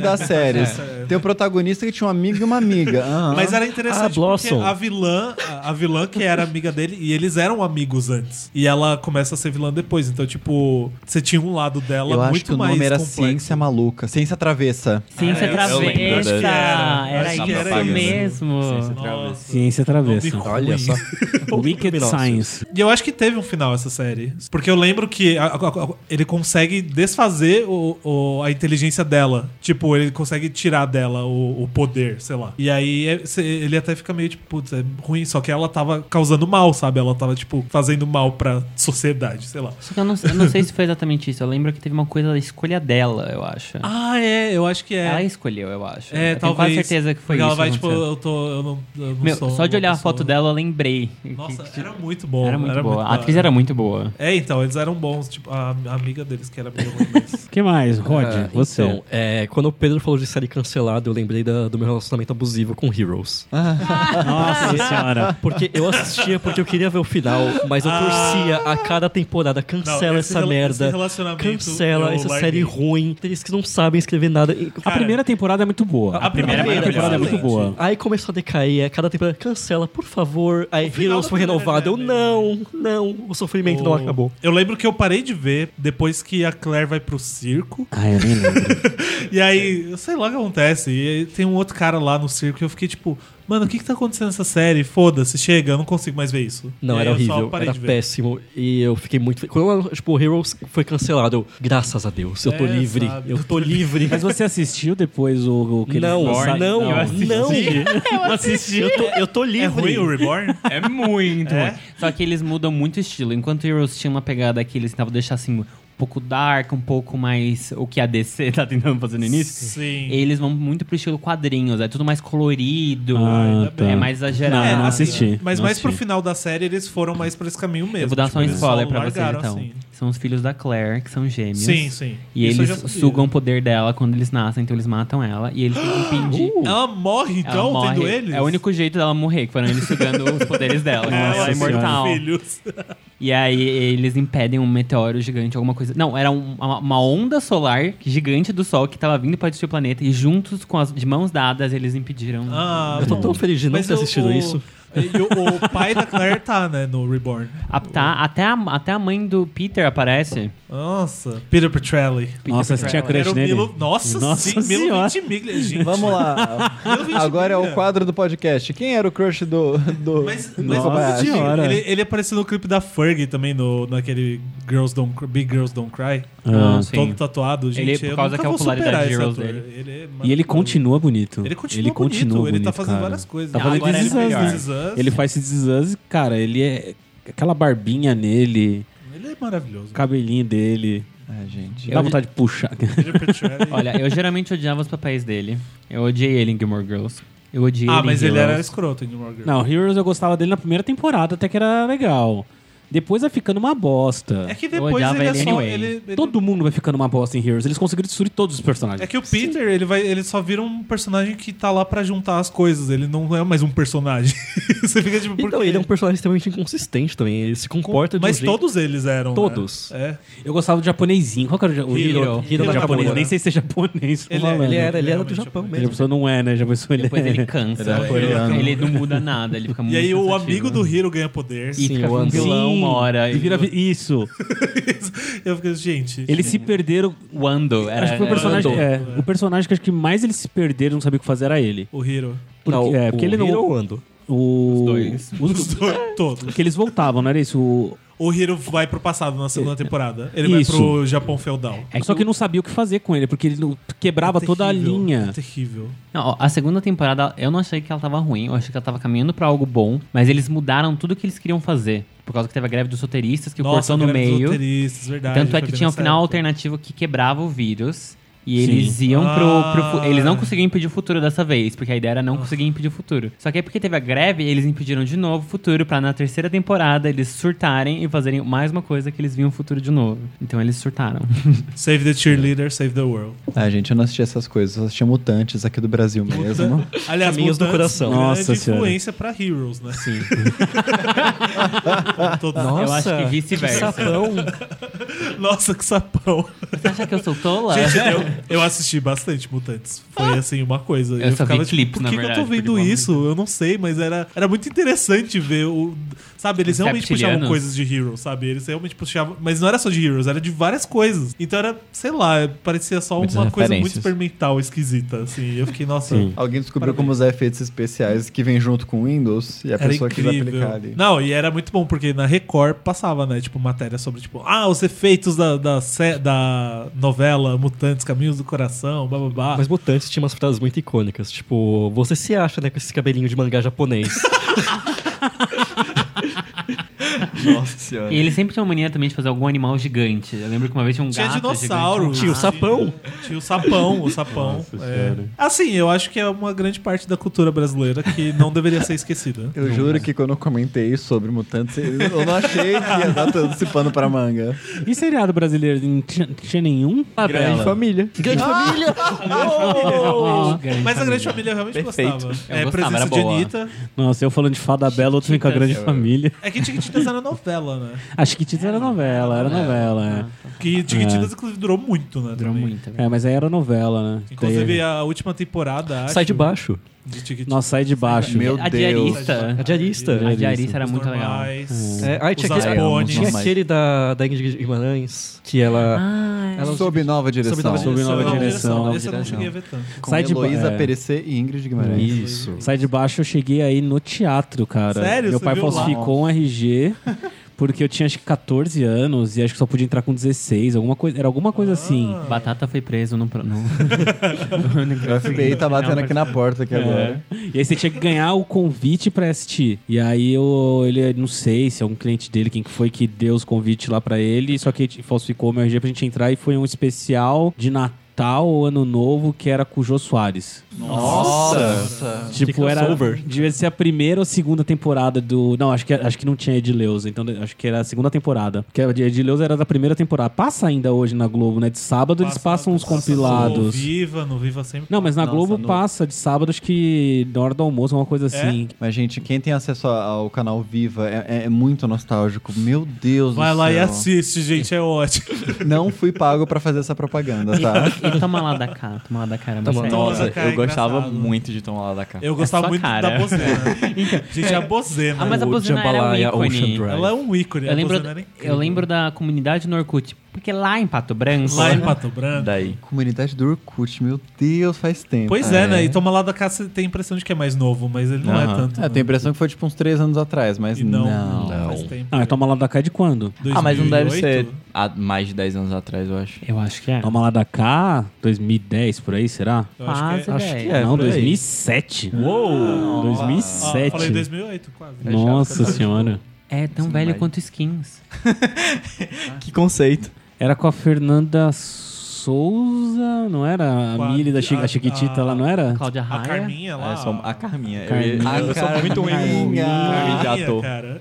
S4: das séries. Tem o protagonista que tinha um amigo e uma amiga. Aham.
S3: Mas era interessante
S5: Ah,
S3: porque
S5: Blossom.
S3: a vilã, a, a vilã que era amiga dele, e eles eram amigos antes. E ela começa a ser vilã depois. Então, tipo, você tinha um lado dela
S4: Eu
S3: muito
S4: acho que o
S3: mais
S4: nome era
S3: complexo.
S4: Ciência Maluca. Ciência Travessa.
S8: É, Ciência
S6: Ah, eu- eu lembro
S8: Travessa.
S6: dessa.
S3: Acho que
S8: Era
S3: era, acho que
S8: isso
S3: era isso.
S8: mesmo.
S3: Nossa.
S2: Ciência travessa.
S3: Nome
S5: Olha
S3: ruim.
S5: só.
S2: Wicked Science.
S3: E eu acho que teve um final essa série. Porque eu lembro que a- a- a- ele consegue desfazer o, o- a inteligência dela. Tipo, ele consegue tirar dela o, o poder, sei lá. E aí é- cê- ele até fica meio tipo, putz, é ruim. Só que ela tava causando mal, sabe? Ela tava, tipo, fazendo mal pra sociedade, sei lá.
S8: Só que eu não, eu não sei se foi exatamente isso. Eu lembro que teve uma coisa da escolha dela, eu acho.
S3: Ah, é, eu acho que é.
S8: Ela escolheu, eu acho.
S3: é,
S8: eu tenho
S3: talvez.
S8: quase certeza que foi
S3: Porque
S8: isso.
S3: Ela vai,
S8: que
S3: tipo,
S8: aconteceu.
S3: eu tô. Eu não, eu não
S8: Meu,
S3: sou
S8: só de
S3: uma
S8: olhar a
S3: pessoa-
S8: foto dela, eu lembrei.
S3: Nossa,
S8: Que- tipo,
S3: era muito bom.
S8: era muito boa.
S3: muito
S8: a
S3: da
S8: atriz
S3: hora.
S8: era muito boa.
S3: É, então, eles eram bons. Tipo, a, a amiga deles, que era meio holandesa.
S2: O que mais, Rod?
S5: Ah,
S2: você.
S5: Então, é, quando o Pedro falou de série cancelada, eu lembrei da- do meu relacionamento abusivo com Heroes.
S3: Ah.
S2: Nossa senhora.
S5: Porque eu assistia porque eu queria ver o final, mas eu torcia a cada temporada. Cancela
S3: Ah. Não, esse
S5: essa
S3: rela-
S5: merda.
S3: esse relacionamento eu
S5: cancela essa
S3: larguei.
S5: série ruim. Eles que não sabem escrever nada. E-
S2: A primeira temporada é muito boa.
S3: a primeira
S2: A primeira
S3: é
S2: temporada é muito
S3: excelente.
S2: boa.
S5: Aí começou a decair, a cada temporada cancela, por favor. Aí
S3: final
S5: Heroes
S3: da
S5: foi
S3: primeira
S5: renovado. Eu
S3: é
S5: não, não, o sofrimento não
S3: O-
S5: acabou.
S3: Eu lembro que eu parei de ver depois que a Claire vai pro circo.
S2: Ah, eu nem lembro.
S3: E aí, eu sei lá o que acontece. E aí tem um outro cara lá no circo e eu fiquei tipo, mano, o que que tá acontecendo nessa série? Foda-se, chega, eu não consigo mais ver isso.
S5: Não,
S3: E aí
S5: era
S3: eu só
S5: horrível,
S3: parei
S5: era
S3: de ver.
S5: péssimo. E eu fiquei muito. Quando tipo, o Heroes foi cancelado, eu, graças a Deus, eu tô
S3: É,
S5: livre,
S3: sabe?
S5: eu tô livre.
S2: Mas você assistiu depois o, o que eles
S5: Não,
S2: lançaram?
S5: não,
S2: Eu
S5: não,
S2: assisti.
S5: Eu assisti. Eu tô, eu tô
S3: É ruim
S5: livre.
S3: o Reborn?
S8: É muito.
S3: É?
S8: ruim. Só que eles mudam muito o estilo. Enquanto Heroes tinha uma pegada que eles tentavam deixar assim um pouco dark, um pouco mais o que a DC tá tentando fazer no início.
S3: Sim.
S8: Eles vão muito pro estilo quadrinhos, é tudo mais colorido,
S2: Ah, tá.
S8: é mais exagerado.
S2: Não, eu não assisti.
S3: Mas
S2: Não
S3: mais pro
S2: assisti.
S3: final da série eles foram mais pra esse caminho mesmo.
S8: Eu vou dar
S3: Tipo,
S8: só um
S3: eles
S8: spoiler pra vocês
S3: largaram
S8: então.
S3: assim.
S8: São os filhos da Claire, que são gêmeos.
S3: Sim, sim.
S8: E
S3: Isso eu já
S8: eles
S3: sabia.
S8: sugam o poder dela quando eles nascem, então eles matam ela. E eles têm um que impedir.
S3: Ela morre
S8: Ela
S3: então,
S8: morre.
S3: tendo eles? Ah,
S8: É o único jeito dela morrer, que foram eles sugando os poderes dela. que
S3: Nossa
S8: ela é imortal.
S3: Filhos.
S8: E aí eles impedem um meteoro gigante, alguma coisa. Não, era um- uma, uma onda solar gigante do Sol que tava vindo para destruir o planeta e juntos com as de mãos dadas eles impediram.
S3: Ah,
S5: Eu tô
S3: bom.
S5: tão feliz de não
S3: Mas
S5: ter
S3: o-
S5: assistido
S3: o-
S5: isso.
S3: E o, o pai da Claire tá, né, no Reborn.
S8: A- tá, até, a, até a mãe do Peter aparece.
S3: Nossa. Peter Petrelli.
S2: Nossa, você tinha crush
S3: o
S2: nele?
S3: Milo, nossa,
S2: Nossa
S3: sim, Milo
S2: senhora.
S3: Ventimiglia, gente.
S4: Vamos lá. Agora é o quadro do podcast. Quem era o crush do. do
S3: Mas,
S4: do
S3: mas
S4: Kobayashi?
S3: Milo Ventimiglia,
S2: senhora.
S3: ele, ele apareceu no clipe da Fergie também, no, naquele Girls Don't, Cry- Big Girls Don't Cry.
S2: Ah,
S8: sim.
S3: Todo tatuado, gente.
S8: Ele, por
S3: eu
S8: causa
S3: nunca
S8: da
S3: vou
S8: popularidade
S3: superar
S8: de
S3: esse
S8: Girls
S3: ator.
S8: dele.
S3: Ele é
S2: E ele
S3: maravilhoso.
S2: continua bonito.
S3: Ele continua
S2: ele
S3: bonito,
S2: continua
S3: ele tá
S2: bonito,
S3: fazendo
S2: cara.
S3: várias coisas.
S2: Tá
S8: Ah,
S2: fazendo
S8: agora
S2: This Is
S8: é
S2: Us, né?
S8: melhor.
S3: This Is Us.
S2: Ele faz This Is Us, cara, ele é... Aquela barbinha nele,
S3: Ele é maravilhoso.
S2: o cabelinho dele,
S4: Ah, gente.
S2: dá vontade de puxar.
S3: Peter é Petrelli.
S8: Olha, eu geralmente odiava os papéis dele. Eu odiei ele em Gilmore Girls. Eu odiei
S3: ah,
S8: ele
S3: mas
S8: em
S3: ele
S8: Heroes.
S3: era escroto em Gilmore Girls.
S2: Não, Heroes eu gostava dele na primeira temporada, até que era legal. Depois vai ficando uma bosta.
S3: É que
S8: Eu
S3: depois
S8: odiava
S3: ele é
S8: ele
S3: só.
S8: anyway.
S3: Ele, ele-
S2: Todo mundo vai ficando uma bosta em Heroes. Eles conseguiram destruir todos os personagens.
S3: É que o Peter, ele, vai, ele só vira um personagem que tá lá pra juntar as coisas. Ele não é mais um personagem. Você fica tipo, por
S5: Então,
S3: quê?
S5: ele é um personagem extremamente inconsistente também. Ele se comporta de um
S3: Mas
S5: jeito...
S3: todos eles eram. né?
S5: Todos.
S3: É.
S2: Eu gostava do japonesinho. Qual que era o, ja- o
S3: Hiro-
S2: Hiro?
S3: Hiro
S2: japonês.
S3: Nakamura.
S2: Nem sei se é japonês.
S3: Ele- é
S2: tô falando.
S5: Ele era, ele era do
S3: Realmente,
S5: Japão
S2: Ele a
S5: mesmo.
S2: pessoa não é, né? Já pensou ele
S8: Depois
S2: é.
S8: ele cansa.
S4: Ele é coreano.
S8: Ele não muda nada, ele fica muito né?
S3: E aí o
S8: cansativo.
S3: amigo do Hiro ganha poder.
S8: E fica
S5: o
S8: um
S5: amigo.
S8: vilão uma hora.
S2: E vira vi- Isso.
S3: Eu fico, gente.
S2: Eles se perderam.
S8: Wando. Era,
S2: Acho que foi o
S8: era-
S2: personagem.
S5: Wando.
S2: é, o personagem que acho que mais eles se perderam, não sabia o que fazer, era ele.
S3: O Hiro.
S2: Porque,
S5: Não,
S2: é, porque
S5: o
S2: ele não.
S5: Hiro ou o Ando?
S2: O...
S8: Os dois.
S2: Os...
S3: Todos.
S2: Porque eles voltavam, não era isso? O-
S3: O Hiro vai pro passado na segunda temporada. Ele
S2: Isso.
S3: vai pro Japão feudal.
S8: É
S2: Só
S8: que
S2: que não sabia o que fazer com ele, porque ele não- quebrava toda a
S3: Terrível,
S2: linha.
S3: Terrível.
S8: Não, ó, a segunda temporada, eu não achei que ela tava ruim, eu achei que ela tava caminhando pra algo bom, mas eles mudaram tudo que eles queriam fazer. Por causa que teve a greve dos roteiristas, que cortou no
S3: greve dos
S8: meio.
S3: roteiristas, verdade,
S8: Tanto é
S3: foi
S8: que
S3: bem
S8: tinha um
S3: nessa
S8: final
S3: época.
S8: alternativo que quebrava o vírus. E
S2: Sim.
S8: eles iam
S3: Ah.
S8: pro, pro fu- Eles não conseguiam impedir o futuro dessa vez, porque a ideia era não conseguir impedir o futuro. Só que aí porque teve a greve, eles impediram de novo o futuro pra na terceira temporada eles surtarem e fazerem mais uma coisa que eles viam o futuro de novo. Então eles surtaram.
S3: Save the cheerleader, save the world.
S4: Ah, gente, eu não assistia essas coisas. Eu assistia Mutantes aqui do Brasil mesmo.
S3: Aliás,
S5: Caminhos do
S3: Mutantes,
S5: Coração.
S3: grande
S2: Nossa Senhora.
S3: influência pra Heroes, né?
S8: Sim.
S3: Todos-
S8: eu acho que
S5: Que
S8: vice-versa.
S5: sapão.
S3: Nossa, que sapão.
S8: Você acha que eu sou tola?
S3: Gente, eu, eu assisti bastante Mutantes. Foi assim, uma coisa. tipo,
S8: Eu só vi clipes,
S3: por
S8: na
S3: que que eu
S8: verdade,
S3: tô vendo
S8: porque-
S3: isso? Eu não sei, mas era, era muito interessante ver o. Sabe, eles
S8: Os
S3: realmente puxavam
S8: reptilianos.
S3: coisas de Heroes, sabe? Eles realmente puxavam. Mas não era só de Heroes, era de várias coisas. Então era, sei lá, parecia só
S6: Muitas
S3: uma coisa muito
S6: referências.
S3: experimental, esquisita, assim. Eu fiquei, nossa.
S2: Sim.
S4: Alguém descobriu como usar efeitos especiais que vem junto com o Windows e a
S3: Era
S4: pessoa quis
S3: incrível.
S4: aplicar ali.
S3: Não, e era muito bom, porque na Record passava, né? Tipo, matéria sobre, tipo, ah, os efeitos da, da, sé- da novela Mutantes, Caminhos do Coração, blá blá
S2: Ah.
S3: blá.
S5: Mas Mutantes tinha umas frases muito icônicas. Tipo, você se acha, né, com esse cabelinho de mangá japonês.
S6: Nossa senhora.
S8: E eles sempre tinham mania também de fazer algum animal gigante. Eu lembro que uma vez tinha um
S3: Tinha
S8: gato
S3: dinossauro.
S8: gigante.
S5: Tinha o sapão.
S3: Tinha o sapão, o sapão. é. Assim, eu acho que é uma grande parte da cultura brasileira que não deveria ser esquecida.
S4: Eu juro que quando eu comentei sobre Mutantes, eu não achei que ia dar todo esse pano pra manga.
S2: E seriado brasileiro? Não tinha, tinha nenhum?
S4: Grande família. Grande família!
S8: Oh, grande
S3: Mas a Grande Família eu realmente
S4: Perfeito.
S3: gostava.
S8: Eu
S3: é,
S8: gostava,
S3: presença
S8: era
S3: de
S8: boa.
S3: Anitta.
S2: Nossa, eu falando de Fada Bela, outro vem com a grande família.
S3: É que Tiquititas era novela, né?
S2: Acho que Tita era novela, era novela,
S3: Que
S5: É.
S3: Tiquititas, inclusive, durou muito, né?
S8: Durou
S3: também.
S8: muito.
S2: é. É, mas aí era novela, né?
S3: Inclusive,
S2: Daí-
S3: a última temporada, acho,
S5: Sai de baixo.
S3: de Tiquititas.
S2: Nossa, sai de baixo.
S4: Meu
S8: a
S4: Deus.
S8: diarista.
S5: A diarista.
S8: A diarista era
S3: Os
S8: muito legal.
S3: normais,
S5: É, aí tinha
S3: os
S5: aquele,
S3: Aspones.
S5: tinha
S4: Mas-
S5: aquele da, da Ingrid Guimarães, que ela...
S8: Ah,
S5: ela
S4: Sob nova direção.
S5: Sob nova
S2: Sob nova
S3: Não,
S2: direção.
S3: Esse eu não cheguei a ver tanto.
S4: Com
S2: Sai de ba-
S4: Heloísa
S2: é.
S4: Perecer e Ingrid Guimarães.
S5: Isso.
S2: Sai de baixo, eu cheguei aí no teatro, cara.
S3: Sério?
S2: Meu
S3: Você
S2: pai
S3: viu lá?
S2: falsificou um RG. Porque eu tinha acho que 14 anos e acho que só podia entrar com 16, alguma coisa, era alguma
S3: Ah.
S2: coisa assim.
S8: Batata foi preso no. pro- no-
S4: O FBI tá batendo aqui na
S3: É.
S4: porta aqui agora.
S2: E aí você tinha que ganhar o convite pra assistir. E aí eu, ele, não sei se é um cliente dele, quem que foi que deu os convites lá pra ele, só que ele falsificou o meu RG pra gente entrar e foi um especial de Natal ou Ano Novo que era com o Jô Soares.
S6: Nossa!
S2: Tipo, era. Devia ser a primeira ou segunda temporada do. Não, acho que, acho que não tinha Edileuza, então acho que era a segunda temporada. Porque a de Edileuza era da primeira temporada. Passa ainda hoje na Globo, né? De sábado eles passam uns
S3: No
S2: compilados.
S3: Viva, no Viva sempre.
S2: Não, mas na
S4: Nossa,
S2: Globo
S4: no-
S2: passa de sábado, acho que na hora do almoço, uma coisa assim.
S4: Mas, gente, quem tem acesso a- ao canal Viva é, é- é muito nostálgico. Meu Deus
S3: Vai
S4: do
S3: lá
S4: céu.
S3: e assiste, gente, é ótimo.
S4: Não fui pago pra fazer essa propaganda, tá?
S8: E toma lá da cá, toma lá da cara. mas é
S5: Toma
S8: sério.
S3: lá.
S6: Nossa,
S3: Nossa, cara,
S6: eu gostava
S3: engraçado.
S6: muito de tomar lá da cá.
S3: Eu gostava
S8: sua
S3: muito
S8: cara. Então,
S3: da Bozena. gente, a Bozena.
S8: Ah, mas a
S5: O
S8: buzina era um
S5: Jambalaya Ocean
S8: ícone.
S5: Drive.
S3: Ela é um ícone.
S8: Eu lembro,
S3: a Bozena era incrível.
S8: eu lembro da comunidade no Orkut, porque lá em Pato Branco.
S3: Lá em Pato Branco.
S6: Daí.
S4: Comunidade do Orkut, meu Deus, faz tempo.
S3: Pois é, né? E Toma Lá da Cá você tem a impressão de que é mais novo, mas ele não é
S6: Aham.
S3: tanto.
S4: É, tem a impressão que foi tipo uns três anos atrás, mas
S3: E não,
S4: não.
S3: faz tempo.
S2: Ah, mas toma lá da cá de quando?
S6: Ah, mas não deve
S3: 2008?
S6: ser há mais de 10 anos atrás, eu acho.
S8: Eu acho que é.
S2: Toma lá da cá, 2010 por aí, será?
S3: Eu acho que é-
S8: Quase,
S5: acho que
S8: velho.
S5: é.
S2: Não,
S5: por aí.
S2: 2007. Uou!
S3: Ah,
S8: tá
S2: 2007.
S3: falei 2008, quase.
S2: Nossa senhora.
S8: É tão
S6: Sim,
S8: velho
S6: mas-
S8: quanto skins.
S3: Ah.
S6: Que conceito.
S2: Era com a Fernanda S- Souza, não era?
S3: Com
S2: A
S3: a-
S2: Mili da Chi-
S3: a-
S2: a Chiquitita
S3: a-
S2: lá, não era?
S8: Ah, Cláudia
S3: A
S8: Raia.
S3: Carminha lá.
S6: É, só a Carminha. Eu,
S2: Carminha.
S6: ia- eu sou muito ruim com nome de ator.
S3: cara.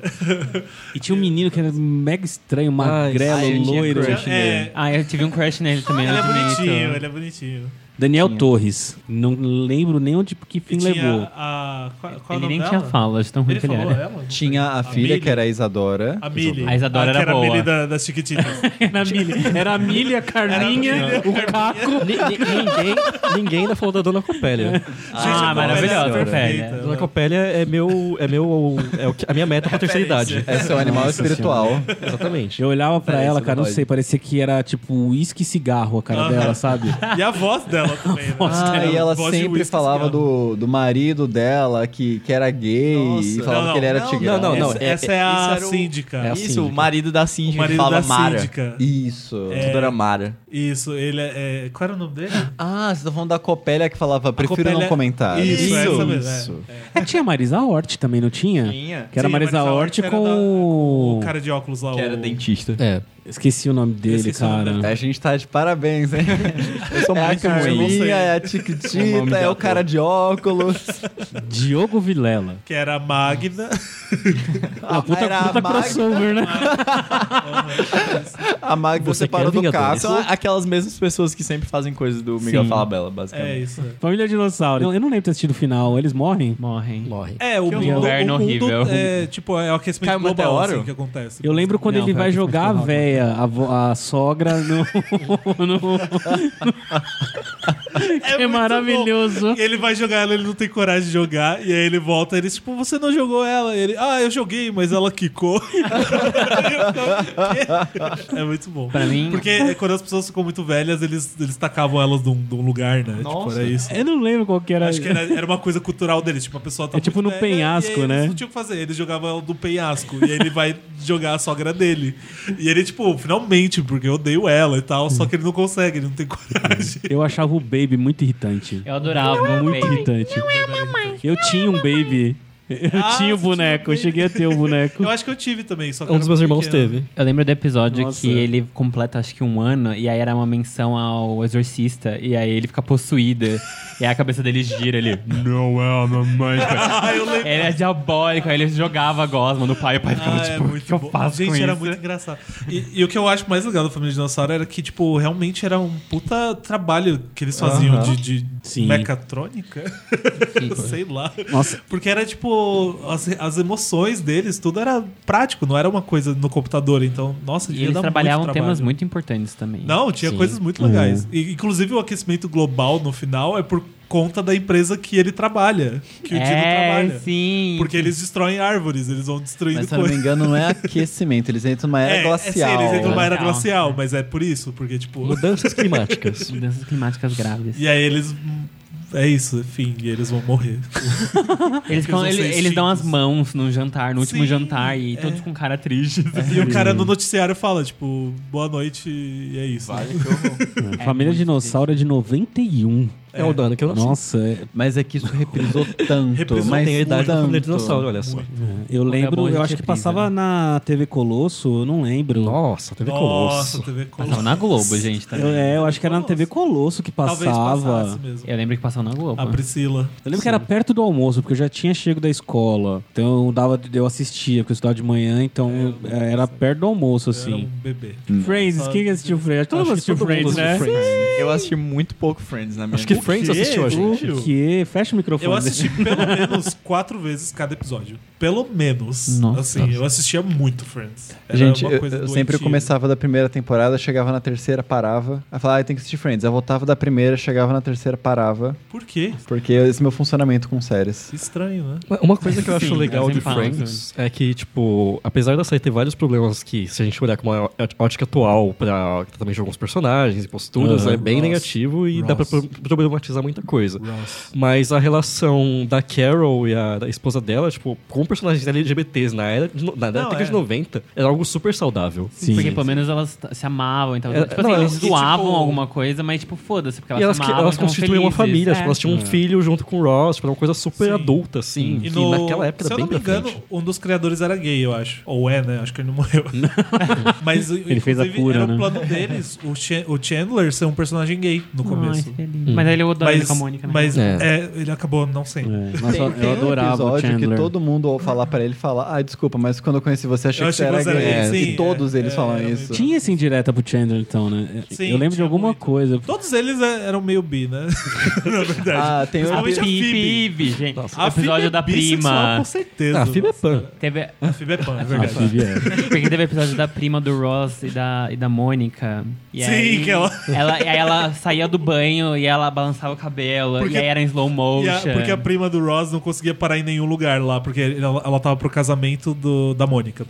S2: E tinha um menino que era mega estranho, magrelo,
S6: eu tinha
S2: loiro. assim.
S6: crush.
S3: É,
S8: Ah, eu tive um crush nele também.
S3: ele é
S8: eu admito.
S3: bonitinho, ele é bonitinho.
S2: Daniel Torres. Não lembro nem onde que fim
S3: E tinha
S2: levou.
S3: a. Qual, qual é o
S8: Ele
S3: nome
S8: nem
S3: dela?
S8: tinha fala, de tão ruim
S3: Ele
S8: que ele
S3: falou
S8: era.
S3: ela?
S4: Tinha a, filha,
S3: Millie?
S4: que era a Isadora.
S3: A Millie.
S8: A Isadora
S3: Ah, que
S8: era
S3: a
S8: boa.
S3: Millie da- das Chiquititas.
S2: Era a Milha, era a Milha, a Carminha, o Caco.
S3: é?
S5: Ni- ni- ninguém, ninguém ainda falou da Dona Copélia.
S3: Gente, a
S8: maravilhosa,
S3: Copélia é
S8: perfeita.
S3: perfeita.
S5: Dona Copélia é meu. É meu. É o que- a minha meta pra terceira idade.
S4: É seu animal
S2: Nossa
S4: espiritual.
S5: Exatamente.
S2: Eu olhava pra
S4: Parece
S2: ela,
S4: um
S2: cara, não
S4: droide.
S2: sei, parecia que era tipo uísque e cigarro a cara
S3: Aham.
S2: dela, sabe?
S3: E a voz dela também, né?
S4: Ah, e ela sempre falava
S3: assim,
S4: do, do marido dela, que, que era gay, e
S6: Nossa.
S4: falava
S3: Não,
S4: que ele era
S6: não,
S4: tigrão.
S5: não, não.
S3: Essa, essa é,
S6: isso
S3: a
S6: era o-
S3: síndica.
S2: É a
S6: Isso,
S2: síndica.
S6: o marido da
S3: O
S6: síndica é. que
S3: marido
S6: fala
S3: da
S6: Mara.
S3: síndica.
S4: Isso.
S3: É.
S6: Tudo era Mara.
S3: Isso, ele é, é- Qual era o nome dele?
S4: Ah, você tá falando da Copélia que falava, prefiro
S3: Copélia-
S4: não comentar.
S3: é- Isso,
S6: Isso,
S3: essa mesmo, é.
S4: Isso.
S2: Ah, tinha a Marisa Hort também, não tinha?
S6: Tinha.
S2: Que era a
S3: Sim,
S2: Marisa,
S3: Marisa
S2: Hort
S3: Hort era
S2: com...
S3: O cara de óculos lá.
S6: Que era
S3: o...
S6: dentista.
S5: É.
S2: Esqueci o nome dele,
S3: Esqueci o nome
S2: cara.
S3: dela.
S4: A gente tá de parabéns, hein?
S6: Eu sou
S4: É a
S6: muito ruim.
S3: sei.
S4: Carminha, é a
S6: O nome
S4: Tiquitita,
S6: de
S4: é o
S6: ator.
S4: cara de óculos.
S5: É
S2: Diogo Vilela.
S3: Que era a Magna.
S2: Ah, puta,
S4: era a
S2: puta
S4: Magda.
S2: crossover, né?
S4: A Magda
S5: Você
S4: separou
S5: quer
S4: do
S5: Vingadores?
S4: Caco.
S6: São aquelas mesmas pessoas que sempre fazem coisas do Miguel
S8: Sim.
S6: Falabella,
S3: é
S6: basicamente.
S3: isso.
S2: Família Dinossauro. Eu não lembro de ter assistido o final. Eles morrem?
S8: Morrem.
S5: Morre.
S3: É, o mundo,
S8: lugar
S3: o mundo
S8: horrível.
S3: é tipo é o aquecimento
S6: Cai um
S3: global
S6: meteoro?
S3: assim, que acontece.
S2: Eu lembro quando
S8: Não,
S2: ele
S8: cara,
S2: vai
S8: que
S2: jogar a
S8: festival,
S2: véia, a, vo- a sogra no... no-
S3: É,
S8: É
S3: muito
S8: maravilhoso.
S3: bom. E ele vai jogar ela, ele não tem coragem de jogar. E aí ele volta, eles, tipo, você não jogou ela. E ele, ah, eu joguei, mas ela quicou. é muito bom.
S8: Pra mim-
S3: Porque quando as pessoas ficam muito velhas, eles, eles tacavam elas de um, de um lugar, né? Tipo,
S6: Nossa.
S3: era isso.
S2: Eu não lembro qual que era.
S3: Acho que era, era uma coisa cultural deles. Tipo, a pessoa tá
S2: É tipo
S3: muito
S2: no
S3: velha, e aí
S2: penhasco,
S3: eles
S2: né?
S3: não tinha o que fazer. Ele jogava ela do penhasco. e aí ele vai jogar a sogra dele. E ele, tipo, finalmente, porque eu odeio ela e tal. Só que ele não consegue, ele não tem coragem.
S2: Eu achava o Baby muito irritante.
S8: Eu adorava.
S3: é
S2: Muito
S8: Baby.
S2: irritante. Eu tinha um Baby. Eu
S3: Ah,
S2: tinha o boneco.
S3: você tinha
S2: Eu
S3: um Baby.
S2: cheguei a ter o boneco.
S3: Eu acho que Ah, eu tive também, só que
S5: Um
S3: era
S5: dos meus irmãos
S3: pequeno.
S5: teve.
S8: Eu lembro do episódio
S2: Nossa.
S8: que ele completa acho que um ano e aí era uma menção ao exorcista e aí ele fica possuído e aí a cabeça dele gira ele. Não é uma mágica.
S3: Ah, eu lembro.
S8: Ele é diabólico, aí ele jogava gosma no pai e o pai ficava
S3: Ah,
S8: tipo, o que eu faço
S3: Gente,
S8: com
S3: era
S8: isso?
S3: muito engraçado. E, e o que eu acho mais legal da Família Dinossauro era que, tipo, realmente era um puta trabalho que eles faziam de, de
S2: Sim.
S3: mecatrônica. Sei lá.
S2: Nossa.
S3: Porque era, tipo, as, as emoções deles, tudo era prático, não era uma coisa no computador. Então, nossa,
S8: E
S3: devia
S8: eles
S3: dar muito
S8: trabalhavam
S3: trabalho.
S8: temas muito importantes também.
S3: Não, tinha coisas muito
S8: Uhum.
S3: legais. E, inclusive, o aquecimento global no final é por conta da empresa que ele trabalha, que o Dino
S8: é,
S3: trabalha.
S8: sim.
S3: Porque eles destroem árvores, eles vão destruindo
S4: Mas se eu não me
S3: coisas.
S4: engano, não é aquecimento, eles entram numa era
S3: é,
S4: glacial. né?
S3: É, sim, eles entram numa era
S8: Glacial.
S3: glacial, mas é por isso, porque, tipo.
S5: Mudanças climáticas.
S8: Mudanças climáticas graves.
S3: E aí eles. hum, É isso, enfim, e eles vão morrer.
S8: Eles, ficam-
S3: vão ser
S8: ele- eles dão as
S3: extintos.
S8: mãos no jantar, no último
S3: Sim, é.
S8: jantar, e todos com cara triste.
S3: E o cara no noticiário fala, tipo, boa noite, e é isso.
S6: Vale que eu vou.
S2: Família
S8: muito
S2: Dinossauro é de 91.
S5: É, o dano que eu não
S2: Nossa, é-
S4: Mas é que isso reprisou tanto.
S3: Reprisou,
S4: mas
S5: Tem a idade da
S4: tanto.
S5: família dinossauro, olha só.
S2: eu
S8: bom,
S2: lembro,
S8: a gente
S2: eu acho que
S8: reprisa,
S2: passava na TV Colosso, eu não lembro.
S5: Nossa, teve
S3: Nossa,
S5: colosso.
S3: TV Colosso.
S8: Passava na Globo, gente,
S4: tá?
S2: Eu,
S8: também.
S2: é, eu acho que era na TV Colosso que
S3: Talvez passasse
S2: passava.
S3: mesmo.
S8: Eu lembro que passava É. na Globo.
S3: A Priscila.
S2: Eu lembro que era perto do almoço, porque eu já tinha chego da escola. Então eu dava, eu assistia, porque eu estudava de manhã, então é, era perto do almoço,
S3: Era um
S2: assim.
S3: bebê.
S2: Friends, quem que assistiu Friends? Todo
S5: Acho
S2: mundo
S5: que
S2: assistiu
S5: todo mundo
S2: Friends, né?
S5: assistiu Friends.
S6: Eu assisti muito pouco Friends na minha
S5: Acho que
S6: vida.
S5: Friends assistiu a gente.
S2: O quê? Fecha o microfone.
S3: Eu assisti pelo menos quatro vezes cada episódio. Pelo menos.
S8: Nossa.
S3: Assim, eu assistia muito Friends. Era é
S4: Gente,
S3: uma
S4: eu,
S3: coisa
S4: eu sempre
S3: doentia.
S4: começava da primeira temporada, chegava na terceira, parava. Aí falava, ah, tem que assistir Friends. Eu voltava da primeira, chegava na terceira, parava.
S3: Por quê?
S4: Porque esse é meu funcionamento com séries.
S3: Estranho, né?
S5: Uma coisa que eu acho
S8: Sim,
S5: legal
S8: elas
S5: de
S8: sempre falam
S5: Friends é que, tipo, apesar da série ter vários problemas que, se a gente olhar com uma ótica atual pra tratamento de alguns personagens e posturas,
S2: Aham.
S5: é bem
S3: Ross.
S5: negativo e dá pra
S3: Ross.
S5: pro- problema- problematizar muita coisa. Mas a relação da Carol e a da esposa dela, tipo, com personagens LGBTs na era de, no- na
S3: Não,
S5: década
S3: é.
S5: de 90, era algo super saudável.
S2: Sim.
S8: porque pelo menos elas t- se amavam, então.
S5: É,
S8: tipo
S5: não,
S8: assim, elas
S5: elas- e,
S8: zoavam
S3: tipo-
S8: alguma coisa, mas tipo, foda-se, porque elas,
S5: e elas,
S8: se amavam,
S5: elas
S8: estavam
S5: constituíam uma
S8: felizes.
S5: família, tipo,
S8: É.
S5: elas tinham um filho junto com o Ross, tipo, era uma coisa super
S3: né? Sim.
S5: adulta, assim.
S3: E
S5: que
S3: no-
S5: naquela época
S3: se
S5: era
S3: eu
S5: bem
S3: não me
S5: pra
S3: engano,
S5: frente.
S3: um dos criadores era gay, eu acho. Ou é, né? Acho que ele não morreu. Mas ele
S2: fez a cura,
S3: era
S2: né?
S3: o plano deles, o, Ch- o Chandler ser um personagem gay no começo.
S8: Ai, feliz. Mas aí ele odeia ele
S3: mas
S8: com a Mônica, né?
S3: mas
S5: É.
S3: é, ele acabou não sendo.
S2: É, mas eu-
S3: um
S2: eu adorava o
S4: um episódio que
S2: Chandler.
S4: todo mundo ao falar pra ele fala: Ah, desculpa, mas quando eu conheci você, achei
S3: Eu
S4: que você era
S3: achei que você era
S4: gay.
S3: gay, sim,
S4: e todos
S3: é,
S4: eles
S3: é,
S4: falam
S3: era
S4: isso.
S2: Tinha esse indireta pro Chandler, então, né?
S3: Sim,
S2: eu lembro de
S3: tinha
S2: alguma
S3: muito.
S2: coisa.
S3: Todos eles é- eram meio bi, né? Na verdade.
S4: Ah, tem
S8: A
S4: o
S3: Principalmente a
S8: Phoebe,
S3: Phoebe.
S8: Phoebe, gente.
S3: A
S8: o
S3: Phoebe
S8: episódio
S3: é
S8: da
S3: bissexual,
S8: prima.
S3: Com certeza.
S5: Ah, a FIB é pan.
S8: Teve,
S3: A Phoebe é pan, é
S2: Ah,
S3: verdade.
S2: Phoebe é.
S8: porque teve o episódio da prima do Ross e da, e da Mônica. E
S3: Sim,
S8: aí,
S3: que ela-
S8: ela. e Aí ela saía do banho e ela balançava o cabelo.
S3: Porque-
S8: e aí era em slow motion.
S3: E a- porque a prima do Ross não conseguia parar em nenhum lugar lá, porque ela, ela tava pro casamento do- da Mônica.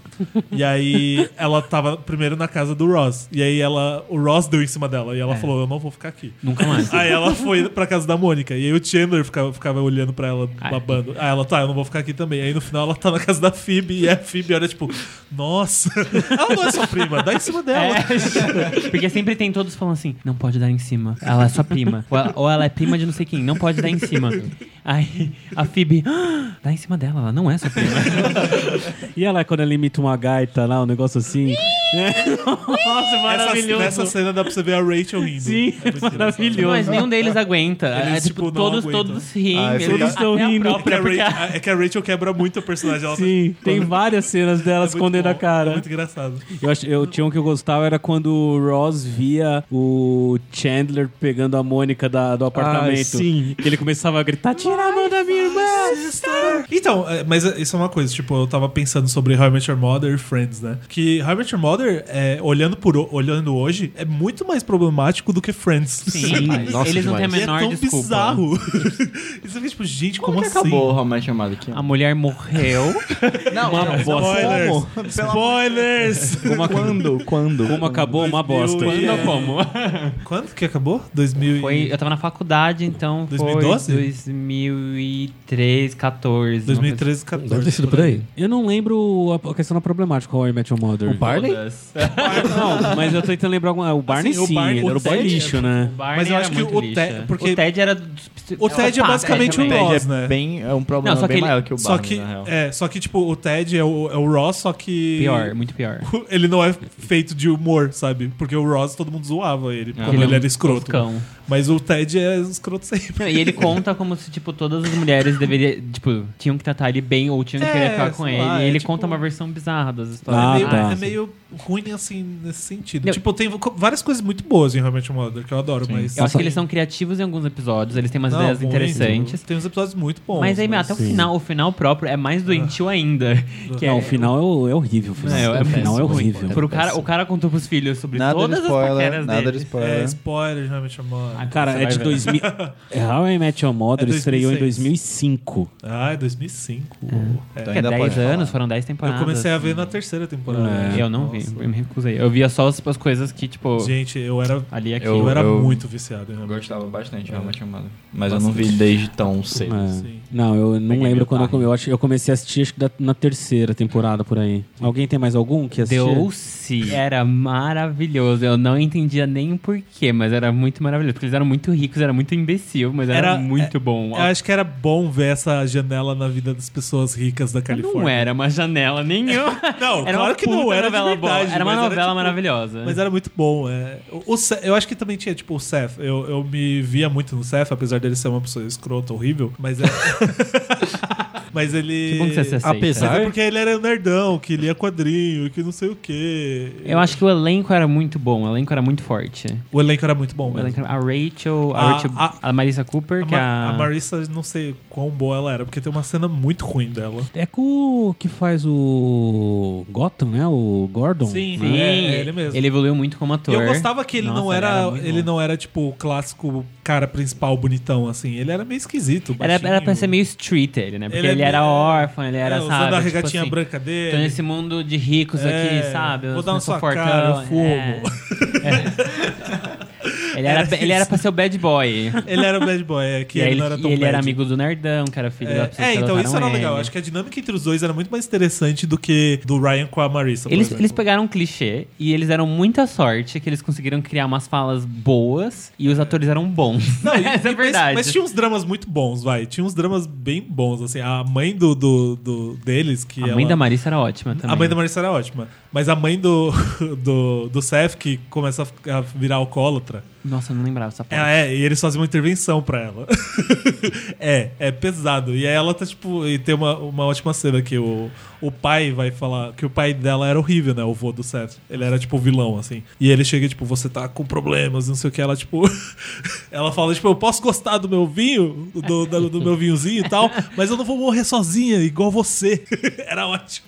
S3: E aí ela tava primeiro na casa do Ross. E aí ela, o Ross deu em cima dela. E ela falou: Eu não vou ficar aqui.
S8: É. Nunca mais.
S3: Aí ela foi pra casa da Mônica. E aí o Chandler ficava, ficava olhando pra ela,
S8: Ai.
S3: babando. Aí ela, tá, eu não vou ficar aqui também. Aí no final ela tá na casa da Phoebe. E a Phoebe olha tipo: Nossa, ela não é sua prima, dá em cima dela.
S8: É, porque sempre tem todos falando assim, não pode dar em cima. Ela é sua prima. Ou ela, ou ela é prima de não sei quem, não pode dar em cima. Aí a Phoebe, "Ah, dá em cima dela, ela não é sua prima.
S2: E ela, quando ela imita uma gaita lá, um negócio assim.
S8: Nossa,
S3: Essa,
S8: É maravilhoso.
S3: nessa cena dá pra você ver a Rachel rindo. É
S2: Sim,
S3: muito engraçado.
S2: maravilhoso.
S8: Mas nenhum deles aguenta.
S3: né? Eles,
S8: é,
S3: tipo,
S8: tipo,
S3: não
S8: todos,
S3: aguentam.
S8: todos riem.
S4: Ah,
S8: eles-
S4: eles
S2: estão
S8: até a
S2: rindo.
S3: É que,
S8: própria,
S3: a
S8: porque a-
S3: Rachel, é que a Rachel quebra muito o personagem. Ela
S2: Sim, tem várias cenas dela
S3: tá
S2: escondendo a
S3: É
S2: cara.
S3: muito engraçado.
S2: Eu, ach- eu tinha um que eu gostava, era quando o Ross via o Chandler pegando a Mônica da- do apartamento.
S5: Ah, sim.
S2: Que ele começava a gritar, tira a mão da minha irmã!
S3: Então, é, mas é- isso é uma coisa, tipo, eu tava pensando sobre How I Met Your Mother e Friends, né? Que How I Met Your Mother, é, olhando, por, ho- olhando hoje, é muito mais problemático do que Friends.
S8: Sim,
S5: Nossa,
S8: eles não têm a
S5: demais.
S3: E é
S8: menor
S3: tão
S8: desculpa.
S3: bizarro. Isso fica tipo, gente, como, assim?
S6: é Acabou o Romance Chamado aqui.
S8: A mulher morreu.
S6: Não,
S3: é
S6: não, não.
S3: Spoilers! Spoilers!
S2: quando? Quando? Como acabou uma bosta.
S3: 2000 e-
S8: Não como?
S3: Quando que acabou? 2000 e-
S8: Foi, eu tava na faculdade, então
S3: 2012?
S8: foi 2003, 14.
S3: 2013,
S5: Deve ter
S3: 14.
S5: sido por aí.
S2: Eu não lembro a, a questão da problemática, How I Met Your Mother.
S5: O Barney?
S2: Não, mas eu tô tentando lembrar alguma. O Barney
S3: Assim, o
S2: sim,
S3: Barney- é
S2: ele era
S3: o
S2: o boy
S3: Ted-
S2: lixo, né?
S8: Mas
S3: eu acho que o Ted- porque-
S8: o Ted era dos psi-
S3: O Ted é
S8: psicopata
S3: basicamente um
S8: também.
S3: nó.
S6: Ted
S3: Ross,
S6: é
S3: né?
S6: bem, é um problema
S8: Não, só que
S6: bem
S8: ele-
S6: maior que o
S3: Só
S6: Barney,
S3: que,
S6: na real.
S3: é, só que, tipo, o Ted é o, é o Ross, só que.
S8: Pior, muito pior.
S3: Ele não é feito de humor, sabe? Porque o Ross todo mundo zoava ele, como
S8: Ele é
S3: ele
S8: um
S3: era escroto.
S8: toscão.
S3: Mas o Ted é escroto sempre.
S8: Não, e ele conta como se, tipo, todas as mulheres deveriam, tipo, tinham que tratar ele bem ou tinham que
S3: É,
S8: querer ficar com
S3: sei
S8: ele.
S3: lá,
S8: e
S3: é
S8: ele
S3: tipo-
S8: conta uma versão bizarra das histórias.
S2: Ah,
S3: é, meio,
S2: tá.
S3: é meio ruim, assim, nesse sentido.
S8: Não.
S3: Tipo, tem co- várias coisas muito boas em Realmente Mother, que eu adoro, mas.
S8: Eu acho que eles são criativos em alguns episódios, eles têm umas
S3: Não,
S8: ideias
S3: muito.
S8: interessantes.
S3: Tem uns episódios muito bons.
S8: Mas aí, meu, até o final, o final próprio é mais doentio
S3: Ah.
S8: ainda. Que
S2: Não,
S8: é,
S2: o final é, o- é horrível. O final
S8: É, é
S2: o final é
S8: péssimo.
S2: horrível.
S8: Pro cara, o cara contou pros filhos sobre
S4: Nada de
S8: todas as
S4: spoiler,
S8: paqueras
S4: nada de
S8: dele.
S3: É,
S4: spoiler.
S3: spoiler de Realmente Mother.
S2: Cara, é de 2000. É, How I Met Your Mother
S3: É
S2: estreou em
S3: 2006.
S2: 2005.
S3: Ah, é 2005. É.
S4: Então
S8: Que é
S4: ainda
S8: 10
S4: pode
S8: anos,
S4: falar.
S8: foram 10
S3: Eu
S8: temporadas.
S3: comecei a ver na terceira temporada.
S2: É.
S8: assim. Eu não vi, eu me recusei. Eu via só as, as coisas que, tipo,
S3: Gente, eu era.
S8: ali e aqui.
S3: Eu,
S6: Eu-
S3: era
S6: eu-
S3: muito viciado em
S6: Eu
S3: Realmente
S6: gostava bastante de Romance Chamado. Mas eu não vi desde tão cedo.
S2: É.
S3: Sim.
S2: Não, eu não
S6: Peguei
S2: lembro
S6: meio
S2: quando eu,
S6: tarde.
S2: come- eu acho, eu comecei a assistir acho que da- na terceira temporada por aí. Alguém tem mais algum que assistiu?
S8: Deu-se. Era maravilhoso. Eu não entendia nem o porquê, mas era muito maravilhoso. Porque eles eram muito ricos, era muito imbecil, mas era,
S3: Era- é
S8: muito bom.
S3: Eu acho que era bom ver essa janela na vida das pessoas ricas da Califórnia.
S8: Não era uma janela nenhuma.
S3: Não,
S8: Era
S3: claro
S8: uma
S3: que não
S8: puta
S3: era de
S8: novela
S3: verdade,
S8: boa. Era uma
S3: mas era,
S8: novela
S3: tipo,
S8: maravilhosa.
S3: Mas era muito bom. É. O, o Seth- eu acho que também tinha, tipo, o Seth. Eu, eu me via muito no Seth, apesar dele ser uma pessoa escrota, horrível. Mas é. mas ele.
S8: Que bom que você se aceita.
S3: Mas
S5: Apesar-
S3: é porque ele era um nerdão, que lia quadrinho, que não sei o quê.
S8: Eu acho que o elenco era muito bom, o elenco era muito forte.
S3: O elenco era muito bom
S8: O
S3: mesmo.
S8: elenco era- a Rachel, a,
S3: A-
S8: Rachel-
S3: a-
S8: a Marissa Cooper,
S3: A,
S8: que é
S3: Ma-
S8: a.
S3: a Marissa, não sei quão boa ela era, porque tem uma cena muito ruim dela.
S2: É com o que faz o Gotham, né? O Gordon.
S8: Sim,
S3: é, é ele mesmo.
S8: evoluiu muito como ator.
S3: E eu gostava que ele
S8: Nossa,
S3: não era,
S8: muito
S3: ele
S8: bom.
S3: não era tipo o clássico cara principal bonitão assim, ele era meio esquisito,
S8: Era,
S3: baixinho.
S8: era pra ser meio street ele, né? Porque ele,
S3: Ele é
S8: era
S3: meio-
S8: órfão, ele era,
S3: é,
S8: sabe?
S3: usando a
S8: tipo
S3: regatinha
S8: assim,
S3: branca dele.
S8: Tô nesse mundo de ricos
S3: É,
S8: aqui, sabe? Eu é.
S3: vou dar
S8: não
S3: na
S8: sou
S3: sua
S8: fortão,
S3: cara, eu fumo.
S8: é. Ele era, ele era pra ser o bad boy.
S3: Ele era o bad boy, é, que
S8: e aí
S3: ele,
S8: ele,
S3: não era
S8: e
S3: tão
S8: ele
S3: bad.
S8: era amigo do Nerdão, que era filho da pessoa
S3: É, é,
S8: que
S3: então isso era
S8: adotaram
S3: legal.
S8: ele.
S3: Acho que a dinâmica entre os dois era muito mais interessante do que do Ryan com a Marissa. por
S8: Eles,
S3: exemplo.
S8: eles pegaram um clichê e eles deram muita sorte que eles conseguiram criar umas falas boas e os atores eram bons.
S3: Não, e-
S8: Essa é
S3: mas-
S8: verdade.
S3: Mas, tinha uns dramas muito bons, vai. Tinha uns dramas bem bons, assim. A mãe do, do, do- deles, que
S8: a
S3: ela...
S8: mãe da Marissa era ótima também.
S3: A mãe da Marissa era ótima. Mas a mãe do, do, do Seth, que começa a ficar- a virar alcoólatra,
S8: Nossa, eu não lembrava essa parte.
S3: ela é, e eles fazem uma intervenção pra ela. é, é pesado. E aí ela tá, tipo, e tem uma, uma ótima cena que o, o pai vai falar que o pai dela era horrível, né? O vô do Seth. Ele era, tipo, vilão, assim. E ele chega, tipo, você tá com problemas, não sei o que. Ela, tipo, ela fala, tipo, eu posso gostar do meu vinho, do, do, do meu vinhozinho e tal, mas eu não vou morrer sozinha, igual você. era ótimo.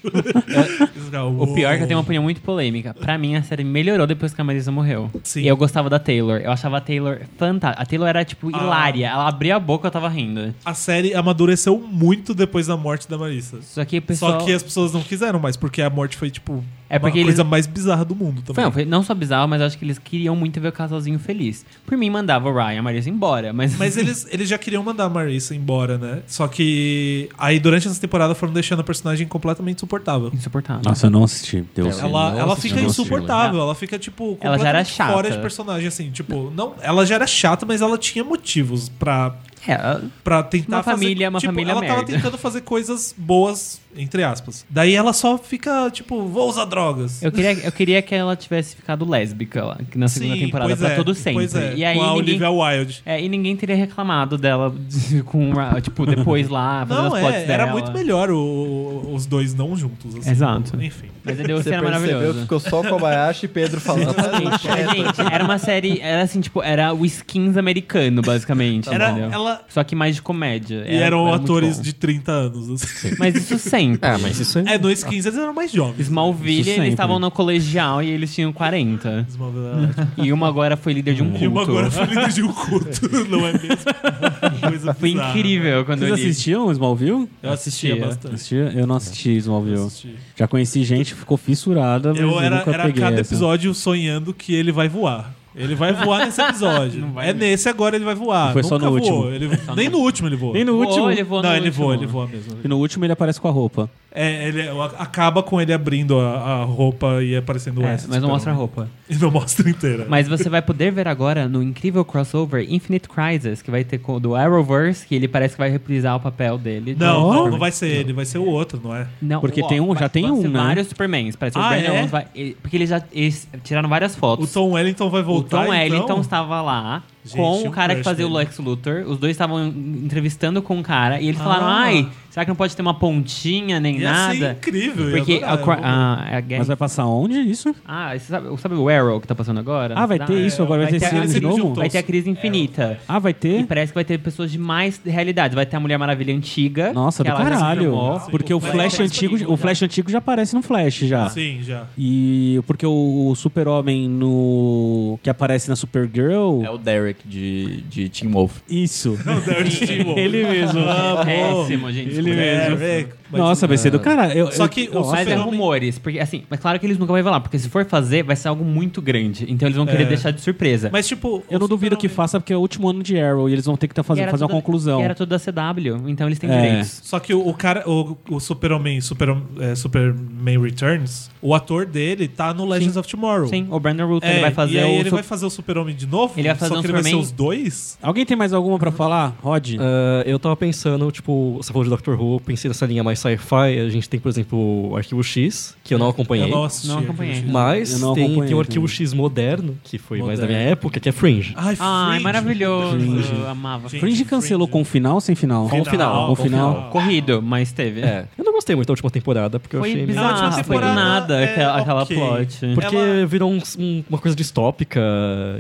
S8: O pior é que eu tenho uma opinião muito polêmica. Pra mim, a série melhorou depois que a Marisa morreu.
S3: Sim.
S8: E eu gostava da Taylor. Eu achava a Taylor fantástica. A Taylor era, tipo,
S3: Ah.
S8: hilária. Ela abria a boca, eu tava rindo.
S3: A série amadureceu muito depois da morte da Marissa.
S8: Só que o pessoal...
S3: Só que as pessoas não quiseram mais, porque a morte foi, tipo,
S8: É porque
S3: a
S8: eles-
S3: coisa mais bizarra do mundo também.
S8: Foi, não, foi não só bizarro, mas eu acho que eles queriam muito ver o casalzinho feliz. Por mim, mandava o Ryan e a Marisa embora, mas...
S3: Mas eles, eles já queriam mandar a Marissa embora, né? Só que aí durante essa temporada foram deixando a personagem completamente insuportável.
S8: Insuportável.
S2: Nossa, eu não assisti. Deus.
S3: Ela, ela fica
S2: não
S3: insuportável, ela fica, tipo,
S8: né? Ela já era
S3: completamente
S8: chata.
S3: fora de personagem, assim, tipo, não, ela já era chata, mas ela tinha motivos pra,
S8: É,
S3: pra tentar
S8: Uma
S3: fazer-
S8: família- uma
S3: tipo,
S8: família
S3: ela tava
S8: merda.
S3: tentando fazer coisas boas, entre aspas. Daí ela só fica, tipo, vou usar drogas.
S8: Eu queria, eu queria que ela tivesse ficado lésbica lá, que na segunda temporada,
S3: pois
S8: pra
S3: é,
S8: todo sempre.
S3: Pois é,
S8: E aí
S3: com a
S8: ninguém,
S3: Olivia Wilde.
S8: é, e ninguém teria reclamado dela com, ra- tipo, depois lá, fazendo
S3: Não,
S8: as plots
S3: é,
S8: dela.
S3: era muito melhor o- os dois não juntos. assim.
S8: Exato.
S3: Enfim.
S8: Mas a DLC
S4: Você
S8: era
S4: percebeu que
S8: maravilhosa.
S4: ficou só o Kobayashi e Pedro falando.
S8: Exatamente. Mas, gente, era uma série, era assim, tipo, era o skins americano, basicamente,
S3: Era,
S8: entendeu?
S3: ela,
S8: Só que mais de comédia.
S3: e eram
S8: era muito
S3: atores
S8: bom.
S3: de 30 anos. assim.
S8: Mas isso sempre.
S5: Ah, mas isso é.
S3: É, no Skins eles eram mais jovens.
S8: Smallville,
S2: Isso sempre.
S8: eles estavam no colegial e eles tinham 40.
S3: Smallville era ótimo.
S8: E uma agora foi líder de um culto.
S3: E uma agora foi líder de um culto, não é mesmo? Coisa
S8: Foi
S3: bizarra.
S8: incrível quando
S2: Vocês
S8: eu li.
S2: assistiam Smallville?
S3: Eu assistia
S8: Assistia.
S3: bastante.
S2: Assistia? Eu não assisti Smallville. Já conheci gente que ficou fissurada, mas eu,
S3: Eu era,
S2: nunca
S3: era
S2: peguei
S3: cada
S2: essa.
S3: episódio sonhando que ele vai voar. Ele vai voar nesse episódio. é nesse agora ele vai voar.
S2: E foi só
S3: Nunca
S2: no
S3: voou.
S2: último.
S3: Ele- nem no último ele voa.
S2: Nem no
S8: Voou,
S2: último.
S8: ele voou
S3: não,
S8: no
S3: ele
S8: último.
S3: voa, ele voa mesmo.
S2: E no último ele aparece com a roupa.
S3: É, ele acaba com ele abrindo a, a roupa e aparecendo o
S8: É,
S3: West.
S8: mas não
S3: pelo
S8: mostra a
S3: menos.
S8: roupa.
S3: E não mostra inteira.
S8: Mas você vai poder ver agora no incrível crossover Infinite Crisis, que vai ter com- do Arrowverse, que ele parece que vai reprisar o papel dele.
S3: Não,
S8: Do-
S3: não, não vai ser ele, vai ser o outro, não é?
S8: Não,
S2: Porque
S8: ó,
S2: tem um-
S8: vai-
S2: já tem
S8: vão
S2: um,
S8: ser
S2: né?
S8: vários Supermans. Parece que
S3: Ah,
S8: o Brandon
S3: é?
S8: Owens vai. ele- Porque eles já eles tiraram várias
S3: O
S8: fotos.
S3: Tom Wellington vai
S8: O
S3: voltar.
S8: Tom tá Ellington
S3: então?
S8: estava lá
S3: Gente,
S8: com
S3: um
S8: o cara que
S3: crush
S8: fazia o
S3: dele.
S8: Lex Luthor. Os dois estavam entrevistando com o cara e eles falaram:
S3: Ah.
S8: ai, será que não pode ter uma pontinha nem
S3: Ia ser
S8: nada?
S3: incrível. ia
S8: Porque a,
S3: adorar,
S8: cra-
S3: eu vou-
S8: a, a, guerra-
S2: Mas vai passar onde isso?
S8: Ah, você sabe, sabe o Arrow que tá passando agora?
S2: Ah, vai ter isso agora, vai ter
S8: ter
S2: esse ano de
S3: esse vídeo
S2: novo?
S3: todo.
S8: Vai ter a crise infinita.
S2: Ah, vai
S8: E
S2: ter?
S8: parece que vai ter pessoas de mais realidade. Vai ter a Mulher Maravilha antiga.
S2: Nossa,
S8: que
S2: do
S8: ela já se
S2: caralho.
S8: formou.
S2: Porque o
S8: Vai
S2: Flash
S8: ter
S2: antigo,
S8: tá disponível
S2: o
S8: já.
S2: Flash antigo já aparece no Flash
S8: Ah.
S2: já.
S3: Sim, já.
S2: E porque o, o Super-Homem no que aparece na Supergirl,
S6: É o Derek de, de Team Wolf.
S2: isso.
S3: O Derek Timon.
S2: Ele mesmo.
S8: É Péssimo, gente.
S2: Ele é-
S8: desculpa.
S2: mesmo.
S3: Derek. É, Mas- é.
S2: Nossa, vai ser do caralho. Eu-
S3: Só
S2: eu-
S3: que
S2: eu
S3: o
S2: acho-
S8: Mas é
S3: Super-Homem-
S8: rumores, porque assim, mas claro que eles nunca vão revelar, porque se for fazer, vai ser algo muito grande. Então eles vão querer
S3: É.
S8: deixar de surpresa.
S3: Mas, tipo.
S2: eu não duvido que faça porque é o último ano de Arrow e eles vão ter que tá
S8: E
S2: fazendo
S8: era
S2: fazer uma
S8: tudo-
S2: conclusão.
S8: e Era tudo da CW, então eles têm
S2: É.
S8: direitos.
S3: Só que o, o cara, o, o Super-Homem, Super, é, Superman Returns, o ator dele tá no Legends of Tomorrow.
S8: Sim, o Brandon Routh ele
S3: É,
S8: vai fazer
S3: e aí
S8: o
S3: ele
S8: su-
S3: vai fazer o Super-Homem de novo?
S8: Ele vai fazer
S3: só
S8: um
S3: que ele vai ser
S8: Superman-
S3: os dois?
S2: Alguém tem mais alguma pra falar? Rod?
S5: Ah, eu tava pensando, tipo, você falou de Doctor Who, pensei nessa linha mais sci-fi. A gente tem, por exemplo, o Arquivo X, que eu não acompanhei.
S3: É. Eu não assisti.
S8: Não acompanhei.
S3: aquele filme.
S5: Mas
S2: Eu não
S5: tem,
S2: acompanhei
S5: tem o Arquivo
S2: também.
S5: X moderno, que foi mais da
S3: Moderno. Ah.
S5: minha época, que é Fringe.
S3: Ai,
S8: Ai,
S3: Fringe.
S8: maravilhoso.
S3: Fringe.
S8: Eu amava.
S3: Gente,
S2: Fringe cancelou com o final ou sem final?
S5: Com o final,
S2: Com o
S5: com o
S2: final.
S5: final.
S8: Corrido, mas teve.
S5: É. Eu não gostei muito da última temporada, porque eu
S8: Foi
S5: achei. meio-
S3: bizarro.
S8: bizarro,
S3: última
S8: foi do
S3: temporada
S8: nada
S3: é
S8: aquela, aquela
S3: ok.
S8: plot.
S5: Porque
S3: Ela-
S5: virou um- um- uma coisa distópica.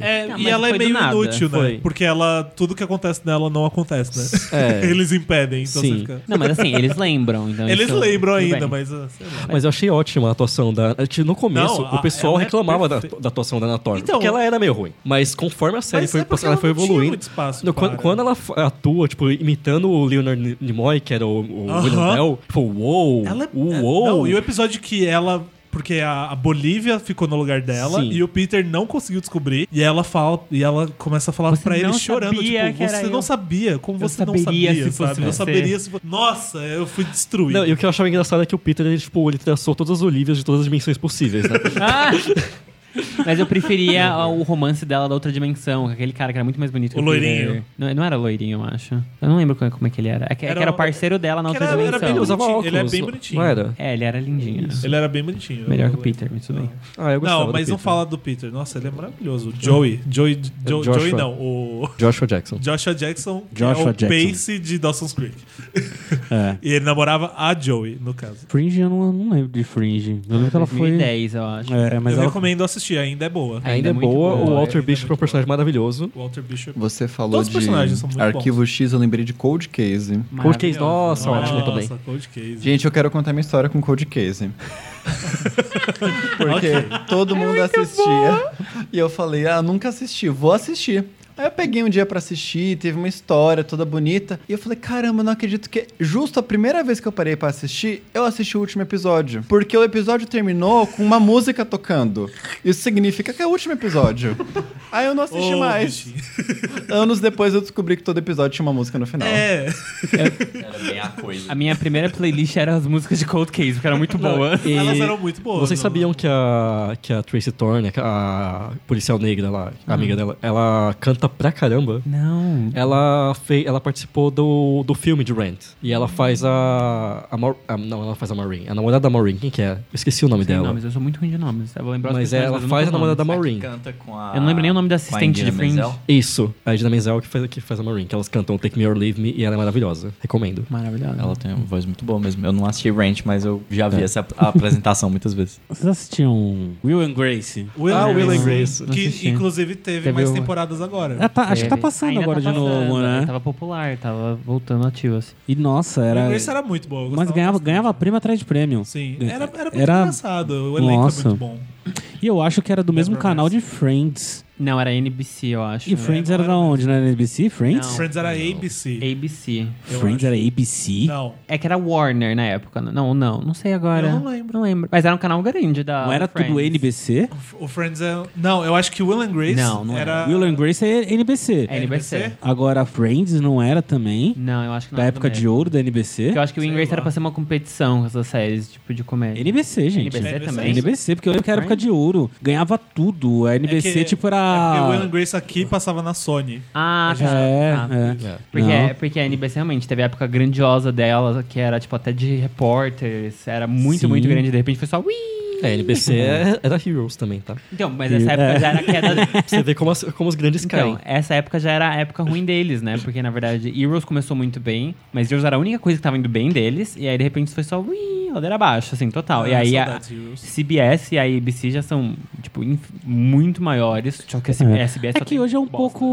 S3: É,
S8: Não,
S3: e
S8: mas
S3: ela é
S8: foi do
S3: meio
S8: nada.
S3: inútil, né?
S5: Foi.
S3: Porque ela, tudo que acontece nela não acontece, né?
S5: É.
S3: Eles impedem, então
S5: Sim. é
S3: você fica.
S8: Não, mas assim, eles lembram. Então
S3: Eles
S8: isso-
S3: lembram
S8: tudo
S3: ainda,
S8: bem.
S3: mas ah, sei lá.
S5: Mas eu achei ótima a atuação da. No começo,
S3: Não, a-
S5: o pessoal
S3: ela é
S5: reclamava da,
S3: perfe-
S5: da atuação da Anatómica.
S3: Então-
S5: porque ela era meio ruim. Mas conforme a série
S3: Mas
S5: foi
S3: é porque
S5: passando, ela foi
S3: ela não tinha
S5: evoluindo.
S3: muito espaço
S5: No- quan-
S3: para.
S5: quando, ela f- atua, tipo, imitando o Leonard Nimoy, que era o, o
S3: Aham.
S5: William Bell, tipo, uou!
S3: Ela é.
S5: uou!
S3: Não, e o episódio que ela porque a, a Bolívia ficou no lugar dela
S8: Sim.
S3: e o Peter não conseguiu descobrir. E ela fala, e ela começa a falar
S8: Você
S3: pra ele
S8: não
S3: chorando,
S8: sabia
S3: tipo,
S8: que era
S3: você
S8: eu.
S3: não sabia, como
S8: Eu
S3: você não
S8: saberia
S3: sabia,
S8: se fosse
S3: sabe? Eu
S8: você."
S3: saberia se fo- Nossa, eu fui destruído.
S5: Não, e o que eu achava engraçado é que o Peter, ele, tipo, ele traçou todas as Olivias de todas as dimensões possíveis, né?
S8: Ah! Mas eu preferia a- o romance dela da outra dimensão, com aquele cara que era muito mais bonito. que
S3: O
S8: Peter.
S3: loirinho.
S8: Não, não era loirinho, eu acho. Eu não lembro como, como é que ele era. É que, é
S3: Era
S8: que era o
S3: um-
S8: parceiro dela na
S3: que
S8: outra
S3: era- era
S8: dimensão.
S3: bem
S5: Ele usava óculos.
S3: bonitinho, ele é bem bonitinho.
S5: Não era?
S8: É, ele era lindinho.
S3: Ele era bem bonitinho.
S8: Melhor
S3: eu-
S8: que o Peter, mas tudo bem.
S5: Ah, eu gostava
S3: Não,
S5: do
S3: mas não
S5: Peter.
S3: fala do Peter. Nossa, ele é maravilhoso. O Joey. Joey, Jo-
S5: Joshua.
S3: Joey não. O
S5: Joshua Jackson.
S3: Joshua Jackson que é
S2: Joshua
S3: o
S2: Jackson.
S3: Pace de Dawson's Creek.
S2: É.
S3: E ele namorava a Joey, no caso.
S2: Fringe, eu não, não lembro de Fringe. Eu lembro que ela foi.
S8: 2010, eu acho.
S2: É, mas
S3: eu
S2: ela
S3: recomendo assistir, ainda é boa.
S5: Ainda,
S8: é
S5: é
S8: muito
S5: boa,
S8: boa,
S5: o Walter Bishop é um
S3: muito
S5: personagem maravilhoso.
S3: Walter Bishop.
S4: Você falou
S3: Todos os personagens são
S4: de
S3: muito
S4: Arquivo X, eu lembrei de Cold Case.
S5: Cold Case, nossa,
S3: Nossa,
S5: ótimo também.
S3: Cold Case.
S4: Gente, eu quero contar minha história com Cold Case. Porque todo mundo assistia. E eu falei, ah, nunca assisti, vou assistir. Aí eu peguei um dia pra assistir, teve uma história toda bonita. E eu falei, caramba, eu não acredito que justo a primeira vez que eu parei pra assistir, eu assisti o último episódio. Porque o episódio terminou com uma música tocando. Isso significa que é o último episódio. Aí eu não assisti
S3: Ô,
S4: mais.
S3: bichinho.
S4: Anos depois eu descobri que todo episódio tinha uma música no final.
S3: É.
S6: Era bem a coisa.
S8: A minha primeira playlist era as músicas de Cold Case, porque era muito boa.
S5: E
S3: Elas eram muito boas.
S5: Vocês
S3: né?
S5: sabiam que a, que a Tracy Thorne, a policial negra lá,
S3: Hum.
S5: a amiga dela, ela canta pra caramba.
S8: Não.
S5: Ela, fez, ela participou do, do filme de Rent. E ela faz a. a, Mau- a- não, ela faz a Maureen. A namorada da Maureen, quem que é? Eu esqueci o nome
S8: Tem
S5: dela.
S8: nomes, eu sou muito ruim de nomes. Eu vou lembrar os
S5: Mas
S8: personagens,
S5: ela
S8: eu não
S5: faz a
S8: lembro
S5: namorada da
S8: nomes.
S5: Maureen.
S6: Canta com a.
S8: Eu não lembro nem o nome da
S6: com a
S8: assistente
S6: Indina
S8: de Fringe.
S6: Menzel.
S5: Isso, a Edna Menzel que faz, que faz a Maureen, que elas cantam Take Me or Leave Me e ela é maravilhosa. Recomendo.
S8: Maravilhosa.
S6: Ela tem uma voz muito boa mesmo. Eu não assisti Ranch, mas eu já vi essa ap- apresentação muitas vezes.
S2: Vocês assistiam Will and Grace?
S3: Will
S5: Ah,
S3: and
S5: Will and
S3: Grace.
S8: Grace.
S3: Que
S8: Assisti.
S3: inclusive teve,
S5: Teve
S3: mais
S5: uma-
S3: temporadas agora.
S2: Ah, tá, acho que tá
S8: Teve.
S2: passando
S8: Ainda
S2: agora
S8: tá
S2: de novo,
S8: passando,
S2: né?
S8: Tava popular, tava voltando ativo, assim.
S2: E nossa,
S3: Will
S2: era.
S3: and Grace era muito boa. eu
S2: Mas
S3: gostava
S2: ganhava,
S3: bastante.
S2: ganhava prêmio atrás de prêmio.
S3: Sim, era, era muito
S2: Era-
S3: engraçado. O elenco
S2: Nossa.
S3: é muito bom.
S2: E eu acho que era do mesmo
S3: Never
S2: canal de Friends.
S8: Não, era NBC, eu acho.
S5: É,
S8: né?
S2: E Friends
S3: não
S2: era
S3: era
S2: da onde? né? Na NBC? Friends?
S8: Não.
S3: Friends era ABC.
S8: ABC.
S3: eu
S2: Friends
S3: acho.
S2: era ABC?
S3: Não.
S8: É que era Warner na época. né? Não, não, não sei agora.
S3: Eu não lembro.
S8: Não lembro. Mas era um canal grande da.
S2: Não era
S8: do Friends.
S2: tudo NBC?
S3: O Friends é. Não, eu acho que Will and Grace
S8: Não, não
S3: era.
S2: Will and Grace é NBC.
S8: É NBC.
S2: Agora Friends não era também?
S8: Não, eu acho que não.
S2: da
S8: era
S2: época
S8: do
S2: de
S8: mesmo.
S2: ouro da NBC?
S8: Porque Eu acho que o
S3: Sei
S8: Ingress era
S3: lá.
S8: pra ser uma competição com essas séries, tipo, de comédia.
S2: NBC, gente.
S8: NBC,
S3: NBC.
S8: também.
S2: NBC, porque eu lembro que era época de ouro. Ganhava tudo. A NBC,
S3: que-
S2: tipo,
S3: É porque Will and
S2: era.
S3: Grace aqui passava na Sony.
S8: Ah, tá. tá.
S2: É, é.
S8: Porque,
S2: Não.
S8: é- porque a NBC realmente teve a época grandiosa dela, que era, tipo, até de repórteres. Era muito,
S2: Sim.
S8: muito grande. De repente foi só. Ui!
S5: É, NBC é- era Heroes também, tá?
S8: Então, mas
S2: É.
S8: essa época já era a queda.
S5: Você vê como, as- como os grandes caem.
S8: Então, essa época já era a época ruim deles, né? Porque, na verdade, Heroes começou muito bem, mas Heroes era a única coisa que tava indo bem deles, e aí, de repente, foi só ui, ladeira abaixo, assim, total. e
S3: Ah,
S8: aí, a
S3: saudades, Heroes.
S8: CBS e a ABC já são, tipo, inf- muito maiores, só que a CBS...
S2: É que hoje é um pouco.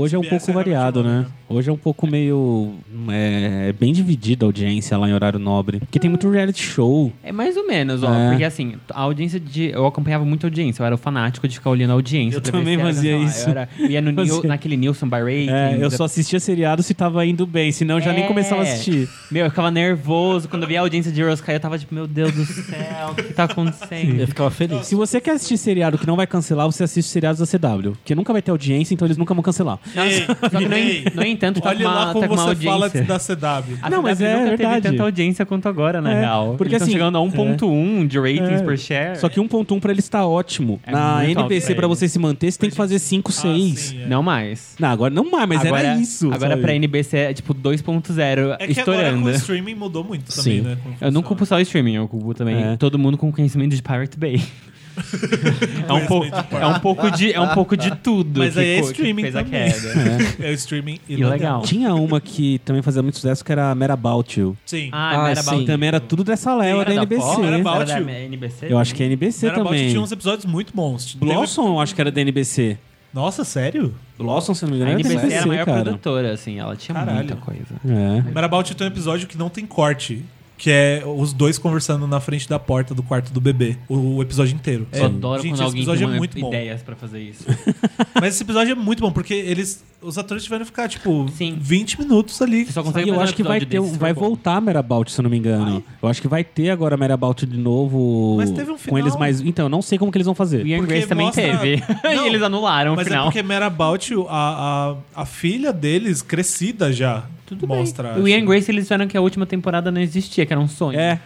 S2: Hoje é um
S3: CBS
S2: pouco
S3: era
S2: variado, né? Hoje é um pouco meio. É é bem dividida a audiência lá em horário nobre. Porque tem muito reality show.
S8: É mais ou menos, ó,
S2: É.
S8: porque, assim, a audiência de... Eu acompanhava muito a audiência, eu era o fanático de ficar olhando a audiência.
S2: Eu
S8: pra ver
S2: também
S8: se era-
S2: fazia
S8: sei lá,
S2: isso.
S8: Eu, era, eu ia no Nil-
S2: Fazia.
S8: naquele Nielsen by Ratings,
S2: É, eu
S8: eu-
S2: só assistia seriado se tava indo bem, senão eu já nem
S8: É.
S2: começava a assistir.
S8: Meu, eu ficava nervoso. Quando eu via a audiência de Heroes cair, eu tava tipo, meu Deus do céu, o que tá acontecendo?
S5: Eu ficava feliz.
S2: Se você quer assistir seriado que não vai cancelar, você assiste seriados da CW. Porque nunca vai ter audiência, então eles nunca vão cancelar.
S3: Ei,
S8: Só que, é no, en-
S3: ei,
S8: no entanto, tá
S3: Olha
S8: com uma,
S3: lá como
S8: tá com uma
S3: você
S8: audiência.
S3: fala
S8: Ah,
S3: da CW.
S8: A
S2: Não,
S8: CW
S2: mas é
S8: nunca
S2: verdade.
S8: teve tanta audiência quanto agora, na
S2: É,
S8: real.
S2: porque
S8: Eles tão
S2: assim,
S8: chegando a 1.1 de ratings
S2: É.
S8: por share.
S2: Só que 1.1 pra eles tá ótimo.
S8: É
S2: Na
S8: muito alto
S2: NBC,
S8: pra
S2: pra
S8: eles.
S2: você se manter, você tem que fazer 5,
S3: Ah,
S2: 6.
S3: sim, é.
S8: Não mais.
S2: Não, agora não mais, mas
S8: agora, é-
S2: era isso.
S8: Agora
S2: sabe?
S8: pra NBC é tipo 2.0,
S3: É que agora
S8: estourando. né?
S3: com o streaming mudou muito também,
S5: Sim.
S3: né? como
S8: Eu não
S3: funciona.
S8: culpo só o streaming, eu culpo também
S2: É.
S8: todo mundo com conhecimento de Pirate Bay.
S3: Conhecimento
S8: é, um pouco,
S3: de
S8: é um pouco de é um pouco de tudo.
S3: Mas
S8: que
S3: aí é
S8: co- que
S3: streaming
S8: fez a
S3: também.
S8: queda.
S3: É o streaming
S8: E legal.
S2: Tinha uma que também fazia muito sucesso, que era Mera About You.
S3: Sim.
S8: Ah,
S5: Ah,
S8: era
S5: sim.
S8: About
S2: Também era tudo dessa leva
S8: Era
S2: da
S8: da
S2: NBC.
S8: Fox?
S3: Era About
S8: Era da
S3: You.
S8: NBC?
S2: Eu acho que é NBC
S3: Era Bounty,
S2: também.
S3: tinha uns episódios muito bons. Tem um-
S2: Blossom, eu acho que era da NBC.
S3: Nossa, sério?
S2: Blossom, se não me
S8: A
S2: engano, era da
S8: NBC era a
S2: NBC,
S8: maior
S2: cara.
S8: produtora, assim, ela tinha
S3: Caralho.
S8: muita coisa.
S2: É.
S3: Marabout tem um episódio que não tem corte. que é os dois conversando na frente da porta do quarto do bebê. O, o episódio inteiro.
S8: Eu adoro
S3: É. gente,
S8: quando
S3: esse
S8: alguém
S3: episódio
S8: tem
S3: é
S8: uma
S3: muito bom.
S8: ideias pra fazer isso.
S3: Mas esse episódio é muito bom, porque eles. Os atores tiveram que ficar, tipo,
S8: Sim.
S3: 20 minutos ali.
S8: Você só
S2: E
S8: consegue
S2: eu
S8: fazer um
S2: acho que vai,
S8: episódio
S2: ter, um-
S8: desse,
S2: vai
S8: foi bom.
S2: voltar a Merabout, se eu não me engano. Eu acho que vai ter agora a Merabout de novo.
S3: Mas teve um
S2: Com
S3: final.
S2: eles mais. Então, eu não sei como que eles vão fazer.
S8: O Ian
S3: Porque
S8: Grace também
S3: mostra-
S8: teve.
S3: Não,
S8: e eles anularam o
S3: Mas é
S8: final.
S3: porque Merabout, a, a, a filha deles, crescida já,
S8: Tudo bem.
S3: mostra.
S8: O Ian
S3: acho.
S8: Grace, eles disseram que a última temporada não existia, que era um sonho.
S2: É.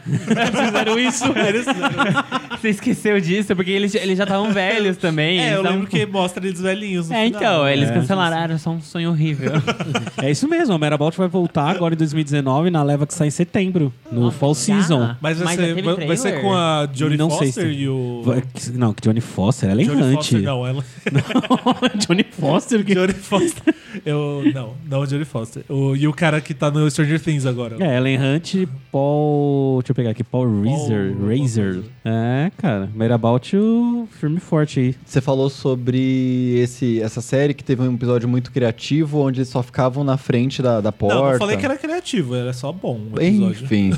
S8: fizeram isso. Você esqueceu disso? Porque eles, eles já estavam velhos também.
S3: É,
S8: eles
S3: eu
S8: tavam-
S3: lembro que mostra eles velhinhos no
S8: Então, É,
S3: final.
S8: então, eles
S2: É,
S8: cancelaram, era só um sonho horrível.
S2: É isso mesmo, a Merabout vai voltar agora em 2019 na leva que sai em setembro, no Fall Season.
S3: Mas vai,
S8: Mas já
S3: ser,
S8: teve
S3: vai- vai ser
S8: trailer?
S3: com a Jodie
S2: Não sei
S3: Foster
S2: se-
S3: e o...
S2: Vai- Não, que Johnny Foster, ela é
S3: Jodie
S2: errante.
S3: Foster, não, ela...
S2: Johnny Foster, que...
S3: Jodie Foster. Eu... Não, não a Jodie Foster. O... E o cara que tá no Stranger Things agora.
S2: É, ela é errante, Paul. Deixa eu pegar aqui, Paul Razer.
S3: Paul-
S2: Razer. É, cara, Merabout, o filme forte aí.
S4: Você falou sobre esse, essa série que teve um episódio muito criativo, onde eles só ficavam na frente da, da porta.
S3: Não, eu falei que era criativo, era só bom o episódio. né?
S4: Enfim,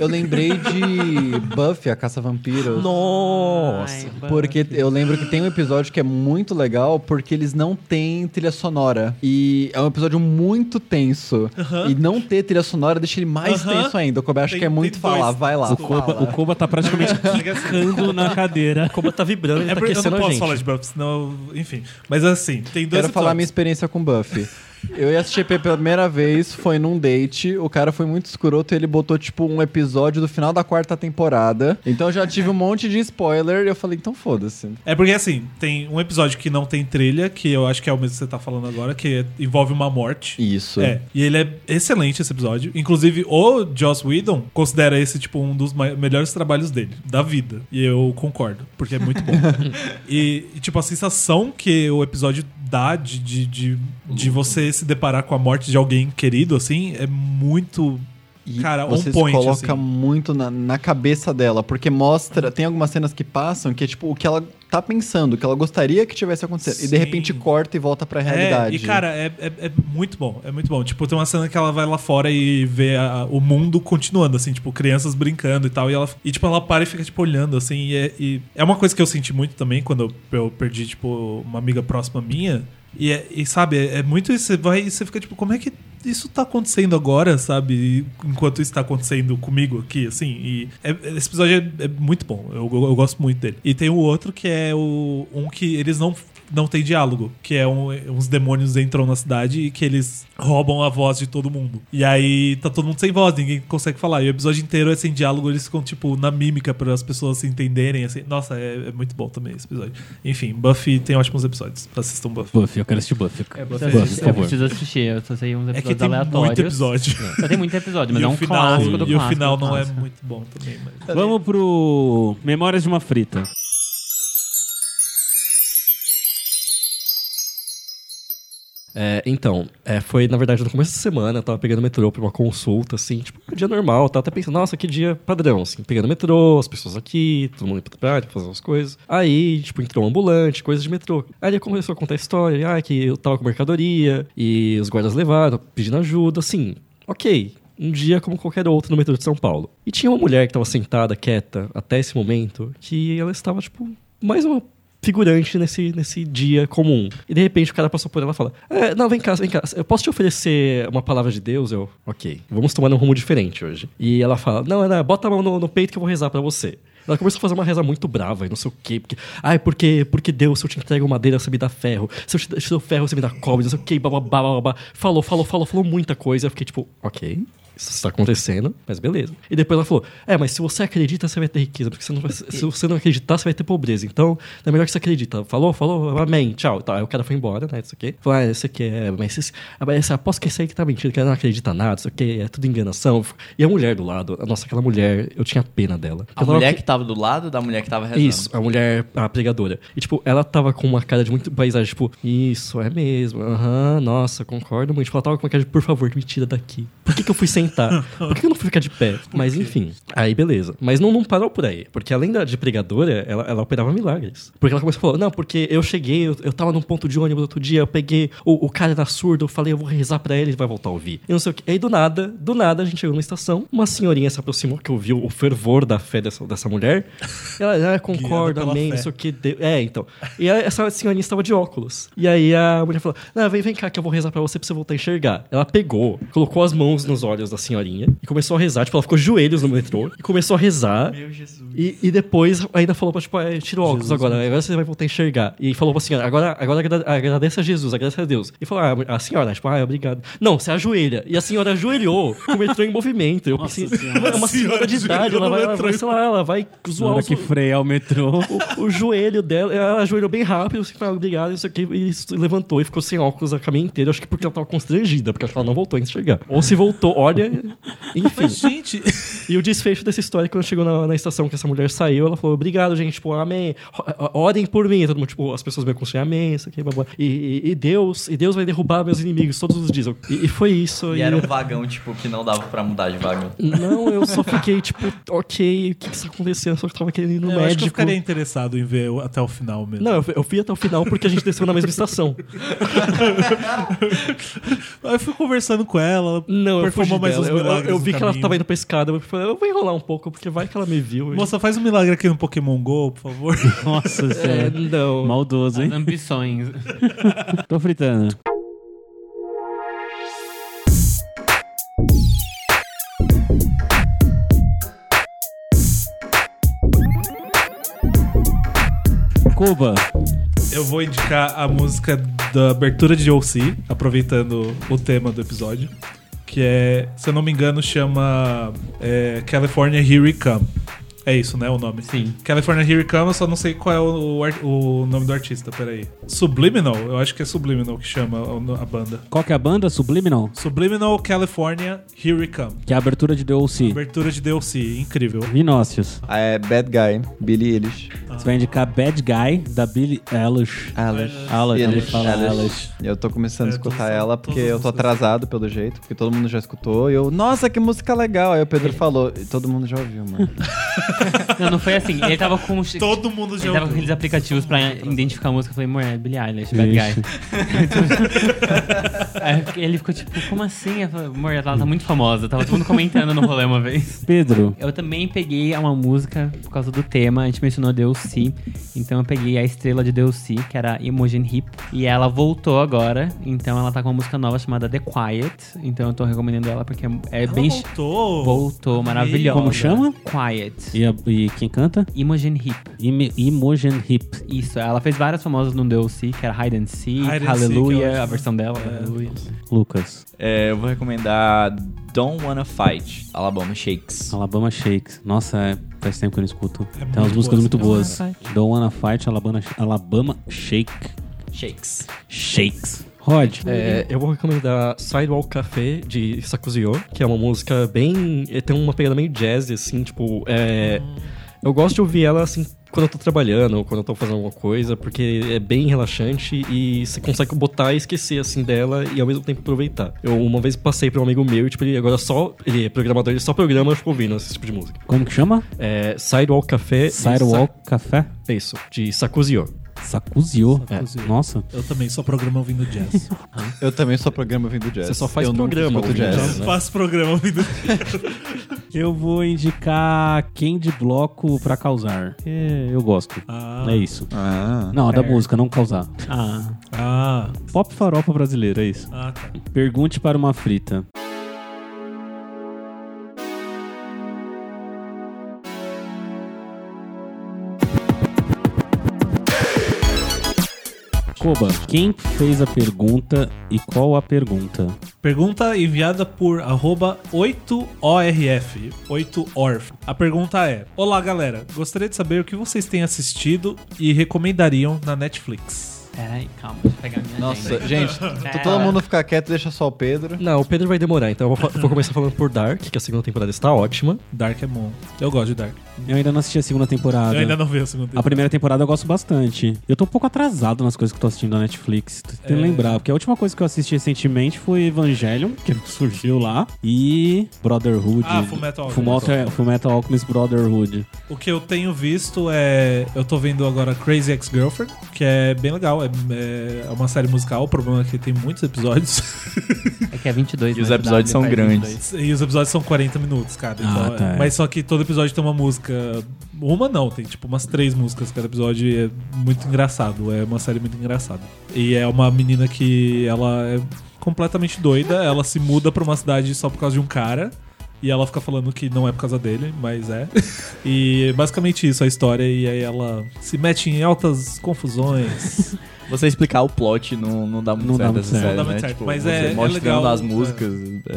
S4: eu lembrei de Buffy, a Caça-Vampiros.
S8: Nossa!
S4: Porque eu lembro que tem um episódio que é muito legal, porque eles não têm trilha sonora. E é um episódio muito tenso. E não ter trilha sonora deixa ele mais
S3: Aham.
S4: tenso ainda. O Kobe acho
S3: Tem-
S4: que é muito
S3: tem
S4: falar,
S3: dois.
S4: vai lá.
S2: O Koba,
S4: fala.
S2: o Koba tá praticamente quicando na cadeira.
S5: Como tá vibrando, ele
S3: É
S5: tá
S3: porque eu não
S5: aquecendo
S3: posso
S5: a gente.
S3: falar de Buffy, senão... Enfim, mas assim, tem dois
S4: Quero falar minha
S3: episódios.
S4: experiência com Buffy. Eu ia assistir pela primeira vez, foi num date, o cara foi muito escroto e ele botou, tipo, um episódio do final da quarta temporada. Então eu já tive um monte de spoiler e eu falei, então foda-se.
S3: É porque assim, tem um episódio que não tem trilha, que eu acho que é o mesmo que você tá falando agora, que é- envolve uma morte.
S4: Isso.
S3: É, e ele é excelente esse episódio. Inclusive, o Joss Whedon considera esse, tipo, um dos mai- melhores trabalhos dele, da vida. E eu concordo, porque é muito bom. e, e, tipo, a sensação que o episódio dá de, de, de, de você se deparar com a morte de alguém querido, assim, é muito.
S4: E
S3: Cara,
S4: você
S3: on
S4: se
S3: point,
S4: coloca
S3: assim.
S4: muito na, na cabeça dela, porque mostra, tem algumas cenas que passam que é tipo o que ela tá pensando, o que ela gostaria que tivesse acontecido. E
S3: Sim.
S4: de repente corta e volta pra realidade.
S3: É, e cara, é, é, é muito bom, é muito bom. Tipo, tem uma cena que ela vai lá fora e vê a- o mundo continuando, assim, tipo, crianças brincando e tal. E, ela, e tipo, ela para e fica, tipo, olhando, assim. E é, e é uma coisa que eu senti muito também quando eu, eu perdi, tipo, uma amiga próxima minha. E, é- e, sabe, é, é muito isso. Você vai e você fica, tipo, como é que isso tá acontecendo agora, sabe? E Enquanto isso tá acontecendo comigo aqui, assim. E é- é- esse episódio é, é muito bom. Eu, eu- eu gosto muito dele. E tem o outro que é o um que eles não não tem diálogo, que é um, uns demônios entram na cidade e que eles roubam a voz de todo mundo. E aí tá todo mundo sem voz, ninguém consegue falar. E o episódio inteiro é sem diálogo, eles ficam tipo na mímica para as pessoas se entenderem. Assim. Nossa, é, é muito bom também esse episódio. Enfim, Buffy tem ótimos episódios. Assistam Buffy.
S2: Buffy, eu quero assistir Buffy.
S8: É,
S2: Buffy,
S8: eu preciso-
S2: por
S8: eu
S2: favor.
S8: preciso assistir, eu só sei uns
S3: É que
S8: episódios
S3: tem muito
S8: aleatórios.
S3: episódio.
S8: Só tem muito episódio, mas
S3: e
S8: é
S3: o
S8: um
S3: final,
S8: clássico do
S3: e
S8: clássico.
S3: o final
S8: do
S3: não é
S8: clássico.
S3: muito bom também. Mas...
S2: Vamos pro Memórias de uma Frita.
S5: É, então, é, foi na verdade no começo da semana, eu tava pegando o metrô pra uma consulta, assim, tipo, um dia normal, eu tava até pensando, nossa, que dia padrão, assim, pegando o metrô, as pessoas aqui, todo mundo indo pra praia, fazer as coisas. Aí, tipo, entrou um ambulante, coisas de metrô. Aí ele começou a contar a história, ah, que eu tava com mercadoria, e os guardas levaram, pedindo ajuda, assim, ok. Um dia como qualquer outro no metrô de São Paulo. E tinha uma mulher que tava sentada, quieta, até esse momento, que ela estava, tipo, mais uma figurante nesse, nesse dia comum. E de repente o cara passou por ela e fala: "É, Não, vem cá, vem cá, eu posso te oferecer uma palavra de Deus? Eu, ok, vamos tomar um rumo diferente hoje. E ela fala: Não, ela, bota a mão no, no peito que eu vou rezar pra você. Ela começou a fazer uma reza muito brava e não sei o quê. Porque, ai, porque, porque Deus, se eu te entrego madeira, você me dá ferro. Se eu te, se eu ferro, você me dá cobre, não sei o quê, bababá, bababá. Falou, falou, falou, falou muita coisa. Eu fiquei tipo, ok, isso está acontecendo, mas beleza. E depois ela falou: É, mas se você acredita, você vai ter riqueza, porque você não vai- se você não acreditar, você vai ter pobreza. Então, é melhor que você acredita. Falou, falou, amém, tchau. Tá, aí o cara foi embora, né? Isso aqui. Falou: Ah, isso aqui é, mas isso, ah, mas aposto que isso aí que tá mentindo, que ela não acredita nada, isso aqui é tudo enganação. E a mulher do lado, nossa, aquela mulher, eu tinha pena dela.
S6: A
S5: Ela-
S6: mulher que tava do lado da mulher que tava rezando.
S5: isso, a mulher, a pregadora. E, tipo, ela tava com uma cara de muito paisagem, tipo, isso, é mesmo, aham, nossa, concordo muito. Tipo, ela tava com uma cara de, por favor, me tira daqui. Por que, que eu fui sentar. Por que eu não fui ficar de pé? Mas enfim, aí beleza. Mas não, não parou por aí. Porque além da, de pregadora, ela, ela operava milagres. Porque ela começou a falar: não, porque eu cheguei, eu, eu tava num ponto de ônibus outro dia, eu peguei o, o cara da surda, eu falei, eu vou rezar pra ele, ele vai voltar a ouvir. E não sei o quê. Aí do nada, do nada, a gente chegou numa estação, uma senhorinha se aproximou que ouviu o fervor da fé dessa, dessa mulher. Ela, ah, concorda,
S3: pela
S5: amém,
S3: fé.
S5: não sei o que. Deu. É, então. E a- essa senhorinha estava de óculos. E aí a mulher falou: Não, vem, vem cá que eu vou rezar pra você pra você voltar a enxergar. Ela pegou, colocou as mãos nos olhos da senhorinha e começou a rezar. Tipo, ela ficou joelhos no metrô e começou a rezar. Meu Jesus. E, e depois ainda falou pra, tipo, "É, tira o óculos agora, agora você vai voltar a enxergar. E falou pra senhora: Agora, agora agrade- agradeça a Jesus, agradeça a Deus. E falou: ah, A senhora, tipo, ah, obrigado. Não, você ajoelha. E a senhora ajoelhou com o metrô em movimento. Eu pensei, é uma senhora de idade, ela vai, ela vai, sei lá, ela vai
S2: Na
S5: zoar
S2: hora
S5: os,
S2: que freia o metrô.
S5: o, o joelho dela, ela ajoelhou bem rápido, assim, falou, obrigado, isso aqui, e se levantou e ficou sem óculos a caminho inteiro. Acho que porque ela tava constrangida, porque acho que ela não voltou a enxergar. Ou se voltou, olha.
S3: Mas,
S5: Enfim.
S3: gente,
S5: E o desfecho dessa história, é quando chegou na, na estação que essa mulher saiu, ela falou, obrigado, gente, tipo, amém. Ro- Orem por mim. Todo mundo, tipo, as pessoas me aconselham, amém, isso aqui, blá, blá. E, e- e Deus, e Deus vai derrubar meus inimigos todos os dias. E, e foi isso.
S6: E era um vagão, tipo, que não dava pra mudar de vagão.
S5: Não, eu só fiquei, tipo, ok, o que que está acontecendo? Eu só tava querendo ir no
S3: É, eu
S5: médico.
S3: acho que eu ficaria interessado em ver o- até o final mesmo.
S5: Não, eu fui- eu fui até o final porque a gente desceu na mesma estação.
S3: Aí eu fui conversando com ela, ela
S5: Não, eu fugi
S3: performou mais
S5: dela.
S3: uns
S5: Eu, eu,
S3: milagres.
S5: eu
S3: no
S5: vi que ela
S3: caminho.
S5: tava indo pra escada. Eu falei, eu vou enrolar um pouco, porque vai que ela me viu.
S3: Moça, faz um milagre aqui no Pokémon GO, por favor.
S2: Nossa
S5: é,
S2: senhora.
S5: não.
S2: Maldoso, hein?
S8: Ambições.
S2: Tô fritando. Cuba.
S3: Eu vou indicar a música da abertura de OC, aproveitando o tema do episódio. Que é, se eu não me engano, chama é, California Here We Come. É isso, né? O nome.
S8: Sim.
S3: California Here We Come, eu só não sei qual é o, o ar- o nome do artista, peraí. Subliminal? Eu acho que é Subliminal que chama a, a banda.
S2: Qual que é a banda? Subliminal.
S3: Subliminal California Here We Come.
S2: Que é a abertura de The O.C.
S3: Abertura de DLC, incrível.
S2: Vinócios.
S4: Ah, É Bad Guy, Billy Eilish.
S2: Você vai indicar Bad Guy, da Billie Eilish.
S4: Eilish.
S2: Eilish, ele
S4: Eilish.
S2: fala
S4: Eilish.
S2: Eilish.
S4: Eu tô começando a
S3: É,
S4: escutar
S3: todas-
S4: ela
S3: todas
S4: porque
S3: as
S4: eu tô
S3: músicas.
S4: atrasado pelo jeito, porque todo mundo já escutou. E eu, nossa, que música legal. Aí o Pedro falou, e todo mundo já ouviu, mano.
S8: Não, não foi assim. Ele tava com. os-
S3: Todo mundo já
S8: Ele tava com
S3: ouviu.
S8: aqueles aplicativos pra identificar a música. Eu falei, amor, é Billie Eilish, bad
S2: Ixi.
S8: guy. Aí eu fiquei- ele ficou tipo, como assim? Eu falei, amor, ela tá muito famosa. Tava todo mundo comentando no rolê uma vez.
S2: Pedro.
S8: Eu também peguei uma música por causa do tema, a gente mencionou Deus Si, então eu peguei a estrela de Deus Si, que era Imogen Hip, e ela voltou agora, então ela tá com uma música nova chamada The Quiet, então eu tô recomendando ela porque é
S3: Ela
S8: bem...
S3: voltou.
S8: Voltou, maravilhosa.
S2: Como chama?
S8: Quiet.
S2: E, a- e quem canta?
S8: Imogen Hip.
S2: Ime- Imogen Hip.
S8: Isso, ela fez várias famosas no Deus Si, que era Hide and Seek,
S3: Hide and Seek, eu acho. É.
S8: Hallelujah, a versão dela, Hallelujah.
S2: Lucas.
S6: É, eu vou recomendar Don't Wanna Fight, Alabama Shakes.
S2: Alabama Shakes. Nossa, é- faz tempo que eu não escuto. Tem umas
S3: muito
S2: músicas
S3: boa
S2: É muito É
S3: essa
S2: boas. Don't Wanna Fight, Alabama, Alabama Shake.
S6: Shakes.
S2: Shakes. Rod.
S5: É, eu vou recomendar Sidewalk Café de Sakuzio, que é uma música bem. é, tem uma pegada meio jazz, assim, tipo. é,
S3: Hum.
S5: eu gosto de ouvir ela assim quando eu tô trabalhando ou quando eu tô fazendo alguma coisa, porque é bem relaxante e você consegue botar e esquecer assim dela e ao mesmo tempo aproveitar. Eu uma vez passei pra um amigo meu e tipo, ele agora só. Ele é programador, ele só programa tipo, ouvindo esse tipo de música.
S2: Como que chama?
S5: É, Sidewalk Café. de
S2: Sidewalk Café.
S5: Sa- Isso, de Sakuzio.
S2: Sacuzio. É. Nossa.
S3: Eu também só programa ouvindo jazz.
S4: Eu também sou programa vindo jazz.
S5: Você só faz
S4: eu nunca
S5: programa
S4: escuto
S5: ouvindo
S4: jazz.
S5: jazz. né?
S3: Faço programa ouvindo
S2: Eu vou indicar quem de bloco pra causar. É, eu gosto.
S3: Ah.
S2: É isso.
S4: Ah.
S2: Não, da música, não causar.
S8: Ah,
S3: Ah,
S2: Pop farofa brasileira, é isso.
S3: ah, tá.
S2: Pergunte para uma frita. Koba, quem fez a pergunta e qual a pergunta?
S3: Pergunta enviada por arroba 8ORF, 8ORF. A pergunta é: Olá galera, gostaria de saber o que vocês têm assistido e recomendariam na Netflix.
S8: peraí, É, calma, deixa eu pegar minha agenda.
S4: Nossa, gente,
S8: Cara.
S4: todo mundo ficar quieto, deixa só o Pedro.
S5: Não, o Pedro vai demorar, então eu vou, fa- vou começar falando por Dark, que a segunda temporada está ótima.
S3: Dark é bom. Eu gosto de Dark.
S2: Eu ainda não assisti a segunda temporada.
S3: Eu ainda não vi a segunda
S2: A primeira temporada eu gosto bastante. Eu tô um pouco atrasado nas coisas que eu tô assistindo da Netflix. Tô
S3: É.
S2: Tentando lembrar, porque a última coisa que eu assisti recentemente foi Evangelion, que surgiu lá, e Brotherhood.
S3: Ah, Fullmetal
S2: Fullmetal- é, Fullmetal Alchemist Brotherhood.
S3: O que eu tenho visto é. Eu tô vendo agora Crazy Ex-Girlfriend, que é bem legal. É, é- é uma série musical. O problema é que tem muitos episódios.
S8: É que é 22.
S6: E os
S8: né?
S6: episódios são
S8: Faz
S6: grandes.
S8: 22.
S3: e os episódios são 40 minutos, cara. Então,
S2: Ah, tá,
S3: é-
S2: é.
S3: Mas só que todo episódio tem uma música. Uma não, tem tipo umas três músicas cada episódio. E é muito engraçado. É uma série muito engraçada. E é uma menina que ela é completamente doida. Ela se muda pra uma cidade só por causa de um cara. E ela fica falando que não é por causa dele, mas é. E é basicamente isso a história. E aí ela se mete em altas confusões.
S6: Você explicar o plot não, não dá muito
S2: Não dá
S6: certo
S2: muito
S6: dessa
S2: certo.
S6: série,
S3: Não dá
S6: né?
S3: muito certo,
S6: Tipo,
S3: mas
S6: você
S3: é- é
S6: mostrando
S3: legal,
S6: as
S3: é.
S6: músicas.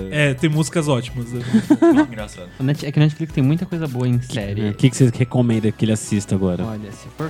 S6: É,
S3: É, tem músicas ótimas.
S6: muito engraçado.
S8: O Net- É que o Netflix tem muita coisa boa em
S2: É,
S8: série.
S2: O que, que você recomenda que ele assista agora?
S8: Olha, se for.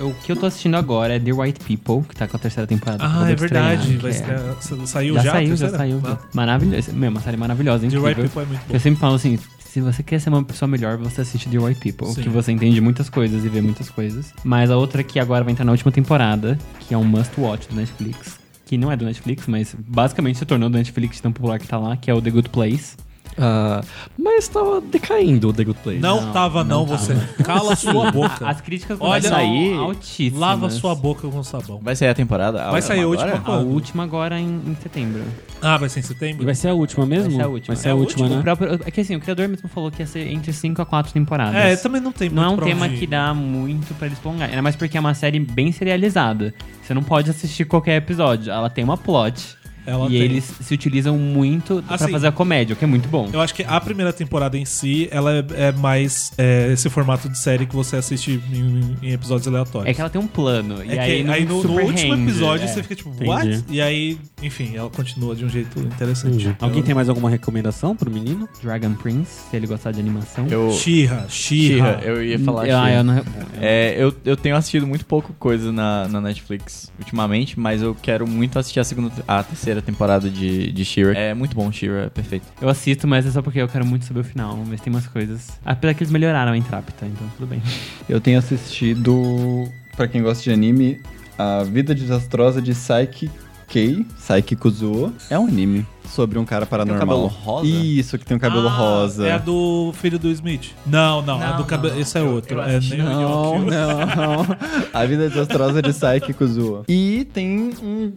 S8: O que eu tô assistindo agora é The White People, que tá com a terceira temporada. acabou
S3: Ah, é
S8: de estrear,
S3: verdade.
S8: que
S3: Vai
S8: é-
S3: estrear- sa- Saiu
S8: Já,
S3: já?
S8: saiu, já
S3: terceira?
S8: saiu.
S3: Ah,
S8: Maravilhoso. Meu, uma série maravilhosa,
S3: The
S8: incrível.
S3: Right People é muito bom.
S8: Eu sempre falo assim, se você quer ser uma pessoa melhor, você assiste The White People,
S3: Sim.
S8: que você entende muitas coisas e vê muitas coisas. Mas a outra que agora vai entrar na última temporada, que é um must watch do Netflix, que não é do Netflix, mas basicamente se tornou do Netflix de tão popular que tá lá, que é o The Good Place.
S5: Ah, mas tava decaindo o The Good Place.
S3: Não, tava não, você. Cala sua boca.
S8: As críticas
S3: Olha,
S8: vão sair
S6: não,
S8: altíssimas.
S3: Lava sua boca com sabão.
S6: Vai sair a temporada? A
S3: Vai sair a
S6: agora?
S3: última
S8: é A
S3: quando?
S8: última agora é em, em setembro.
S3: Ah, vai ser em
S2: E
S3: setembro?
S2: vai ser a última mesmo?
S8: Vai ser a última.
S2: Vai ser a última,
S8: O
S2: né?
S8: próprio, é que assim, o criador mesmo falou que ia ser entre 5 a 4 temporadas.
S3: É, também não tem
S8: Não é
S3: muito
S8: um
S3: pra
S8: tema
S3: onde ir.
S8: que dá muito pra eles prolongar. Ainda mais porque é uma série bem serializada. Você não pode assistir qualquer episódio. Ela tem uma plot.
S3: Ela
S8: e
S3: tem.
S8: eles se utilizam muito pra
S3: Assim,
S8: fazer a comédia, o que é muito bom.
S3: Eu acho que a primeira temporada em si, ela é, é mais é, esse formato de série que você assiste em, em episódios aleatórios.
S8: É que ela tem um plano.
S3: É
S8: e
S3: que
S8: aí, não
S3: no, no
S8: super
S3: último
S8: rende,
S3: episódio
S8: é.
S3: você fica tipo,
S2: Entendi.
S3: what? E aí, enfim, ela continua de um jeito
S8: Uhum.
S3: interessante.
S2: Alguém tem mais alguma recomendação pro menino?
S8: Dragon Prince, se ele gostar de animação.
S6: Eu,
S3: Xirra,
S6: She-Ra,
S3: Xirra.
S6: eu ia falar
S8: Eu- ah,
S6: She-Ra.
S8: eu não-
S6: É, eu, eu tenho assistido muito pouco coisa na, na Netflix ultimamente, mas eu quero muito assistir a segunda, a terceira temporada de, de She-Ra. É muito bom, She-Ra, é perfeito.
S8: Eu assisto, mas é só porque eu quero muito saber o final. Mas tem umas coisas. Apesar que eles melhoraram em Trapta, então tudo bem.
S4: Eu tenho assistido, pra quem gosta de anime, A Vida Desastrosa de Saiki Kei, Saiki Kuzuo. É um anime sobre um cara paranormal.
S6: cabelo rosa?
S4: Isso, que tem um cabelo
S3: Ah,
S4: rosa.
S3: É a do filho do Smith. Não, não, é do cabelo. Esse é outro. É nem
S4: Não, não. A Vida Desastrosa de Saiki Kuzuo. E tem um-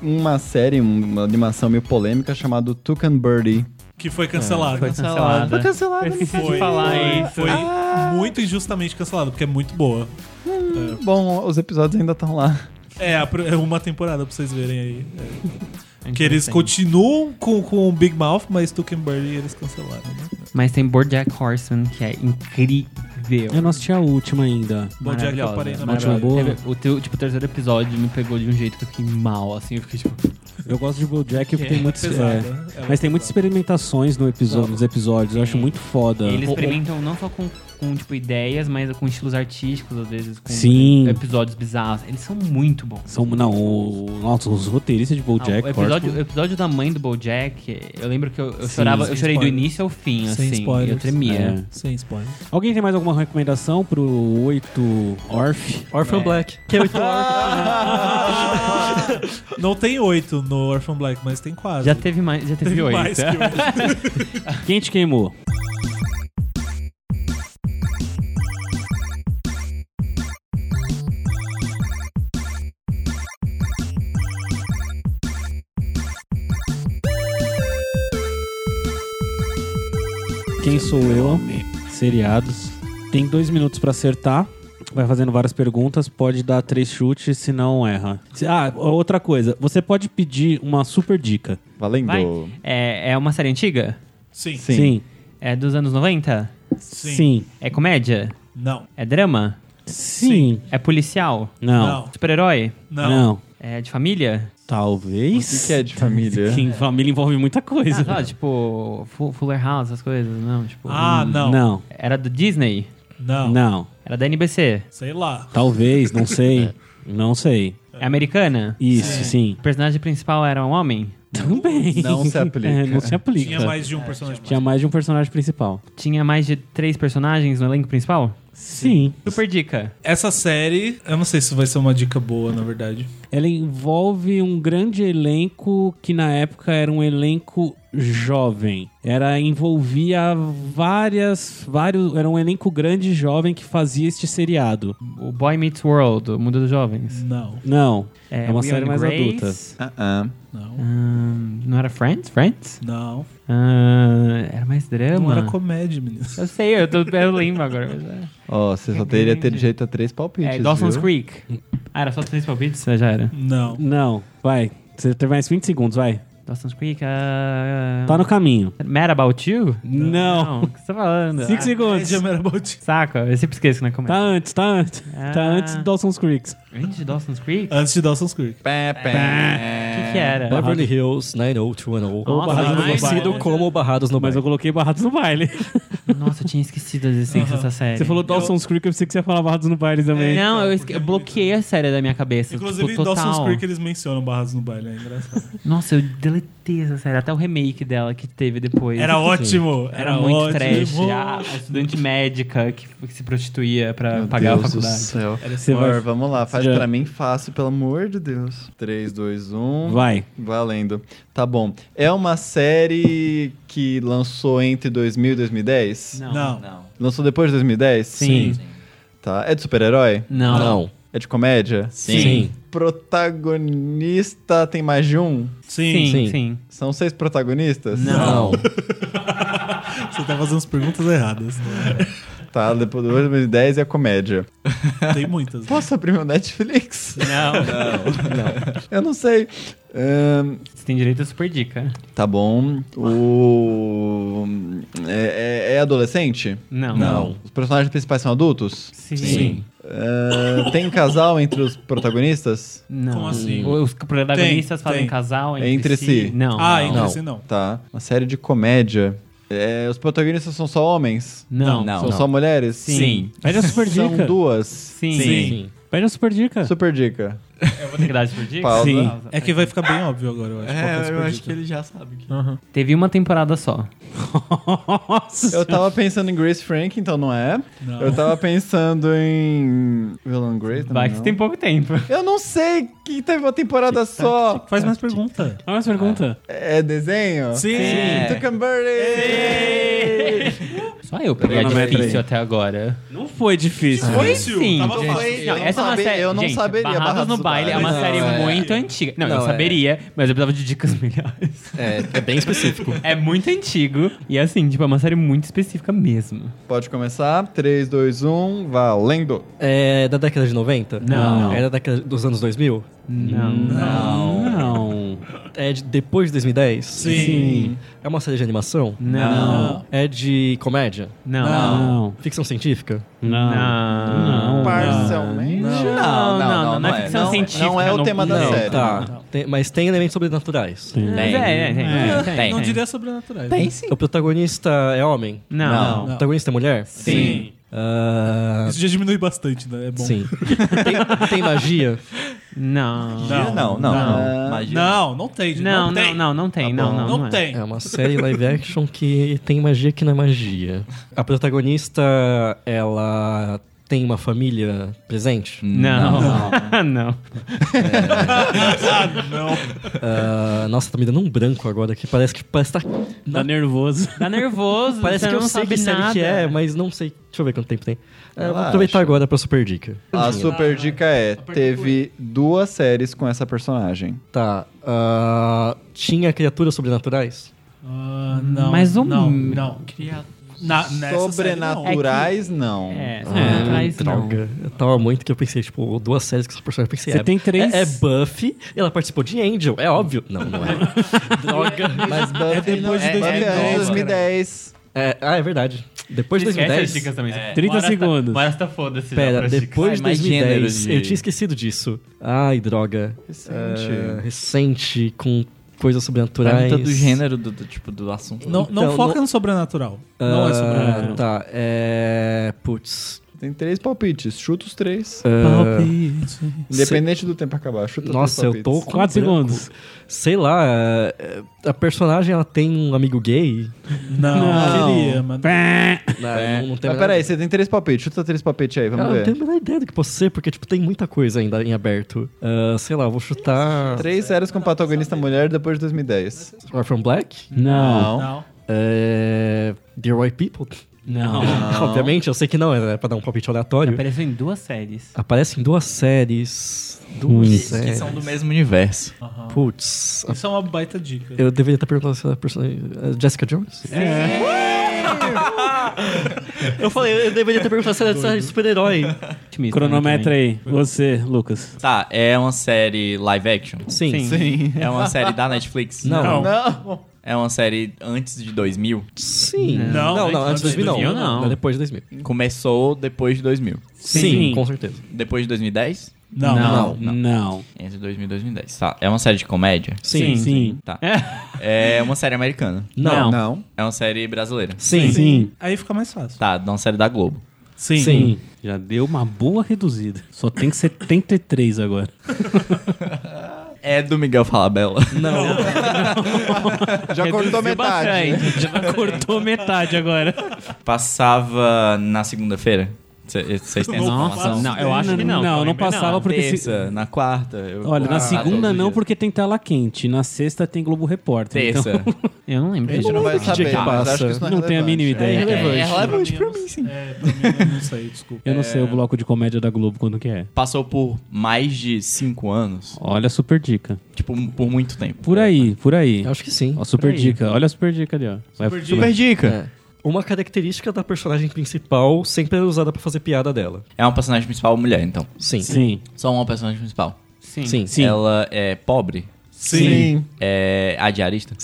S4: uma série, um, uma animação meio polêmica chamada Toucan Birdie.
S8: Né?
S4: Tá
S3: Que foi cancelado.
S8: Foi cancelada.
S4: Foi cancelada,
S8: Preciso
S4: não
S8: de
S4: sei.
S8: falar isso.
S3: Foi Ah! muito injustamente cancelado, porque é muito boa.
S4: Bom, os episódios ainda estão lá.
S3: É, a pr- é uma temporada pra vocês verem aí. É. Que eles continuam com, com o Big Mouth, mas Tuckenberry eles cancelaram. Né?
S8: Mas tem Bojack Horseman, que é incrível.
S2: Eu não assisti a última ainda.
S3: Bom dia que eu parei na
S8: maravilhosa.
S2: Ótima, boa.
S8: Teve- O teu, tipo, o terceiro episódio me pegou de um jeito que eu fiquei mal, assim. Eu fiquei tipo.
S2: Eu gosto de BoJack porque
S8: É
S2: tem muitos...
S3: pesada,
S2: é.
S3: né? Ela
S2: Mas tem
S3: é
S2: muitas experimentações no episódio, nos episódios. Eu acho
S8: Sim.
S2: muito foda.
S8: Eles
S2: O- o-
S8: experimentam não só com, com, tipo, ideias, mas com estilos artísticos, às vezes, com
S2: Sim.
S8: episódios bizarros. Eles são muito bons.
S2: São, não, o, nossa, os roteiristas de
S8: Ah,
S2: BoJack
S8: o, episódio, o episódio da mãe do Bojack, eu lembro que eu, eu
S2: Sim,
S8: chorava,
S3: sem
S8: eu chorei do
S3: spoilers.
S8: início ao fim,
S3: Sem
S8: assim, e eu
S3: spoilers.
S8: tremia.
S2: É.
S3: Sem spoiler.
S2: Alguém tem mais alguma recomendação pro 8 Orf?
S5: Orphan
S8: É.
S5: Black. Que é muito
S3: Não tem oito no Orphan Black, mas tem quase.
S8: Já teve mais, já teve
S3: Teve
S8: oito.
S3: mais que oito.
S2: Quem te queimou? Quem sou eu? Seriados. Tem dois minutos pra acertar. Vai fazendo várias perguntas, pode dar três chutes se não erra. Se- Ah, outra coisa, você pode pedir uma super dica.
S4: Valendo.
S8: Vai. É, é uma série antiga?
S3: Sim. Sim.
S4: Sim.
S8: É dos anos 90?
S2: Sim.
S8: É comédia?
S3: Não.
S8: É drama?
S2: Sim.
S8: É policial?
S2: Não.
S8: Super-herói?
S3: Não.
S8: É de família?
S2: Talvez.
S4: O que é de família?
S2: Sim, família envolve muita coisa.
S8: Ah, tá, tipo, Fu- Fuller House, essas coisas, não, tipo...
S3: Ah, não.
S2: Não.
S8: Era do Disney?
S3: Não.
S2: Não.
S8: Era da NBC?
S3: Sei lá.
S2: Talvez, não sei. Não sei.
S8: É americana?
S2: Isso, sim.
S8: O personagem principal era um homem?
S2: Também.
S4: Não se aplica.
S2: É, não se aplica.
S3: Tinha mais de um personagem.
S2: Tinha mais de um personagem principal.
S8: Tinha mais de três personagens no elenco principal?
S2: Sim.
S8: Super dica.
S3: Essa série, eu não sei se vai ser uma dica boa, na verdade.
S2: Ela envolve um grande elenco que na época era um elenco jovem. Era envolvia várias, vários, era um elenco grande e jovem que fazia este seriado.
S8: O Boy Meets World, o Mundo dos Jovens.
S3: Não,
S2: Não, é, uma
S8: Will
S2: série
S8: and
S2: mais
S8: Grace.
S2: adulta.
S4: Ah, ah.
S3: não,
S8: Ahn, não era Friends? Friends?
S3: não.
S8: Ahn, era mais drama.
S3: Não era comédia, menino.
S8: Eu sei, eu, tô, eu lembro agora. mas é.
S4: Ó, você só teria ter
S8: Entendi.
S4: direito a três palpites.
S8: É, Dawson's
S4: viu?
S8: Creek. Ah, era só três palpites? Ah, Já era.
S3: Não.
S2: Não, vai. Você tem mais 20 segundos, vai.
S8: Dawson's Creek, ah...
S2: Tá no caminho.
S8: Tá Mad About You?
S2: Não.
S8: o que você tá falando? Ah,
S2: 5 segundos.
S3: Comédia era Bolt.
S8: Saco, eu sempre esqueço na
S2: Tá
S8: comédia.
S2: antes, tá antes. Tá
S8: Ah.
S2: antes do Dawson's Creek.
S8: Antes de Dawson's Creek? O
S3: Antes de Dawson's Creek.
S6: Pé, pé.
S8: que, que
S2: É.
S8: era?
S5: É, Beverly Hills 90210.
S8: Nossa,
S5: mais
S8: Barrados no
S5: conhecido
S3: Baile.
S5: como Barrados no
S2: Mas eu
S5: Baile.
S2: coloquei Barrados no baile.
S8: Nossa, eu tinha esquecido a existência dessa
S3: É,
S8: série.
S2: Você falou Dawson's Creek, eu pensei que você ia falar Barrados no baile também.
S8: Não, eu, esque- eu bloqueei a série da minha cabeça.
S3: Inclusive,
S8: tipo,
S3: em Dawson's
S8: total.
S3: Creek eles mencionam Barras no Baile, é engraçado.
S8: Nossa, eu deletei essa série. Até o remake dela que teve depois.
S3: Era ótimo!
S8: Era, muito
S3: ótimo.
S8: trash. A, a estudante médica que, que se prostituía pra
S4: Meu
S8: né? pagar
S4: Deus
S8: a
S4: do
S8: faculdade.
S4: céu.
S2: Você
S4: Amor,
S2: vai-
S4: vamos lá, faz
S2: Já-
S4: pra mim fácil, pelo amor de Deus. um. 3, 2, 1.
S2: Vai.
S4: Valendo. Tá bom. É uma série que lançou entre 2000 e 2010?
S3: Não.
S6: Não.
S4: Lançou depois de 2010?
S8: Sim.
S4: Tá. É de super-herói?
S8: Não.
S5: Não.
S4: É de comédia?
S6: Sim.
S4: Protagonista tem mais de um?
S3: Sim.
S8: Sim, sim.
S4: São seis protagonistas?
S8: Não.
S3: Você tá fazendo as perguntas erradas.
S4: Tá, depois de 2010 é comédia.
S3: Tem muitas. né?
S4: Posso abrir meu Netflix?
S8: Não.
S4: Eu não sei. Ahn,
S8: Você tem direito a super dica.
S4: tá bom. O. É, é- é adolescente?
S8: Não.
S4: Os personagens principais são adultos? Ahn,
S8: Sim.
S4: Ah, tem casal entre os protagonistas?
S8: Não.
S3: Como assim?
S8: Os protagonistas
S3: Tem,
S8: fazem
S3: tem.
S8: casal entre,
S4: Entre si.
S8: Não.
S3: ah,
S8: não.
S3: então
S4: não.
S3: assim não.
S4: Tá. Uma série de comédia. É, os protagonistas são só homens?
S8: Não.
S6: Não.
S4: são só mulheres?
S8: Sim.
S2: Pede a super dica.
S4: São duas.
S8: Sim.
S3: Sim.
S2: Pede a super dica.
S4: Super dica.
S8: Eu vou ter que dar super dica?
S4: Pausa. Sim.
S3: É que vai ficar bem óbvio agora, eu acho. qual que
S6: É,
S3: é a
S6: eu acho que
S3: pergunta.
S6: ele já sabe. Que...
S3: Aham.
S8: Teve uma temporada só.
S2: Nossa.
S4: Eu tava pensando em Grace Frank, então não é.
S3: Não.
S4: Eu tava pensando em. Villan Grace? Também
S8: Vai
S4: Então
S8: que
S4: não.
S8: você tem pouco tempo.
S4: Eu não sei que teve uma temporada só.
S3: Faz mais pergunta.
S2: Ah, mais pergunta.
S4: É desenho?
S3: Sim.
S8: É.
S4: Tucumberry!
S8: Só eu peguei
S2: Pegou
S8: a
S2: na meta
S8: difícil
S2: aí.
S8: até agora.
S2: Não foi difícil.
S3: Foi
S8: Sim.
S3: Tava
S8: gente.
S3: fácil.
S4: Eu
S8: Não,
S4: não
S8: essa é uma
S4: sabe-
S8: série.
S4: eu não
S8: gente,
S4: saberia
S8: Barrados
S4: Barrados
S8: no
S4: no
S8: baile é uma
S4: Baile.
S8: série
S4: Não, é.
S8: muito antiga. Não, eu
S5: Não, é.
S8: saberia, mas eu precisava de dicas melhores.
S5: É, é bem específico.
S8: É muito antigo e assim, tipo, é uma série muito específica mesmo.
S4: Pode começar. 3, 2, 1, valendo!
S5: É da década de 90?
S8: Não.
S5: É da década dos anos 2000?
S8: Não. Não.
S2: Não.
S5: É de depois de 2010?
S3: Sim.
S5: É uma série de animação?
S8: Não.
S5: É de comédia?
S8: Não.
S2: Não.
S5: Ficção científica?
S8: Não.
S4: Parcialmente?
S8: Não, não, não, não é ficção
S4: Não,
S8: científica.
S4: não é o tema da
S8: não.
S4: série.
S5: tá. Tem- mas tem elementos sobrenaturais.
S8: Mas é, é, é,
S3: É,
S8: tem,
S3: não
S8: tem.
S3: diria sobrenaturais. né?
S5: sim. O protagonista é homem?
S8: Não.
S5: O
S3: Não.
S5: protagonista é mulher?
S3: Sim.
S5: Ah,
S3: Isso já diminui bastante, né? É bom.
S5: sim. tem, tem magia?
S8: Não.
S3: Não,
S6: Não, não.
S3: não.
S6: Magia.
S3: Não, não tem. gente,
S8: Não,
S3: tem.
S8: não, não, não tem. Não, não,
S3: Não,
S8: é.
S3: tem.
S5: É uma série live action que tem magia que não é magia. A protagonista, ela tem uma família presente?
S8: Não. Não.
S3: Ah, não.
S5: Ah, nossa, tá me dando um branco agora que parece que parece que tá.
S2: Tá nervoso.
S8: Tá nervoso,
S5: Parece
S8: você
S5: que eu
S8: não
S5: sei
S8: sabe
S5: que série
S8: nada.
S5: que é, mas não sei. Deixa eu ver quanto tempo tem. É, vou
S4: Relaxa.
S5: aproveitar agora pra super dica.
S4: A super dica é: teve duas séries com essa personagem.
S5: Tá. ah, tinha criaturas sobrenaturais?
S3: Ah, não.
S8: Mas um-
S3: Não, não. Na, nessa Sobrenatural.
S4: Sobrenaturais, não.
S8: É,
S5: Ah,
S8: atrás não.
S5: droga. Eu tava muito que eu pensei, tipo, duas séries com essa personagem. Eu pensei,
S2: Você
S5: é,
S2: tem três?
S5: É, é Buffy, e ela participou de Angel, é óbvio. Não, não é. droga.
S4: Mas Buffy
S3: depois
S4: não-
S3: de
S4: é- Buffy é
S3: 2010,
S4: 2010.
S5: É, ah, é verdade. Depois de
S8: Esquece as
S5: 2010.
S8: dicas também.
S2: 30 segundos.
S8: Mas tá foda-se. já
S5: Pera,
S8: pras
S5: depois
S8: dicas.
S5: de
S6: mais gêneros
S5: 2010.
S6: de-
S5: Eu tinha esquecido disso. Ai, droga.
S4: Recente.
S5: É, recente, com coisas sobrenaturais.
S6: Pergunta do gênero do, do tipo do assunto.
S3: Não, tá. não
S5: Então,
S3: foca
S5: não-
S3: no é sobrenatural.
S5: Ah,
S3: não é sobrenatural.
S5: Tá, é. Putz. ah,
S4: Tem três palpites. Chuta os três.
S5: É.
S3: Palpite.
S4: Independente do tempo acabar. Chuta os
S5: Nossa,
S4: três
S5: eu tô
S4: palpites.
S5: com.
S2: Quatro segundos.
S5: Sei lá, é, a personagem ela tem um amigo gay.
S3: Não,
S2: Não.
S3: queria, mano.
S5: Não, não tem
S4: Mas peraí, você tem três palpites. Chuta três palpites aí, vamos
S5: Cara, um eu não
S4: ver.
S5: tenho a menor ideia do que pode ser, porque tipo, tem muita coisa ainda em aberto. Ah, sei lá, eu vou chutar.
S4: Três séries com protagonista mulher depois de 2010.
S5: Orphan Black?
S2: Não.
S3: Não.
S5: É... The Right People?
S8: Não.
S5: Obviamente, eu sei que não, é pra dar um palpite aleatório.
S8: Apareceu em duas séries.
S5: Aparecem duas séries. Duas
S4: Hum.
S6: Que
S5: séries.
S6: são do mesmo universo.
S5: Putz.
S3: Isso é uma baita dica.
S5: Eu deveria estar perguntando se a personagem. é Jessica Jones? eu falei, eu deveria ter perguntado se ela é super-herói.
S8: Otimista,
S2: Cronometra
S8: né,
S2: aí. Você, Lucas.
S6: Tá, é uma série live action?
S5: Sim.
S8: também. Sim.
S4: Sim.
S6: É uma série da Netflix?
S5: Não.
S4: Não.
S6: É uma série antes de 2000?
S5: Sim.
S3: Não,
S5: não, não,
S3: antes
S5: antes de 2000
S3: 2000
S5: não.
S8: não.
S5: É Depois de 2000.
S6: Começou depois de 2000.
S5: Sim,
S2: Sim.
S5: com certeza.
S6: Depois de 2010?
S3: Não.
S5: Não.
S6: Não.
S2: Não.
S6: Entre 2000 e 2010. Tá, é uma série de comédia?
S2: Sim. Sim.
S6: Tá. É uma série americana?
S8: Não.
S4: Não.
S6: É uma série brasileira?
S5: Sim.
S2: Sim.
S3: Aí fica mais fácil.
S6: Tá, de uma série da Globo.
S3: Sim.
S2: Sim. Já deu uma boa reduzida. Só tem 73 agora.
S6: É do Miguel Falabella.
S5: Não.
S4: Já cortou
S8: Reduziu
S4: metade.
S8: bastante. Já cortou metade agora.
S6: Passava na segunda-feira? Cê- Vocês têm essa informação?
S8: não, eu acho que não.
S2: Não, não passava
S6: Porque
S2: porque... se-
S6: Terça, na quarta. eu-
S2: Olha, na
S6: Ah,
S2: segunda
S6: todo
S2: não,
S6: dia.
S2: porque tem tela quente. Na sexta tem Globo Repórter.
S6: Terça.
S2: Então, eu não lembro.
S4: A gente não vai saber,
S5: que
S4: mas
S5: passa?
S4: acho que isso não é
S2: Não tenho a
S4: relevante.
S2: mínima ideia.
S6: É, é relevante
S3: eu
S6: pra
S3: não
S6: mim,
S3: sei.
S6: sim.
S3: É, pra mim eu não sei, desculpa.
S2: Eu não sei o bloco de comédia da Globo quando que é.
S6: Passou por mais de cinco anos.
S2: Olha a super dica.
S6: Tipo, m- por muito tempo.
S2: Por aí, por aí.
S5: Eu acho que sim.
S2: Ó, super
S8: aí.
S2: dica. Olha a super dica ali, ó. Vai-
S3: Super dica.
S6: dica.
S4: É.
S5: Uma característica da personagem principal sempre era usada pra fazer piada dela.
S6: É uma personagem principal mulher, então.
S5: Sim.
S2: Sim.
S6: Só uma personagem principal.
S8: Sim.
S5: Sim.
S2: Sim.
S6: Ela é pobre.
S3: Sim.
S6: É a diarista.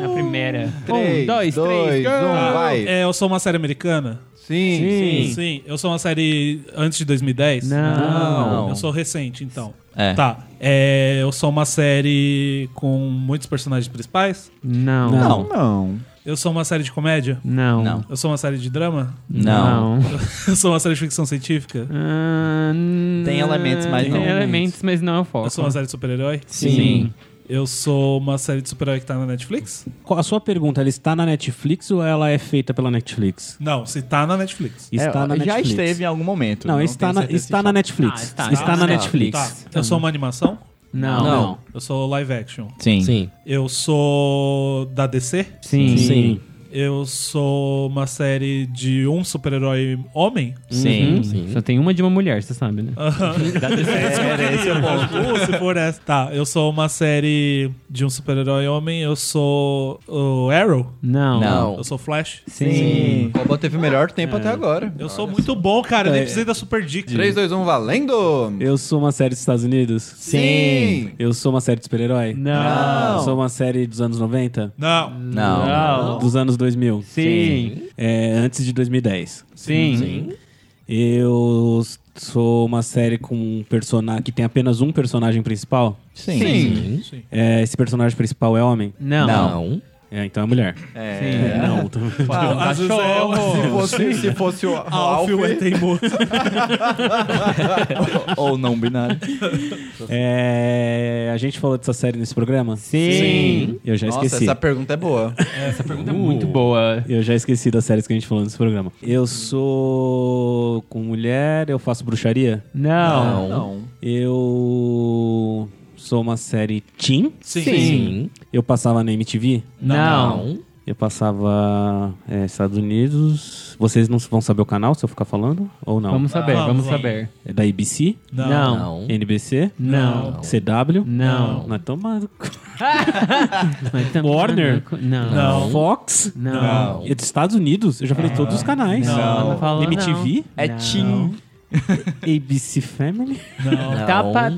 S8: Na primeira.
S4: Três,
S8: um, dois, três,
S4: dois,
S8: go!
S6: Ah,
S4: um, vai.
S3: É, eu sou uma série americana?
S4: Sim.
S3: Sim. Eu sou uma série antes de 2010?
S8: Não.
S3: Eu sou recente, então.
S6: É.
S3: Tá. É, eu sou uma série com muitos personagens principais?
S8: Não.
S2: Não.
S4: Não.
S3: Eu sou uma série de comédia?
S8: Não.
S6: Não.
S3: Eu sou uma série de drama?
S6: Não.
S3: Eu sou uma série de ficção científica?
S8: Ah, n-
S6: Tem elementos, mas
S8: tem
S6: não-
S8: elementos, mas não é o foco.
S3: Eu sou uma série de super-herói?
S8: Sim.
S3: Eu sou uma série de super-herói que tá na Netflix?
S2: Qual- A sua pergunta, ela está na Netflix ou ela é feita pela Netflix?
S3: Não, se tá na Netflix.
S2: Está na
S6: já
S2: Netflix.
S6: esteve em algum momento.
S2: Não, está,
S6: tenho
S2: na,
S6: certeza se
S2: está na Netflix.
S8: Ah,
S2: está
S8: está. Ah,
S2: na
S8: está.
S2: Netflix.
S3: Tá. Eu sou uma animação?
S8: Não.
S2: Não.
S3: Eu sou live action.
S6: chama. Sim.
S5: Sim.
S3: Eu sou da DC?
S8: Sim.
S2: Sim.
S3: Eu sou uma série de um super-herói homem?
S6: Sim.
S2: Uhum.
S8: Hum, Só tem uma de uma mulher, você sabe, né?
S3: É, esse é o ponto. Se for essa. Tá, eu sou uma série de um super-herói homem, eu sou o Arrow,
S8: Não.
S6: Não.
S3: eu sou o Flash.
S8: Sim.
S4: O Cobalt teve o melhor tempo
S8: É.
S4: até agora.
S3: Eu sou muito bom, cara, eu nem precisei da super dica.
S4: 3, 2, 1, valendo!
S2: Eu sou uma série dos Estados Unidos?
S4: Sim.
S2: Eu sou uma série de super-herói?
S8: Não.
S2: Eu sou uma série dos anos 90?
S3: Não,
S6: Não.
S8: Não.
S2: Ah, Dos anos 2000?
S8: Sim.
S2: É, antes de 2010.
S8: Sim.
S2: Eu sou uma série com um personagem que tem apenas um personagem principal.
S4: Sim.
S2: É, esse personagem principal é homem?
S8: Não.
S5: Não.
S2: É, então é mulher.
S4: É.
S2: Não, tô-
S8: tá
S3: às vezes é o
S4: Se fosse, se fosse o Alf,
S3: Alfio é teimoso.
S6: Ou não binário.
S2: É, a gente falou dessa série nesse programa?
S8: Sim.
S2: Eu já
S4: Nossa,
S2: esqueci.
S4: essa pergunta é boa.
S8: Essa pergunta é muito boa.
S2: Eu já esqueci das séries que a gente falou nesse programa. Eu sou com mulher, eu faço bruxaria.
S8: Não.
S4: Não.
S2: Eu sou uma série teen.
S3: Sim.
S5: Sim.
S2: Eu passava na MTV.
S8: Não.
S2: Eu passava é, Estados Unidos. Vocês não vão saber o canal se eu ficar falando ou não?
S8: Vamos saber, vamos
S3: Vamos.
S8: saber.
S2: É da ABC,
S3: Não.
S5: Não.
S2: NBC,
S8: Não.
S2: CW.
S8: Não.
S2: Não é tão maluco.
S8: Mas também-
S2: Warner?
S8: Não.
S3: Não.
S2: Fox.
S8: Não.
S2: É dos Estados Unidos? Eu já falei todos os canais.
S8: Não. Não falou,
S2: MTV?
S8: não.
S6: É
S8: Não.
S6: Tim.
S2: ABC Family?
S3: Não.
S8: Tá
S5: Não.
S8: pra...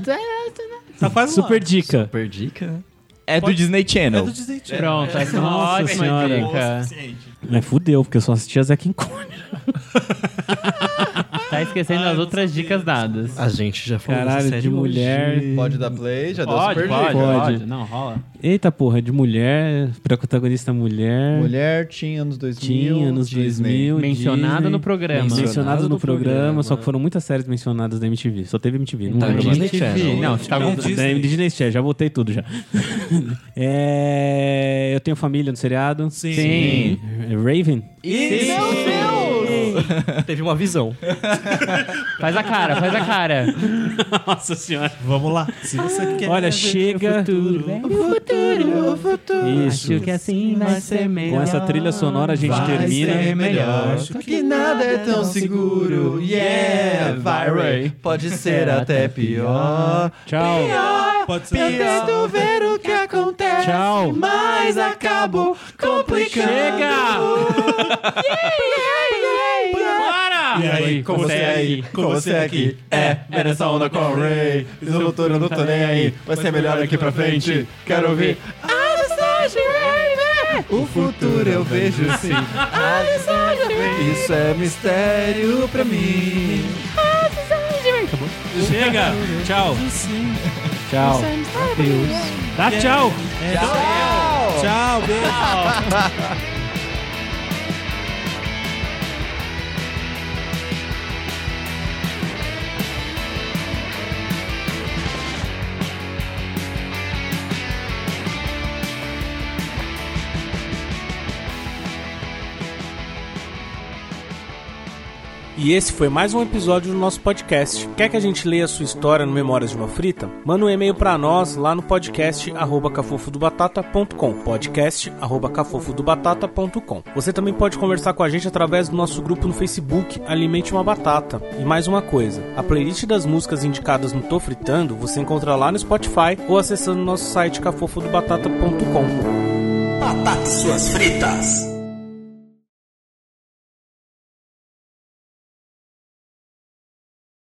S3: Tá quase lá.
S2: Super dica.
S5: Perdica.
S6: É do Disney
S3: É
S6: Channel.
S3: do Disney Channel.
S8: Pronto, essa é uma
S2: Nossa
S8: ótima
S2: senhora.
S6: Tá.
S8: dica.
S2: é, Mas fudeu, porque eu só assistia Zack and Cody.
S8: Tá esquecendo as outras dicas dadas.
S5: A gente já falou dessa
S2: Caralho,
S5: série
S2: de mulher.
S5: hoje.
S4: Pode dar play, já deu
S8: Pode,
S4: super
S8: pode,
S4: dica.
S2: Pode.
S8: pode. Não, rola.
S2: Eita porra, de mulher, protagonista mulher.
S4: Mulher, tinha anos 2000.
S2: Tinha anos
S4: Disney.
S2: 2000.
S8: Mencionado
S2: Disney.
S8: no programa.
S2: Mencionado,
S5: Mencionado
S2: no,
S5: no
S2: programa,
S5: programa.
S4: né?
S2: só que foram muitas séries mencionadas da MTV. Só teve MTV. não
S5: Tá,
S2: lembro
S5: Disney
S2: mais.
S5: Channel.
S2: Não, tá bom.
S3: Disney.
S2: Da Disney Channel, já botei tudo já. É, eu tenho família no seriado. É
S3: Sim.
S2: Raven?
S5: Teve uma visão.
S8: Faz a cara, faz a cara.
S2: Nossa senhora. Ah.
S3: Vamos lá. Se você quer.
S4: é
S2: Olha, chega.
S8: futuro, futuro.
S2: Isso.
S8: Acho que assim vai ser melhor.
S2: Com essa trilha sonora a gente
S4: Vai
S2: termina.
S4: ser É melhor.
S3: Acho
S4: Que nada é tão seguro. Yeah, vai, Ray. Pode ser até pior.
S2: Tchau.
S3: Pode ser.
S4: Tento ver o que acontece.
S2: Tchau.
S4: Mas acabo complicando.
S8: Para!
S2: Ah,
S3: E aí,
S4: Com você
S2: é
S4: aí, com você aqui. É, merece a onda com o Ray. No futuro eu não tô nem aí. Vai ser melhor aqui pra frente. Quero ouvir. A mensagem, Ray, O futuro eu vejo sim. A mensagem, Ray. Isso é mistério pra mim.
S2: Chega. Tchau. Tchau. Dá tchau.
S3: É,
S2: Tchau. Beijo.
S9: E esse foi mais um episódio do nosso podcast. Quer que a gente leia a sua história no Memórias de uma Frita? Manda um e-mail para nós lá no podcast arroba cafofodobatata.com podcast arroba cafofodobatata.com Você também pode conversar com a gente através do nosso grupo no Facebook Alimente Uma Batata. E mais uma coisa, a playlist das músicas indicadas no Tô Fritando você encontra lá no Spotify ou acessando nosso site cafofodobatata.com
S7: Batata e suas fritas.